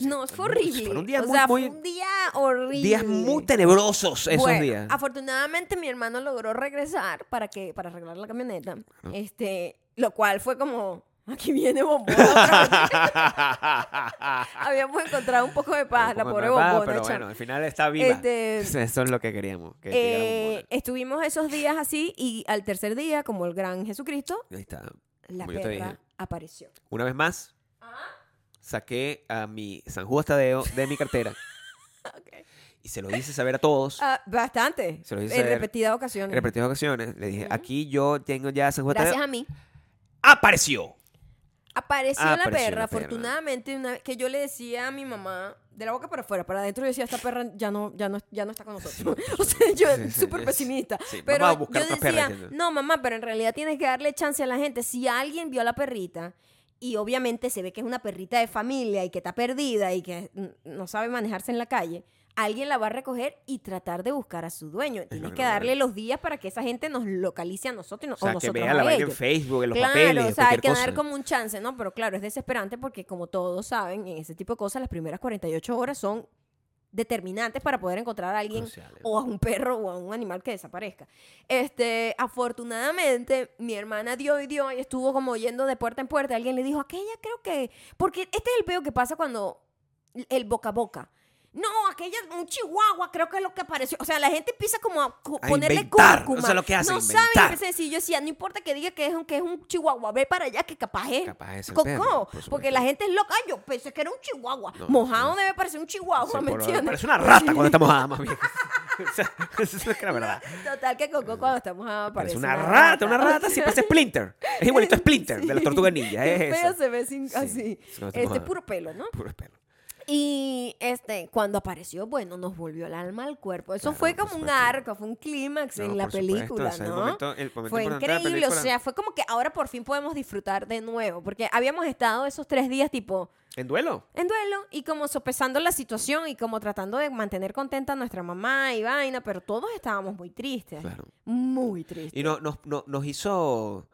Speaker 1: No, fue
Speaker 2: Fue un-
Speaker 1: horrible.
Speaker 2: fueron días
Speaker 1: o
Speaker 2: muy-
Speaker 1: sea,
Speaker 2: muy-
Speaker 1: fue un día horrible.
Speaker 2: días muy tenebrosos esos
Speaker 1: Bueno,
Speaker 2: días. <laughs>
Speaker 1: Afortunadamente mi hermano logró regresar para que para arreglar la camioneta. Este, lo cual fue como Aquí viene Bombón.
Speaker 2: <laughs>
Speaker 1: otra vez. Habíamos encontrado un poco de paz, la
Speaker 2: Poco
Speaker 1: pobre
Speaker 2: más baja,
Speaker 1: Bombona.
Speaker 2: Pero
Speaker 1: chamo.
Speaker 2: bueno, al final está viva.
Speaker 1: Este-
Speaker 2: <laughs> Eso es lo que queríamos. Que llegara
Speaker 1: Eh,
Speaker 2: Bombona.
Speaker 1: estuvimos esos días así y al tercer día, como el gran Jesucristo,
Speaker 2: Ahí está.
Speaker 1: la
Speaker 2: Como yo te dije.
Speaker 1: perra apareció.
Speaker 2: Una vez más,
Speaker 1: Ah.
Speaker 2: saqué a mi San Juan Tadeo de mi cartera
Speaker 1: <laughs> Ok.
Speaker 2: y se lo hice saber a todos.
Speaker 1: Ah, bastante.
Speaker 2: Se los hice
Speaker 1: en
Speaker 2: saber.
Speaker 1: repetidas ocasiones.
Speaker 2: En repetidas ocasiones le dije, aquí yo tengo ya a San Juan
Speaker 1: Gracias
Speaker 2: Tadeo.
Speaker 1: a mí.
Speaker 2: ¡Apareció!
Speaker 1: Apareció, la
Speaker 2: Apareció la
Speaker 1: perra,
Speaker 2: perra.
Speaker 1: afortunadamente, una vez que yo le decía a mi mamá, de la boca para afuera, para adentro, yo decía, esta perra ya no, ya no, ya no está con nosotros. <laughs> o sea, yo
Speaker 2: Sí, sí,
Speaker 1: súper
Speaker 2: yes.
Speaker 1: pesimista.
Speaker 2: Sí,
Speaker 1: pero
Speaker 2: vamos a buscar
Speaker 1: yo
Speaker 2: otra
Speaker 1: decía,
Speaker 2: perra, entiendo.
Speaker 1: no, mamá, pero en realidad tienes que darle chance a la gente. Si alguien vio a la perrita y obviamente se ve que es una perrita de familia y que está perdida y que mm, no sabe manejarse en la calle, alguien la va a recoger y tratar de buscar a su dueño. Tienes
Speaker 2: lo
Speaker 1: que
Speaker 2: que voy a
Speaker 1: darle los días para que esa gente nos localice a nosotros y no-
Speaker 2: O sea, que
Speaker 1: nosotros
Speaker 2: vea
Speaker 1: a
Speaker 2: la vaina en
Speaker 1: ellos.
Speaker 2: Facebook, en los
Speaker 1: claro,
Speaker 2: papeles,
Speaker 1: o sea, hay
Speaker 2: cualquier
Speaker 1: que
Speaker 2: cosa.
Speaker 1: dar como un chance, ¿no? Pero claro, es desesperante porque como todos saben, en ese tipo de cosas las primeras 48 horas son determinantes para poder encontrar a alguien
Speaker 2: Cruciales.
Speaker 1: o a un perro o a un animal que desaparezca. Este, afortunadamente, mi hermana dio y dio y estuvo como yendo de puerta en puerta. Alguien le dijo, aquella creo que... Porque este es el peo que pasa cuando el boca a boca. No, aquella, un chihuahua creo que es lo que apareció. O sea, la gente empieza como a cu-
Speaker 2: A
Speaker 1: ponerle
Speaker 2: inventar.
Speaker 1: cúrcuma.
Speaker 2: Eso es lo que hace,
Speaker 1: No
Speaker 2: inventar.
Speaker 1: saben, si yo decía, no importa que diga que es, un- que es un chihuahua, ve para allá que capaz es
Speaker 2: Capaz es el
Speaker 1: cocó.
Speaker 2: perro, por supuesto.
Speaker 1: porque la gente es loca. Ay, yo pensé que era un chihuahua.
Speaker 2: No,
Speaker 1: Mojado debe parecer un chihuahua,
Speaker 2: Sí,
Speaker 1: ¿me
Speaker 2: por-
Speaker 1: entiendes?
Speaker 2: Parece una rata cuando estamos mojada, más bien. <laughs> O sea, eso es que la verdad.
Speaker 1: Total, que Coco cuando está mojado
Speaker 2: Parece
Speaker 1: <laughs> parece
Speaker 2: una rata, una rata, sí, parece Splinter. Es
Speaker 1: <laughs>
Speaker 2: igualito a Splinter de la tortuga ninja,
Speaker 1: El
Speaker 2: es
Speaker 1: pelo
Speaker 2: eso.
Speaker 1: se ve sin-
Speaker 2: Sí,
Speaker 1: así.
Speaker 2: sí, cuando está
Speaker 1: Este
Speaker 2: mojada.
Speaker 1: puro pelo, ¿no?
Speaker 2: Puro pelo.
Speaker 1: Y este, cuando apareció, bueno, nos volvió el alma al cuerpo. Eso
Speaker 2: Claro,
Speaker 1: fue
Speaker 2: por
Speaker 1: como un
Speaker 2: supuesto.
Speaker 1: arco, fue un clímax
Speaker 2: No,
Speaker 1: en la
Speaker 2: por supuesto,
Speaker 1: película,
Speaker 2: o sea, el
Speaker 1: ¿no?
Speaker 2: momento- el momento
Speaker 1: fue
Speaker 2: importante de la
Speaker 1: increíble, o
Speaker 2: película.
Speaker 1: sea, fue como que ahora por fin podemos disfrutar de nuevo, porque habíamos estado esos tres días tipo
Speaker 2: ¿En duelo?
Speaker 1: en duelo y como sopesando la situación y como tratando de mantener contenta a nuestra mamá y vaina, pero todos estábamos muy tristes,
Speaker 2: Claro.
Speaker 1: muy tristes.
Speaker 2: Y no, nos, no- nos hizo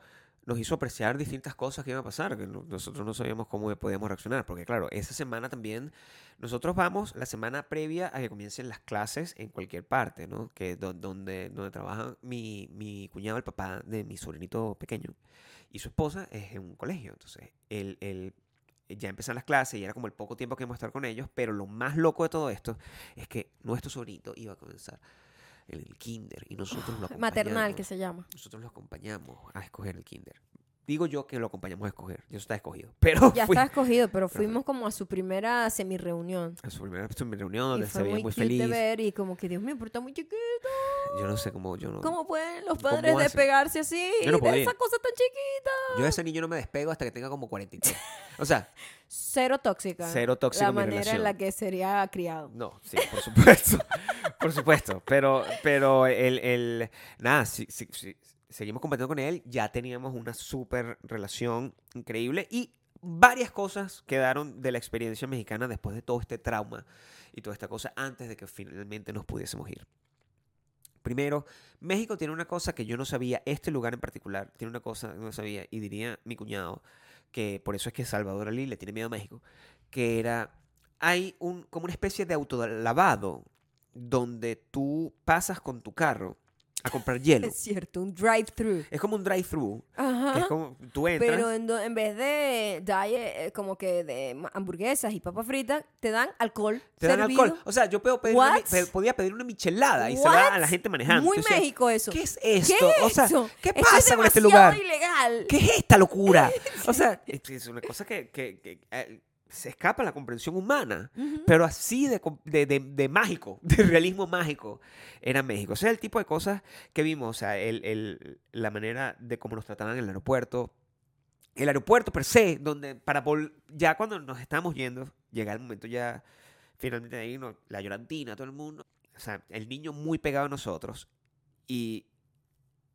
Speaker 2: nos hizo apreciar distintas cosas que iban a pasar, que no- nosotros no sabíamos cómo podíamos reaccionar, porque claro, esa semana también, nosotros vamos la semana previa a que comiencen las clases en cualquier parte, ¿no? Que do- donde, donde trabaja mi, mi cuñado, el papá de mi sobrinito pequeño, y su esposa es en un colegio, entonces él, él- ya empezaron las clases y era como el poco tiempo que íbamos a estar con ellos, pero lo más loco de todo esto es que nuestro sobrinito iba a comenzar en el kinder y nosotros lo
Speaker 1: <laughs> Maternal
Speaker 2: acompañamos.
Speaker 1: que se llama.
Speaker 2: Nosotros lo acompañamos a escoger el kinder. Digo yo que lo acompañamos a escoger. Yo está escogido. <laughs> Pero
Speaker 1: Ya
Speaker 2: fui
Speaker 1: está escogido, pero fuimos como a su primera semi-reunión.
Speaker 2: a su primera su primera reunión
Speaker 1: Y
Speaker 2: donde se
Speaker 1: fue
Speaker 2: veía
Speaker 1: muy,
Speaker 2: muy
Speaker 1: cute de
Speaker 2: pues, feliz.
Speaker 1: ver y como que Dios mío, pero está muy chiquito.
Speaker 2: Yo no sé cómo yo no.
Speaker 1: ¿Cómo pueden los
Speaker 2: ¿Cómo
Speaker 1: padres
Speaker 2: hacen?
Speaker 1: despegarse así
Speaker 2: Yo no
Speaker 1: de
Speaker 2: podía.
Speaker 1: esa cosa tan chiquita?
Speaker 2: Yo de ese niño no me despego hasta que tenga como 43. O sea,
Speaker 1: Cero tóxica.
Speaker 2: Cero
Speaker 1: <laughs>
Speaker 2: tóxica
Speaker 1: La
Speaker 2: mi
Speaker 1: manera en
Speaker 2: relación.
Speaker 1: la que sería criado.
Speaker 2: no, sí, por supuesto. <laughs> por supuesto. Pero, pero el, el nada, si, si- si seguimos compartiendo con él. Ya teníamos una súper relación increíble y varias cosas quedaron de la experiencia mexicana después de todo este trauma y toda esta cosa antes de que finalmente nos pudiésemos ir. Primero, México tiene una cosa que yo no sabía, este lugar en particular tiene una cosa que no sabía, y diría mi cuñado, que por eso es que Salvador Alí le tiene miedo a México, que era, hay un, como una especie de autolavado donde tú pasas con tu carro a
Speaker 1: <laughs>
Speaker 2: comprar hielo.
Speaker 1: Es cierto, un drive-thru.
Speaker 2: Es como un drive-thru, que
Speaker 1: Ajá.
Speaker 2: es como, tú entras...
Speaker 1: Pero en, do- en vez de diet, eh, como que de ma- hamburguesas y papas fritas, te dan alcohol.
Speaker 2: Te dan
Speaker 1: servido.
Speaker 2: alcohol. O sea, yo puedo pedir una mi-
Speaker 1: What?
Speaker 2: pe- podía pedir una michelada y se
Speaker 1: What?
Speaker 2: va a la gente manejando.
Speaker 1: Muy
Speaker 2: Yo decía,
Speaker 1: México eso.
Speaker 2: ¿Qué es esto?
Speaker 1: ¿Qué
Speaker 2: o sea,
Speaker 1: eso?
Speaker 2: ¿qué
Speaker 1: Esto
Speaker 2: pasa
Speaker 1: es
Speaker 2: con este
Speaker 1: demasiado
Speaker 2: lugar?
Speaker 1: ilegal.
Speaker 2: ¿Qué es esta locura? O sea, es- Este, es una cosa que, que- que, eh, se escapa a la comprensión humana,
Speaker 1: Ujú.
Speaker 2: pero así de, com- de- de- de mágico, <laughs> de realismo mágico era México. O sea, el tipo de cosas que vimos, o sea, el- el- la manera de cómo nos trataban en el aeropuerto. El aeropuerto per se, donde para vol- ya cuando nos estábamos yendo, llega el momento ya finalmente de irnos, la llorantina, todo el mundo. O sea, el niño muy pegado a nosotros. Y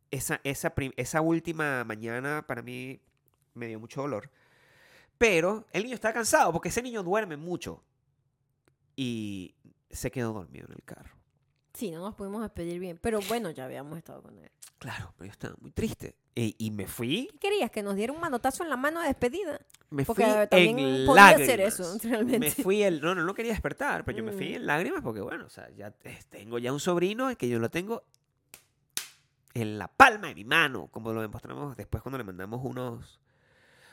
Speaker 2: esa, esa, prim- esa última mañana para mí me dio mucho dolor. Pero el niño está cansado porque ese niño duerme mucho. Y se quedó dormido en el carro.
Speaker 1: Sí, no nos pudimos despedir bien. Pero bueno, ya habíamos estado con él.
Speaker 2: Claro, pero yo estaba muy triste. E- y me fui.
Speaker 1: ¿Qué querías? ¿Que nos diera un manotazo en la mano de despedida?
Speaker 2: Me
Speaker 1: Porque
Speaker 2: Eh,
Speaker 1: eh,
Speaker 2: fui
Speaker 1: también
Speaker 2: en
Speaker 1: podía
Speaker 2: lágrimas.
Speaker 1: hacer eso, realmente.
Speaker 2: Me fui el. No, no, no quería despertar, pero yo me
Speaker 1: Mm.
Speaker 2: fui en lágrimas porque, bueno, o sea, ya eh, tengo ya un sobrino que yo lo tengo en la palma de mi mano, como lo demostramos después cuando le mandamos unos.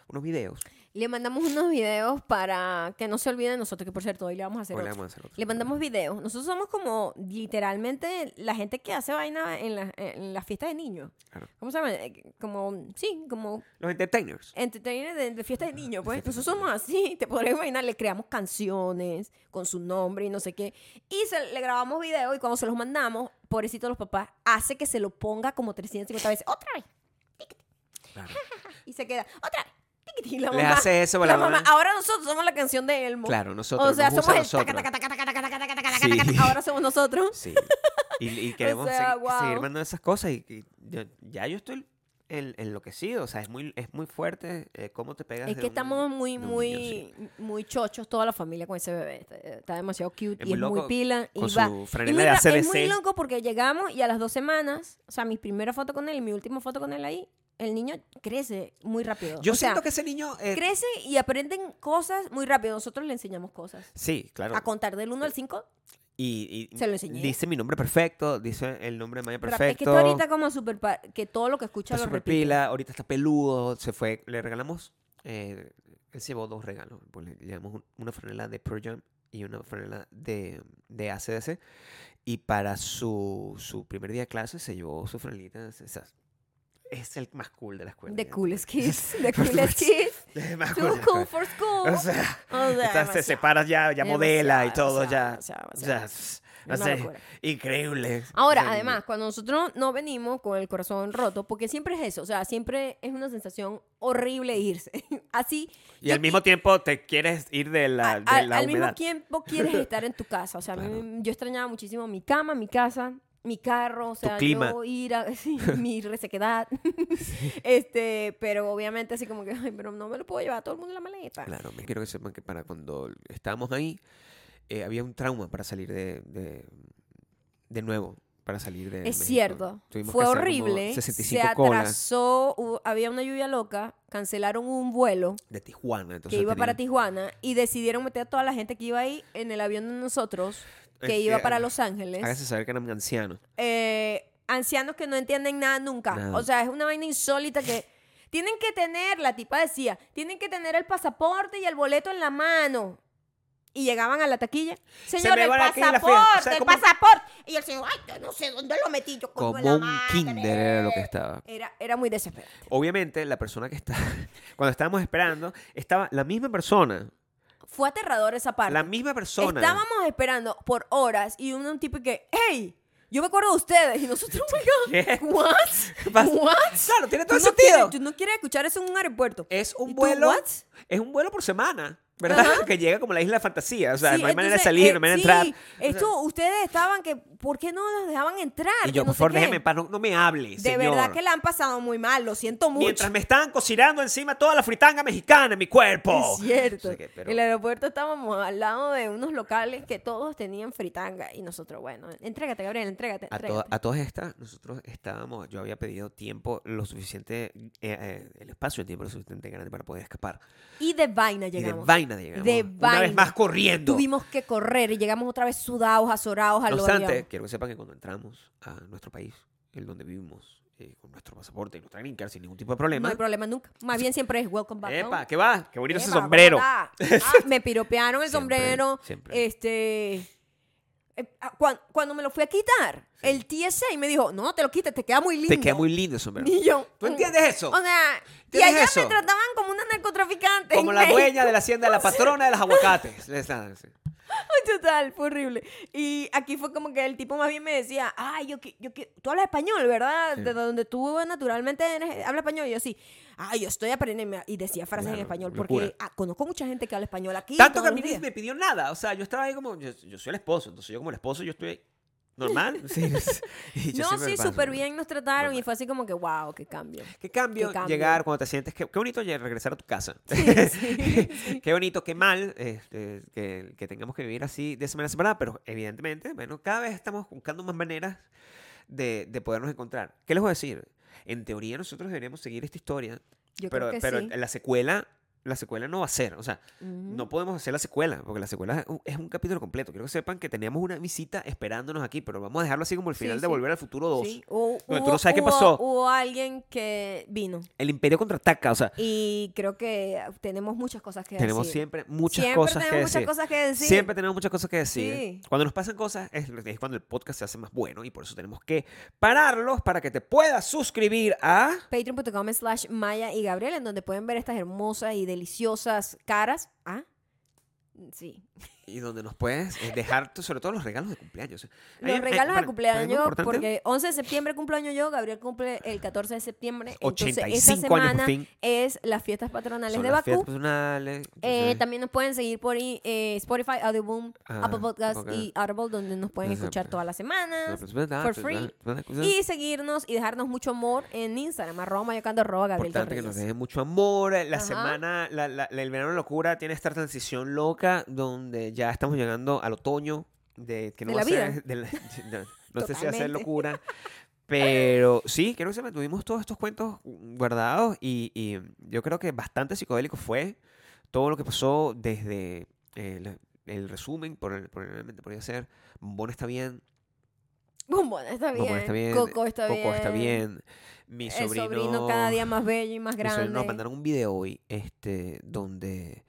Speaker 2: unos videos.
Speaker 1: Le mandamos unos videos para que no se olviden nosotros, que por cierto, hoy le vamos a hacer
Speaker 2: Hoy le
Speaker 1: Este, otro.
Speaker 2: vamos a hacer otro.
Speaker 1: Le mandamos videos. Nosotros somos como literalmente la gente que hace vaina en las en las fiestas de niños.
Speaker 2: Claro.
Speaker 1: ¿Cómo se llama? Eh, Como, sí, como
Speaker 2: Los entertainers.
Speaker 1: entertainer de, de fiestas de niños. Pues nosotros somos así, <laughs> te podrás imaginar. Le creamos canciones con su nombre y no sé qué. Y se- le grabamos videos y cuando se los mandamos, pobrecito los papás, hace que se lo ponga como 350 veces. ¡Otra vez!
Speaker 2: <laughs> Claro.
Speaker 1: Y se queda, ¡otra vez! tiquití, La
Speaker 2: Les
Speaker 1: mamá-
Speaker 2: hace eso,
Speaker 1: la
Speaker 2: la
Speaker 1: mamá.
Speaker 2: mamá.
Speaker 1: Ahora nosotros somos la canción de Elmo.
Speaker 2: Claro, nosotros.
Speaker 1: o sea,
Speaker 2: nos
Speaker 1: somos
Speaker 2: usa
Speaker 1: el
Speaker 2: a nosotros.
Speaker 1: taca, taca, taca, taca, taca, taca, taca, taca,
Speaker 2: Sí.
Speaker 1: taca, taca. Ahora somos nosotros. <laughs>
Speaker 2: Sí. Y, y queremos
Speaker 1: sea,
Speaker 2: seguir, seguir
Speaker 1: guau.
Speaker 2: mandando esas cosas. Y, y yo- ya yo estoy en- enloquecido. O sea, es muy, es muy fuerte eh, cómo te pegas.
Speaker 1: Es
Speaker 2: de
Speaker 1: que
Speaker 2: un-
Speaker 1: estamos muy,
Speaker 2: de un
Speaker 1: muy,
Speaker 2: niño, sí.
Speaker 1: muy chochos toda la familia con ese bebé. Está, está demasiado cute
Speaker 2: Es
Speaker 1: y es muy
Speaker 2: muy loco
Speaker 1: pila.
Speaker 2: con
Speaker 1: y
Speaker 2: su
Speaker 1: va. y
Speaker 2: franela
Speaker 1: muy
Speaker 2: de
Speaker 1: ra- es muy
Speaker 2: ACDC.
Speaker 1: loco porque llegamos y a las dos semanas, o sea, mi primera foto con él y mi última foto con él ahí, el niño crece muy rápido.
Speaker 2: Yo
Speaker 1: O sea,
Speaker 2: siento que ese niño. eh,
Speaker 1: crece y aprenden cosas muy rápido. Nosotros le enseñamos cosas.
Speaker 2: sí, claro.
Speaker 1: A contar del 1 al 5,
Speaker 2: Y, y
Speaker 1: Se lo enseñé.
Speaker 2: dice mi nombre perfecto, dice el nombre de Maya perfecto.
Speaker 1: es que está ahorita como super pa- que todo lo que escucha
Speaker 2: está
Speaker 1: lo
Speaker 2: super
Speaker 1: repite.
Speaker 2: pila, ahorita está peludo, se fue, le regalamos, eh, él se llevó dos regalos, pues le llevamos un- una franela de Pearl Jam y una franela de, de ACDC, y para su, su primer día de clase se llevó su franelita, o sea, es el más cool de la escuela.
Speaker 1: The
Speaker 2: ya. <laughs>
Speaker 1: coolest kids, the
Speaker 2: Por
Speaker 1: coolest
Speaker 2: supuesto.
Speaker 1: kids,
Speaker 2: El más cool de
Speaker 1: too
Speaker 2: la
Speaker 1: cool
Speaker 2: escuela.
Speaker 1: for school. <laughs> O
Speaker 2: O sea,
Speaker 1: sea,
Speaker 2: está- se
Speaker 1: demasiado.
Speaker 2: separa ya, ya modela y
Speaker 1: Demasiado,
Speaker 2: todo, ya,
Speaker 1: demasiado, demasiado.
Speaker 2: ya,
Speaker 1: Una
Speaker 2: no sé,
Speaker 1: locura.
Speaker 2: increíble.
Speaker 1: Ahora,
Speaker 2: O sea,
Speaker 1: además, cuando nosotros no venimos con el corazón roto, porque siempre es eso, o sea, siempre es una sensación horrible irse. <laughs> Así,
Speaker 2: Y
Speaker 1: yo
Speaker 2: al mismo tiempo te quieres ir de la,
Speaker 1: a-
Speaker 2: Ah, de la
Speaker 1: al mismo
Speaker 2: humedad.
Speaker 1: tiempo
Speaker 2: <laughs>
Speaker 1: quieres estar en tu casa. O sea, a mí- yo extrañaba muchísimo mi cama, mi casa, mi carro, o sea,
Speaker 2: clima.
Speaker 1: yo ir a <laughs>
Speaker 2: <laughs>
Speaker 1: sí, mi resequedad. este, pero obviamente así como que, ay, pero no me lo puedo llevar a todo el mundo en la maleta.
Speaker 2: Claro, me quiero que sepan que para cuando estábamos ahí, eh, había un trauma para salir de, de, de nuevo, para salir de
Speaker 1: Es
Speaker 2: México.
Speaker 1: cierto.
Speaker 2: Tuvimos
Speaker 1: Fue
Speaker 2: que hacer como
Speaker 1: horrible. ¿eh?
Speaker 2: 65
Speaker 1: se
Speaker 2: colas
Speaker 1: atrasó, hubo- había una lluvia loca, cancelaron un vuelo
Speaker 2: de Tijuana. Entonces
Speaker 1: que iba para
Speaker 2: tenía-
Speaker 1: Tijuana y decidieron meter a toda la gente que iba ahí en el avión de nosotros, que
Speaker 2: Es
Speaker 1: iba
Speaker 2: que,
Speaker 1: para Los Ángeles.
Speaker 2: Hágase saber que eran ancianos.
Speaker 1: Eh, ancianos que no entienden nada nunca.
Speaker 2: Nada.
Speaker 1: O sea, es una vaina insólita que tienen que tener, la tipa decía, tienen que tener el pasaporte y el boleto en la mano. Y llegaban a la taquilla. Señor,
Speaker 2: me
Speaker 1: el
Speaker 2: van aquí la fea. O
Speaker 1: pasaporte,
Speaker 2: sea,
Speaker 1: el
Speaker 2: como-
Speaker 1: pasaporte. Y el señor, ay, yo no sé dónde lo metí yo. coño de
Speaker 2: Como
Speaker 1: la
Speaker 2: un
Speaker 1: madre".
Speaker 2: kinder era lo que estaba.
Speaker 1: Era, era muy desesperante.
Speaker 2: Obviamente, la persona que estaba, <laughs> cuando estábamos esperando, estaba la misma persona.
Speaker 1: Fue aterrador esa parte.
Speaker 2: La misma persona.
Speaker 1: Estábamos esperando por horas y un, un tipo que, hey, yo me acuerdo de ustedes. Y nosotros, oh my God,
Speaker 2: ¿Qué?
Speaker 1: <laughs>
Speaker 2: <laughs>
Speaker 1: ¿what?
Speaker 2: ¿Qué pasa?
Speaker 1: ¿What?
Speaker 2: Claro, tiene todo
Speaker 1: Tú
Speaker 2: el
Speaker 1: no quieres-
Speaker 2: sentido.
Speaker 1: tú no quieres escuchar eso en un aeropuerto.
Speaker 2: Es
Speaker 1: ¿Y
Speaker 2: un
Speaker 1: tú,
Speaker 2: vuelo.
Speaker 1: what?
Speaker 2: Es un vuelo por semana, ¿verdad? <laughs> Que llega como la isla de fantasía. O sea,
Speaker 1: Sí,
Speaker 2: no hay manera de
Speaker 1: entonces,
Speaker 2: salir,
Speaker 1: eh,
Speaker 2: no hay manera de
Speaker 1: sí,
Speaker 2: entrar.
Speaker 1: Esto, ustedes estaban que, ¿por qué no las dejaban entrar?
Speaker 2: Y
Speaker 1: Que
Speaker 2: yo,
Speaker 1: no
Speaker 2: por
Speaker 1: sé
Speaker 2: favor,
Speaker 1: qué.
Speaker 2: déjeme en paz, no, no me hable,
Speaker 1: De verdad que la han pasado muy mal, lo siento mucho.
Speaker 2: Mientras me estaban cocinando encima toda la fritanga mexicana en mi cuerpo.
Speaker 1: <laughs> Es cierto.
Speaker 2: No sé qué, pero-
Speaker 1: En el aeropuerto estábamos al lado de unos locales que todos tenían fritanga y nosotros, bueno, entrégate, Gabriel, entrégate.
Speaker 2: A, to-
Speaker 1: entrégate.
Speaker 2: a todas estas, nosotros estábamos, yo había pedido tiempo lo suficiente, eh, eh, el espacio, el tiempo lo suficiente grande para poder escapar.
Speaker 1: Y de vaina
Speaker 2: Y de
Speaker 1: llegamos.
Speaker 2: vaina llegamos.
Speaker 1: De
Speaker 2: Una
Speaker 1: vaina.
Speaker 2: vez más corriendo.
Speaker 1: Tuvimos que correr y llegamos otra vez sudados, azorados al
Speaker 2: No
Speaker 1: avión.
Speaker 2: obstante, quiero que sepan que cuando entramos a nuestro país, el donde vivimos, eh, con nuestro pasaporte y nuestra green card, sin ningún tipo de
Speaker 1: No
Speaker 2: problema.
Speaker 1: hay problema nunca. Más bien siempre es welcome back. home.
Speaker 2: Epa, ¿qué va? Qué bonito ese
Speaker 1: Epa,
Speaker 2: sombrero. <laughs>
Speaker 1: ¿cómo está? Ah, me piropearon el
Speaker 2: Siempre,
Speaker 1: sombrero.
Speaker 2: siempre.
Speaker 1: Este. eh, ah, cuan- cuando me lo fui a quitar, el TSA me dijo, no, te lo quites, te queda muy lindo.
Speaker 2: Te queda muy lindo el sombrero.
Speaker 1: <laughs> Y yo,
Speaker 2: ¿Tú
Speaker 1: mm,
Speaker 2: entiendes eso?
Speaker 1: O sea, y
Speaker 2: ¿Entiendes
Speaker 1: allá me
Speaker 2: eso?
Speaker 1: trataban como una narcotraficante.
Speaker 2: Como
Speaker 1: en <laughs>
Speaker 2: la
Speaker 1: México.
Speaker 2: dueña de la hacienda, la patrona de los aguacates. Les dan, sí.
Speaker 1: <laughs> Total, fue horrible. Y aquí fue como que el tipo más bien me decía, ay, yo que, yo que, tú hablas español, ¿verdad? De donde tú naturalmente eres, habla español. Y yo sí, ay, yo estoy aprendiendo. Y decía frases en
Speaker 2: Claro,
Speaker 1: español, porque
Speaker 2: locura.
Speaker 1: ah, conozco mucha gente que habla español aquí.
Speaker 2: Tanto que a
Speaker 1: todos
Speaker 2: mí
Speaker 1: los
Speaker 2: ni
Speaker 1: días.
Speaker 2: me pidió nada. O sea, yo estaba ahí como. Yo, yo soy el esposo, entonces yo como el esposo, yo estoy ahí
Speaker 1: <laughs>
Speaker 2: normal. Sí, <laughs> y yo
Speaker 1: No,
Speaker 2: siempre me
Speaker 1: sí,
Speaker 2: paso,
Speaker 1: súper
Speaker 2: ¿no?
Speaker 1: bien nos trataron y
Speaker 2: Normal.
Speaker 1: fue así como que, wow, qué
Speaker 2: <laughs>
Speaker 1: cambio.
Speaker 2: Qué cambio,
Speaker 1: Qué cambio.
Speaker 2: llegar cuando te sientes. Qué, qué bonito ya regresar a tu casa. <laughs> qué bonito, qué mal eh, eh, que, que tengamos que vivir así de semana a semana. Pero evidentemente, bueno, cada vez estamos buscando más maneras de, de podernos encontrar. ¿Qué les voy a decir? En teoría, nosotros deberíamos seguir esta historia.
Speaker 1: Yo
Speaker 2: pero
Speaker 1: creo que
Speaker 2: pero
Speaker 1: sí. Mm.
Speaker 2: la secuela la secuela no va a ser, o sea, no podemos hacer la secuela, porque la secuela es un- es un capítulo completo. Quiero que sepan que teníamos una visita esperándonos aquí, pero vamos a dejarlo así como el
Speaker 1: Sí,
Speaker 2: final
Speaker 1: sí.
Speaker 2: de Volver al Futuro 2.
Speaker 1: Sí, hu-
Speaker 2: Donde tú
Speaker 1: hubo-
Speaker 2: no sabes qué
Speaker 1: hubo-
Speaker 2: pasó.
Speaker 1: Hubo alguien que vino.
Speaker 2: El Imperio contraataca, o sea,
Speaker 1: Y creo que tenemos muchas cosas que
Speaker 2: tenemos
Speaker 1: decir.
Speaker 2: siempre muchas
Speaker 1: Siempre
Speaker 2: cosas que
Speaker 1: tenemos
Speaker 2: decir.
Speaker 1: muchas cosas que decir.
Speaker 2: Siempre tenemos muchas cosas que decir.
Speaker 1: Sí.
Speaker 2: Cuando nos pasan cosas es, es cuando el podcast se hace más bueno y por eso tenemos que pararlos para que te puedas suscribir a...
Speaker 1: Patreon.com slash Maya y Gabriel, en donde pueden ver estas hermosas y deliciosas caras. Ah, sí.
Speaker 2: Y donde nos puedes eh, dejar, tú- sobre todo los regalos de cumpleaños.
Speaker 1: Los
Speaker 2: Hay- hay-
Speaker 1: regalos de
Speaker 2: para- para algo
Speaker 1: cumpleaños,
Speaker 2: importante,
Speaker 1: porque 11 de septiembre cumpleaños yo, Gabriel cumple el 14 de septiembre. entonces,
Speaker 2: 85
Speaker 1: esta
Speaker 2: años por
Speaker 1: semana
Speaker 2: fin.
Speaker 1: es las fiestas patronales
Speaker 2: son
Speaker 1: de
Speaker 2: las
Speaker 1: Bakú.
Speaker 2: fiestas personales,
Speaker 1: Eh,
Speaker 2: entonces-
Speaker 1: También nos pueden seguir por i- eh, Spotify, Audioboom,
Speaker 2: Ah,
Speaker 1: Apple Podcasts
Speaker 2: ok.
Speaker 1: y Audible, donde nos pueden
Speaker 2: Exacto.
Speaker 1: escuchar todas las semanas. for free.
Speaker 2: Y
Speaker 1: Y seguirnos y dejarnos mucho amor en Instagram, arroba mayocando, arroba Gabriel
Speaker 2: importante que nos
Speaker 1: Torreyes.
Speaker 2: dejen mucho amor. eh, La
Speaker 1: Ajá.
Speaker 2: semana, la, la- la- el verano de locura tiene esta transición loca donde ya estamos llegando al otoño de que no
Speaker 1: De
Speaker 2: va
Speaker 1: la
Speaker 2: a ser- de la- no, no sé si va a ser
Speaker 1: <laughs>
Speaker 2: locura. Pero sí, creo que se mantuvimos todos estos cuentos guardados y, y yo creo que bastante psicodélico fue todo lo que pasó desde el, el resumen, por el- probablemente podría ser, Bon está bien,
Speaker 1: Bombona está bien.
Speaker 2: Bombón está bien.
Speaker 1: Coco está bien.
Speaker 2: Coco está bien. Mi
Speaker 1: El
Speaker 2: sobrino,
Speaker 1: sobrino, cada día más bello y más
Speaker 2: mi sobrino
Speaker 1: grande.
Speaker 2: nos mandaron un video hoy este, donde,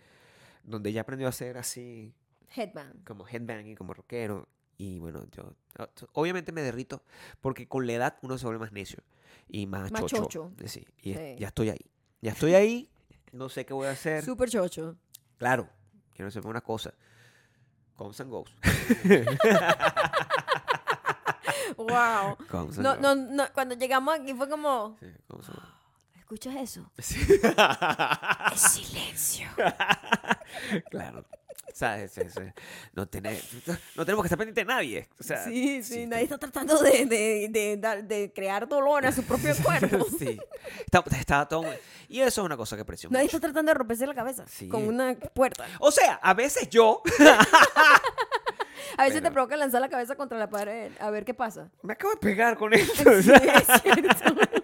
Speaker 2: donde ya aprendió a hacer así
Speaker 1: Headband.
Speaker 2: como headbang y como rockero. Y bueno, yo o- obviamente me derrito porque con la edad uno se vuelve más necio y más,
Speaker 1: Más
Speaker 2: chocho. Eh,
Speaker 1: chocho.
Speaker 2: Sí, y es-
Speaker 1: Sí.
Speaker 2: ya estoy ahí. Ya estoy ahí. No sé qué voy a hacer.
Speaker 1: Super
Speaker 2: <laughs>
Speaker 1: chocho.
Speaker 2: Claro, quiero decirme una cosa. Comes
Speaker 1: <laughs>
Speaker 2: and goes.
Speaker 1: Wow.
Speaker 2: Comes and
Speaker 1: No,
Speaker 2: goes.
Speaker 1: no, no, cuando llegamos aquí fue como,
Speaker 2: Sí,
Speaker 1: <gasps>
Speaker 2: comes and goes.
Speaker 1: ¿escuchas eso?
Speaker 2: <laughs> Sí.
Speaker 1: Es
Speaker 2: <laughs>
Speaker 1: silencio.
Speaker 2: Claro. ¿Sabes? Sí, sí. No, tener- no tenemos que estar pendiente de nadie. O sea,
Speaker 1: sí, sí, nadie
Speaker 2: estamos-
Speaker 1: está tratando de, de, de dar- de crear dolor a su
Speaker 2: <laughs>
Speaker 1: propio cuerpo.
Speaker 2: sí. Está- estaba todo. Y eso es una cosa que presiona.
Speaker 1: Nadie está tratando de romperse la cabeza
Speaker 2: Sí.
Speaker 1: con una puerta.
Speaker 2: O sea, a veces yo
Speaker 1: A veces te
Speaker 2: Pero- <laughs>
Speaker 1: provoca lanzar la cabeza contra la pared a ver qué pasa.
Speaker 2: me acabo de pegar con esto.
Speaker 1: Sí, es cierto.